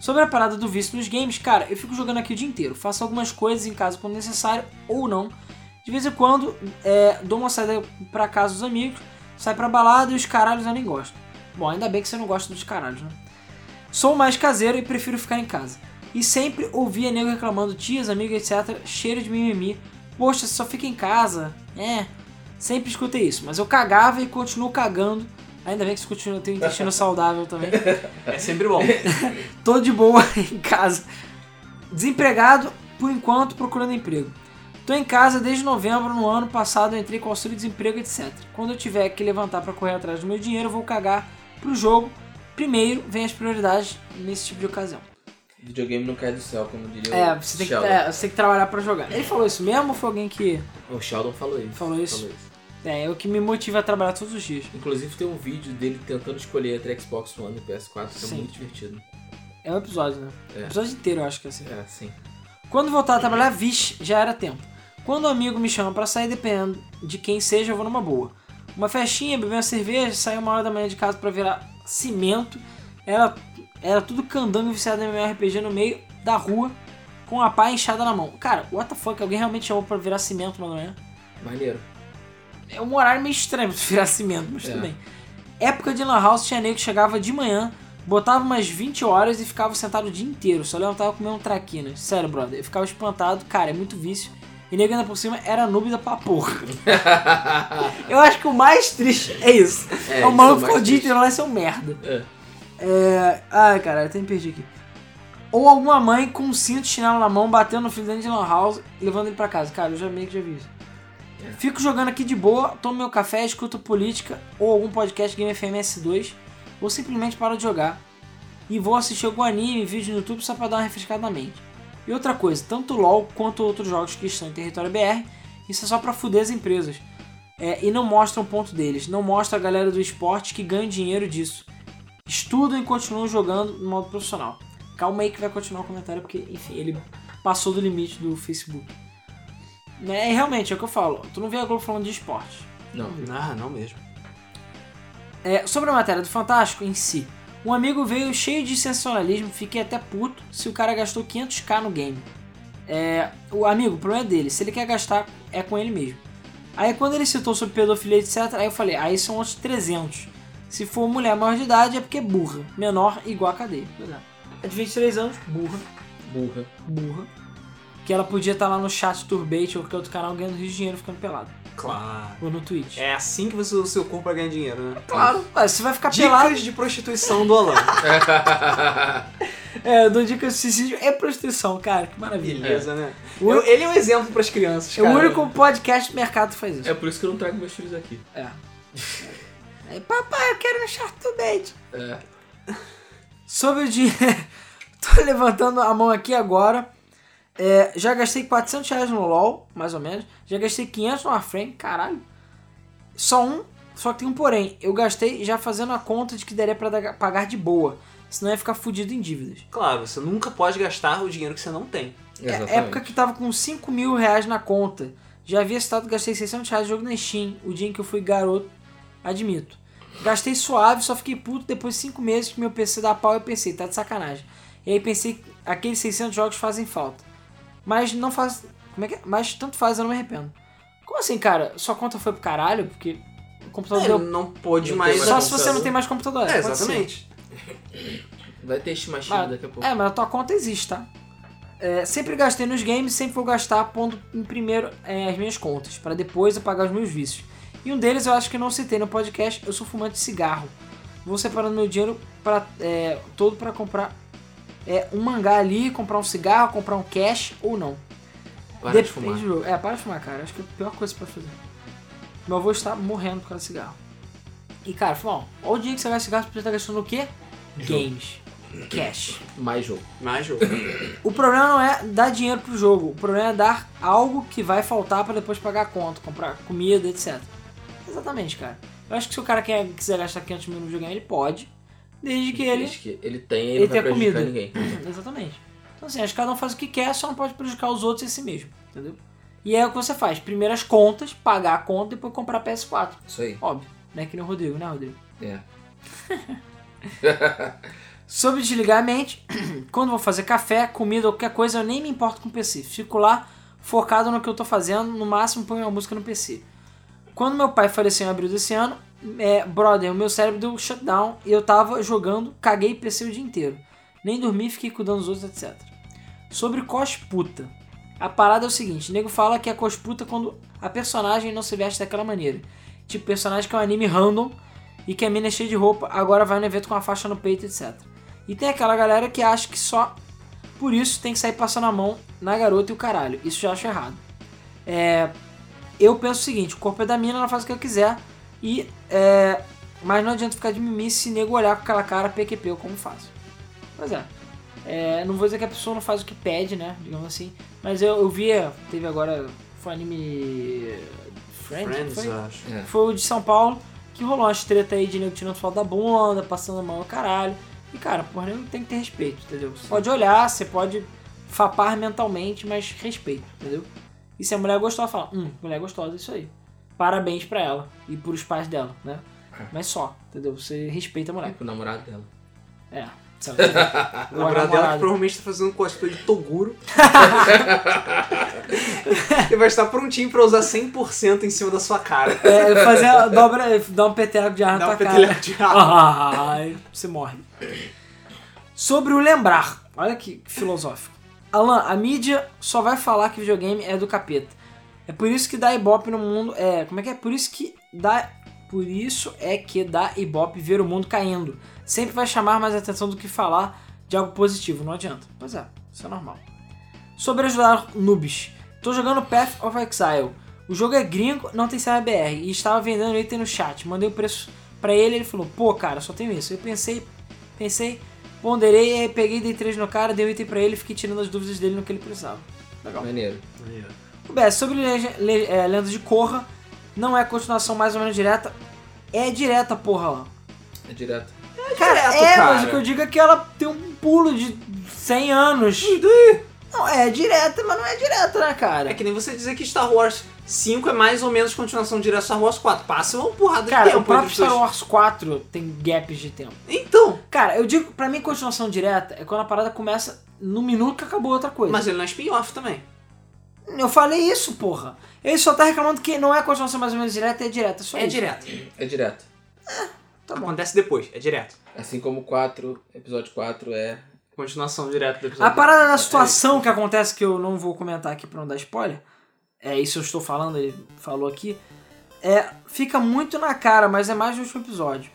Sobre a parada do vício nos games, cara, eu fico jogando aqui o dia inteiro. Faço algumas coisas em casa quando necessário ou não. De vez em quando, é, dou uma saída pra casa dos amigos, saio pra balada e os caralhos eu nem gosto. Bom, ainda bem que você não gosta dos caralhos, né? Sou mais caseiro e prefiro ficar em casa. E sempre ouvia nego reclamando, tias, amigos, etc, cheiro de mimimi. Poxa, você só fica em casa. É, sempre escutei isso. Mas eu cagava e continuo cagando. Ainda bem que você continua, tem um intestino saudável também É sempre bom. tô de boa em casa. Desempregado, por enquanto, procurando emprego. Tô em casa desde novembro, no ano passado eu entrei com auxílio-desemprego, etc. Quando eu tiver que levantar pra correr atrás do meu dinheiro, eu vou cagar pro jogo. Primeiro vem as prioridades nesse tipo de ocasião. Videogame não cai do céu, como diria É, o você tem que, Sheldon. é, você tem que trabalhar pra jogar. Ele falou isso mesmo ou foi alguém que. O Sheldon falou isso. Falou isso? É, é o que me motiva a trabalhar todos os dias. Inclusive tem um vídeo dele tentando escolher entre Xbox One e PS4, que Sim. é muito divertido. É um episódio, né? É. O episódio inteiro, eu acho que é assim. É, sim. Quando voltar a trabalhar, vixe, já era tempo. Quando um amigo me chama pra sair, dependendo de quem seja, eu vou numa boa. Uma festinha, beber uma cerveja, sair uma hora da manhã de casa pra virar cimento. Era, era tudo candango viciado em MMORPG no meio da rua, com a pá inchada na mão. Cara, what the fuck, alguém realmente chamou pra virar cimento né? uma da manhã? Maneiro. É um horário meio estranho pra tu virar cimento, mas É. tudo bem. Época de Lan House tinha nego que chegava de manhã, botava umas 20 horas e ficava sentado o dia inteiro, só levantava comer um traquina. Sério, brother, eu ficava espantado, cara, é muito vício. E nego ainda por cima era noob da pra porra. Eu acho que o mais triste é isso. É, o isso maluco mais ficou o dia triste. inteiro lá e seu merda. É. É. Ai, caralho, até me perdi aqui. Ou alguma mãe com um cinto de chinelo na mão, batendo no filho dentro de Lan House e levando ele pra casa. Cara, eu já meio que já vi isso. Fico jogando aqui de boa, tomo meu café, escuto política ou algum podcast Game FMS 2 ou simplesmente paro de jogar e vou assistir algum anime, vídeo no YouTube só pra dar uma refrescada na mente. E outra coisa, tanto LoL quanto outros jogos que estão em território BR, isso é só pra fuder as empresas. É, e não mostra o ponto deles, não mostra a galera do esporte que ganha dinheiro disso. Estudam e continuam jogando no modo profissional. Calma aí que vai continuar o comentário, porque, enfim, ele passou do limite do Facebook. Né, e realmente, é o que eu falo, tu não vê a Globo falando de esporte. Não. Ah, não mesmo. É, sobre a matéria do Fantástico em si, um amigo veio cheio de sensacionalismo, fiquei até puto se o cara gastou 500k no game. É, o amigo, o problema é dele, se ele quer gastar, é com ele mesmo. Aí quando ele citou sobre pedofilia, etc, aí eu falei, aí são outros 300. Se for mulher maior de idade é porque é burra, menor igual a cadeia. Pois é. É de 23 anos, burra, Burra. burra. Que ela podia estar lá no chat Turbate ou qualquer outro canal ganhando rio de dinheiro ficando pelado. Claro. Ou no Twitch. É assim que você, o seu corpo vai ganhar dinheiro, né? Claro, ué, você vai ficar pelado. Dicas de prostituição do Alan. É, eu dou dica de suicídio é prostituição, cara, que maravilha. Beleza, né? O- Eu- ele é um exemplo pras crianças, É cara. o único podcast do mercado que faz isso. é por isso que eu não trago meus filhos aqui. É. Aí, papai, eu quero um chartubete. É. Sobre o dinheiro. Tô levantando a mão aqui agora. É, já gastei 400 reais no LOL, mais ou menos. Já gastei 500 no Warframe, caralho. Só um, só que tem um porém. Eu gastei já fazendo a conta de que daria pra dar- pagar de boa. Senão ia ficar fudido em dívidas. Claro, você nunca pode gastar o dinheiro que você não tem. Exatamente. É, época que tava com 5 mil reais na conta. Já havia citado que gastei 600 reais no jogo na Steam, o dia em que eu fui garoto, admito. Gastei suave, só fiquei puto depois de 5 meses que meu PC dá pau e eu pensei, tá de sacanagem. E aí pensei, que aqueles 600 jogos fazem falta. Mas não faz... Como é que é? Mas tanto faz, eu não me arrependo. Como assim, cara? Sua conta foi pro caralho? Porque Ele computador deu. não pôde Não mais. tem Só mais se você não tem mais computador. É, pode ser. exatamente. Vai ter estimativa Mas- daqui a pouco. É, mas a tua conta existe, tá? É, sempre gastei nos games, sempre vou gastar pondo em primeiro é, as minhas contas, para depois eu pagar os meus vícios. E um deles eu acho que não citei no podcast, eu sou fumante de cigarro. Vou separando meu dinheiro pra, é, todo para comprar é, um mangá ali, comprar um cigarro, comprar um cash ou não. Para de Depende fumar. do jogo. É, para de fumar, cara. Acho que é a pior coisa pra fazer. Meu avô está morrendo por causa de cigarro. E, cara, fala, ó, o dinheiro que você gasta em cigarro, você podia estar gastando o quê? Games. Cash. Mais jogo. Mais jogo. O problema não é dar dinheiro pro jogo, o problema é dar algo que vai faltar pra depois pagar a conta, comprar comida, etc. Exatamente, cara. Eu acho que se o cara quer, quiser gastar 500 mil no videogame, ele pode, desde que ele. Diz que ele tem, ele, ele não vai tem a prejudicar comida. ninguém. Exatamente. Então, assim, acho que cada um faz o que quer, só não pode prejudicar os outros e a si mesmo, entendeu? E é o que você faz: primeiro as contas, pagar a conta, depois comprar PS4. Isso aí. Óbvio, né? Que nem o Rodrigo, né, Rodrigo? É. Sobre desligar a mente, quando vou fazer café, comida ou qualquer coisa, eu nem me importo com o PC. Fico lá focado no que eu tô fazendo, no máximo ponho uma música no PC. Quando meu pai faleceu em abril desse ano, é, brother, o meu cérebro deu um shutdown e eu tava jogando, caguei PC o dia inteiro. Nem dormi, fiquei cuidando dos outros, etc. Sobre cosputa. A parada é o seguinte, nego fala que é cosputa quando a personagem não se veste daquela maneira. Tipo, personagem que é um anime random e que a mina é cheia de roupa, agora vai no evento com a faixa no peito, etc. E tem aquela galera que acha que só por isso tem que sair passando a mão na garota e o caralho. Isso já acho errado. É, eu penso o seguinte, o corpo é da mina, ela faz o que ela quiser e... é, mas não adianta ficar de mimimi se nego olhar com aquela cara PQP ou como faço. Pois é. É, não vou dizer que a pessoa não faz o que pede, né? Digamos assim. Mas eu, eu via, teve agora, foi um anime... Friends, Friends, foi? eu acho. É. Foi o de São Paulo, que rolou umas treta aí de nego tirando foto da bunda, passando a mão ao caralho. E cara, porra, nego tem que ter respeito, entendeu? Você pode olhar, você pode fapar mentalmente, mas respeito, entendeu? E se a mulher gostosa fala, hum, mulher gostosa, isso aí. Parabéns pra ela e pros pais dela, né? É. Mas só, entendeu? Você respeita a É mulher. pro namorado dela. É. sabe? O Lembrar dela que namorado. provavelmente tá fazendo um cosplay de Toguro. e vai estar prontinho pra usar 100% em cima da sua cara. É, fazer, dobra, dá um peteleco de ar na Dá tua um cara. petelhado de rabo. Ai, você morre. Sobre o lembrar. Olha que filosófico. Alan, a mídia só vai falar que videogame é do capeta. É por isso que dá ibope no mundo. É, como é que é? Por isso que dá. Por isso é que dá ibope ver o mundo caindo. Sempre vai chamar mais atenção do que falar de algo positivo, não adianta. Pois é, isso é normal. Sobre ajudar noobs. Tô jogando Path of Exile. O jogo é gringo, não tem CBR e estava vendendo item no chat. Mandei o preço pra ele, ele falou: "Pô, cara, só tenho isso". Eu pensei, pensei, ponderei, aí peguei dei três no cara, dei o item pra ele, fiquei tirando as dúvidas dele no que ele precisava. Legal. Maneiro. O BS sobre Lege- Le- é, Lendas de Korra, não é continuação mais ou menos direta. É direta, porra. Alan. É direto. Cara, direto, é, cara. mas o que eu digo é que ela tem um pulo de 100 anos. Não, é direta, mas não é direta, né, cara? É que nem você dizer que Star Wars 5 é mais ou menos continuação direta de Star Wars 4. Passa uma porrada de Cara, tempo o próprio entre os dois. Star Wars 4 tem gaps de tempo. Então, Cara, eu digo, pra mim, continuação direta é quando a parada começa no minuto que acabou outra coisa. mas ele não é spin-off também. eu falei isso, porra. Ele só tá reclamando que não é continuação mais ou menos direta, é direta. Só É isso. direto. É direto. Tá bom. Acontece depois, é direto. Assim como o 4, episódio 4 é. Continuação direta do episódio. A parada da situação que acontece, que eu não vou comentar aqui pra não dar spoiler, é isso eu estou falando, ele falou aqui, é, fica muito na cara, mas é mais no último episódio.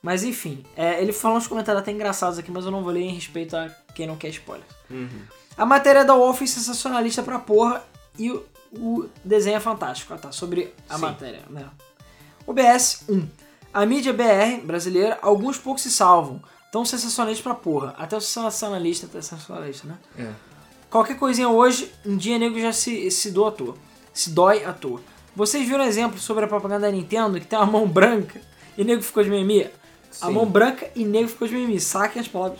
Mas enfim, é, ele falou uns comentários até engraçados aqui, mas eu não vou ler em respeito a quem não quer spoiler. Uhum. A matéria da Wolf é sensacionalista pra porra e o, o desenho é fantástico. Ah, tá. Sobre a Sim. matéria, né? OBS 1. A mídia BR brasileira, alguns poucos se salvam. Tão sensacionalista pra porra. Até o sensacionalista, até sensacionalista, né? É. Qualquer coisinha hoje, um dia nego já se, se doa à toa. Se dói à toa. Vocês viram exemplo sobre a propaganda da Nintendo que tem uma mão branca e nego ficou de mimimi? A Sim. mão branca e nego ficou de mimimi. Saquem as palavras.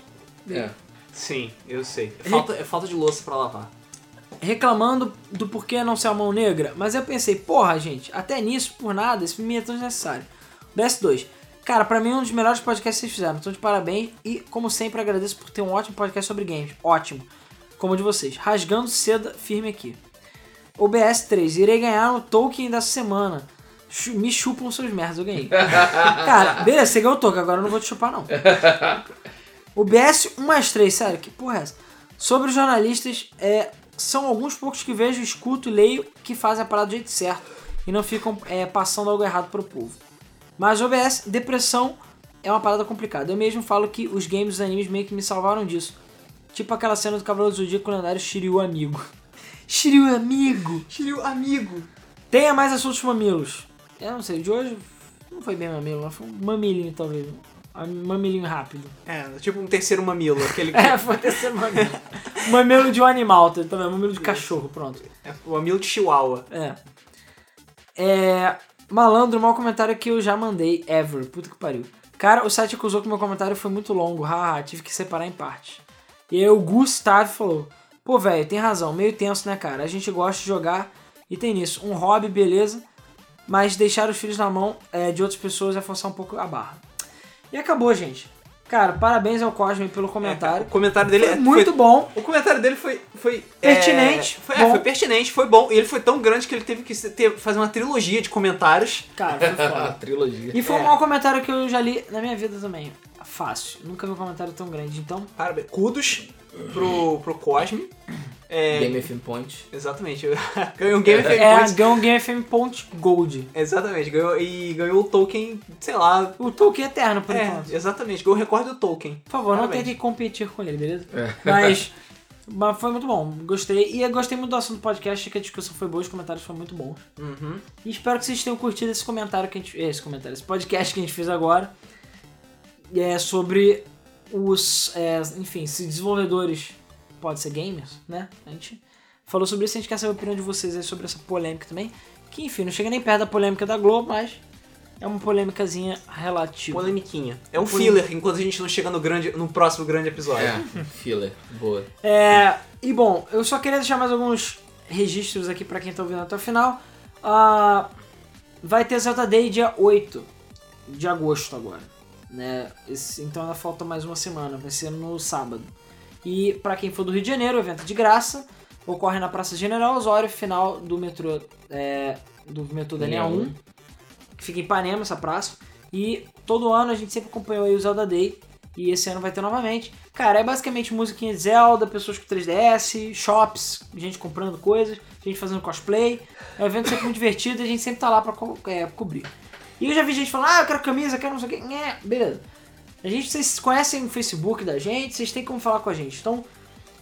É. Sim, eu sei. Falta, é falta de louça pra lavar. reclamando do porquê não ser a mão negra, mas eu pensei, porra, gente, até nisso, por nada, esse filme é tão desnecessário. DS2. Cara, pra mim é um dos melhores podcasts que vocês fizeram, então de parabéns e, como sempre, agradeço por ter um ótimo podcast sobre games. Ótimo. Como o de vocês. Rasgando seda firme aqui. OBS 3. Irei ganhar o Tolkien dessa semana. chu- me chupam seus merdas, eu ganhei. é. Cara, beleza, você ganhou o toque, agora eu não vou te chupar, não. O BS 1 mais 3, sério, que porra é essa? Sobre os jornalistas, é, são alguns poucos que vejo, escuto e leio que fazem a parada do jeito certo e não ficam é, passando algo errado pro povo. Mas OBS, depressão é uma parada complicada. Eu mesmo falo que os games e os animes meio que me salvaram disso. Tipo aquela cena do Cavaleiro do Zodíaco com o lendário Shiryu Amigo. Shiryu Amigo! Shiryu, amigo. Tenha mais assuntos mamilos. Eu não sei, de hoje não foi bem mamilo, mas foi um mamilinho talvez. Um mamilinho rápido. É, tipo um terceiro mamilo, aquele que- É, foi esse mamilo. mamilo de um animal, tá vendo? Mamilo de cachorro, pronto. é o mamilo de chihuahua. É. É. Malandro, mau comentário que eu já mandei, ever. Puta que pariu. Cara, o site acusou que meu comentário foi muito longo, haha, tive que separar em parte. E aí o Gustavo falou: Pô, velho, tem razão, meio tenso, né, cara? A gente gosta de jogar e tem nisso. Um hobby, beleza, mas deixar os filhos na mão é, de outras pessoas é forçar um pouco a barra. E acabou, gente. Cara, parabéns ao Cosme pelo comentário. O comentário dele Foi é- muito bom. O comentário dele foi. foi Pertinente, é, foi, é, bom. foi pertinente, foi bom. E ele foi tão grande que ele teve que se- ter- fazer uma trilogia de comentários. Cara, foi foda. trilogia. E foi um É. mau comentário que eu já li na minha vida também. Fácil. Nunca vi um comentário tão grande. Então, Parabéns. Kudos pro, pro Cosme. É, Game FM Point. Exatamente. Ganhou um Game of é Points. ganhou um Game FM Point Gold. Exatamente. Ganhou, e ganhou o Tolkien, sei lá. O Tolkien é eterno, por enquanto. É, exatamente. Ganhou o recorde do Tolkien. Por favor, não Parabéns. tente competir com ele, beleza? É. Mas, mas foi muito bom. Gostei. E eu gostei muito do assunto do podcast. Achei que a discussão foi boa, os comentários foram muito bons. Uhum. E espero que vocês tenham curtido esse comentário que a gente. Esse comentário, esse podcast que a gente fez agora. É sobre os. é, enfim, se desenvolvedores pode ser gamers, né? A gente falou sobre isso, a gente quer saber a opinião de vocês aí sobre essa polêmica também. Que enfim, não chega nem perto da polêmica da Globo, mas é uma polêmicazinha relativa. Polemiquinha. É um filler enquanto a gente não chega no, grande, no próximo grande episódio. É, filler. Boa. É, e bom, eu só queria deixar mais alguns registros aqui pra quem tá ouvindo até o final. Ah, vai ter Zelda Day dia 8 de agosto agora. Né? Esse- então ainda falta mais uma semana, vai ser no sábado. E pra quem for do Rio de Janeiro, o evento é de graça. Ocorre na Praça General Osório, final do metrô, é, do metrô um. da linha Linha 1, que fica em Ipanema, essa praça. E todo ano a gente sempre acompanhou aí o Zelda Day. E esse ano vai ter novamente. Cara, é basicamente musiquinha de Zelda, pessoas com 3DS, shops, gente comprando coisas, gente fazendo cosplay. É um evento sempre muito divertido e a gente sempre tá lá pra co- é, cobrir. E eu já vi gente falando, ah, eu quero camisa, eu quero não sei o quê. É, beleza. A gente, vocês conhecem o Facebook da gente, vocês têm como falar com a gente. Então,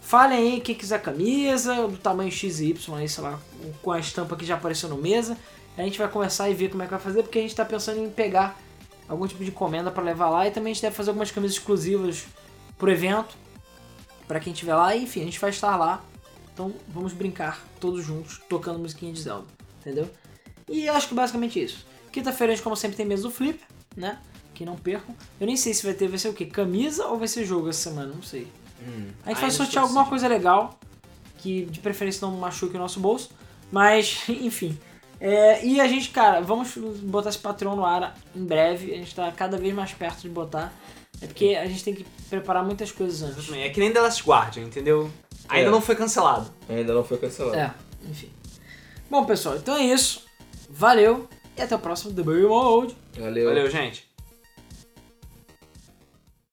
falem aí quem quiser camisa, do tamanho X e Y aí, sei lá, com a estampa que já apareceu no mesa. A gente vai conversar e ver como é que vai fazer, porque a gente tá pensando em pegar algum tipo de encomenda pra levar lá e também a gente deve fazer algumas camisas exclusivas pro evento, pra quem estiver lá, e, enfim, a gente vai estar lá. Então, vamos brincar todos juntos, tocando musiquinha de Zelda, entendeu? E eu acho que basicamente é isso. Quinta-feira, a gente, como sempre, tem mesa do Flip, né? Que não percam. Eu nem sei se vai ter, vai ser o quê? Camisa ou vai ser jogo essa semana? Não sei. a gente ainda vai estou sortear alguma coisa legal, que de preferência não machuque o nosso bolso. Mas, enfim. É, e a gente, cara, vamos botar esse Patreon no ar em breve. A gente tá cada vez mais perto de botar. É porque a gente tem que preparar muitas coisas antes. É que nem The Last Guardian, entendeu? Ainda É. não foi cancelado. Ainda não foi cancelado. É, enfim. Bom, pessoal, então é isso. Valeu e até o próximo The Baby Mode. Valeu. Valeu, gente.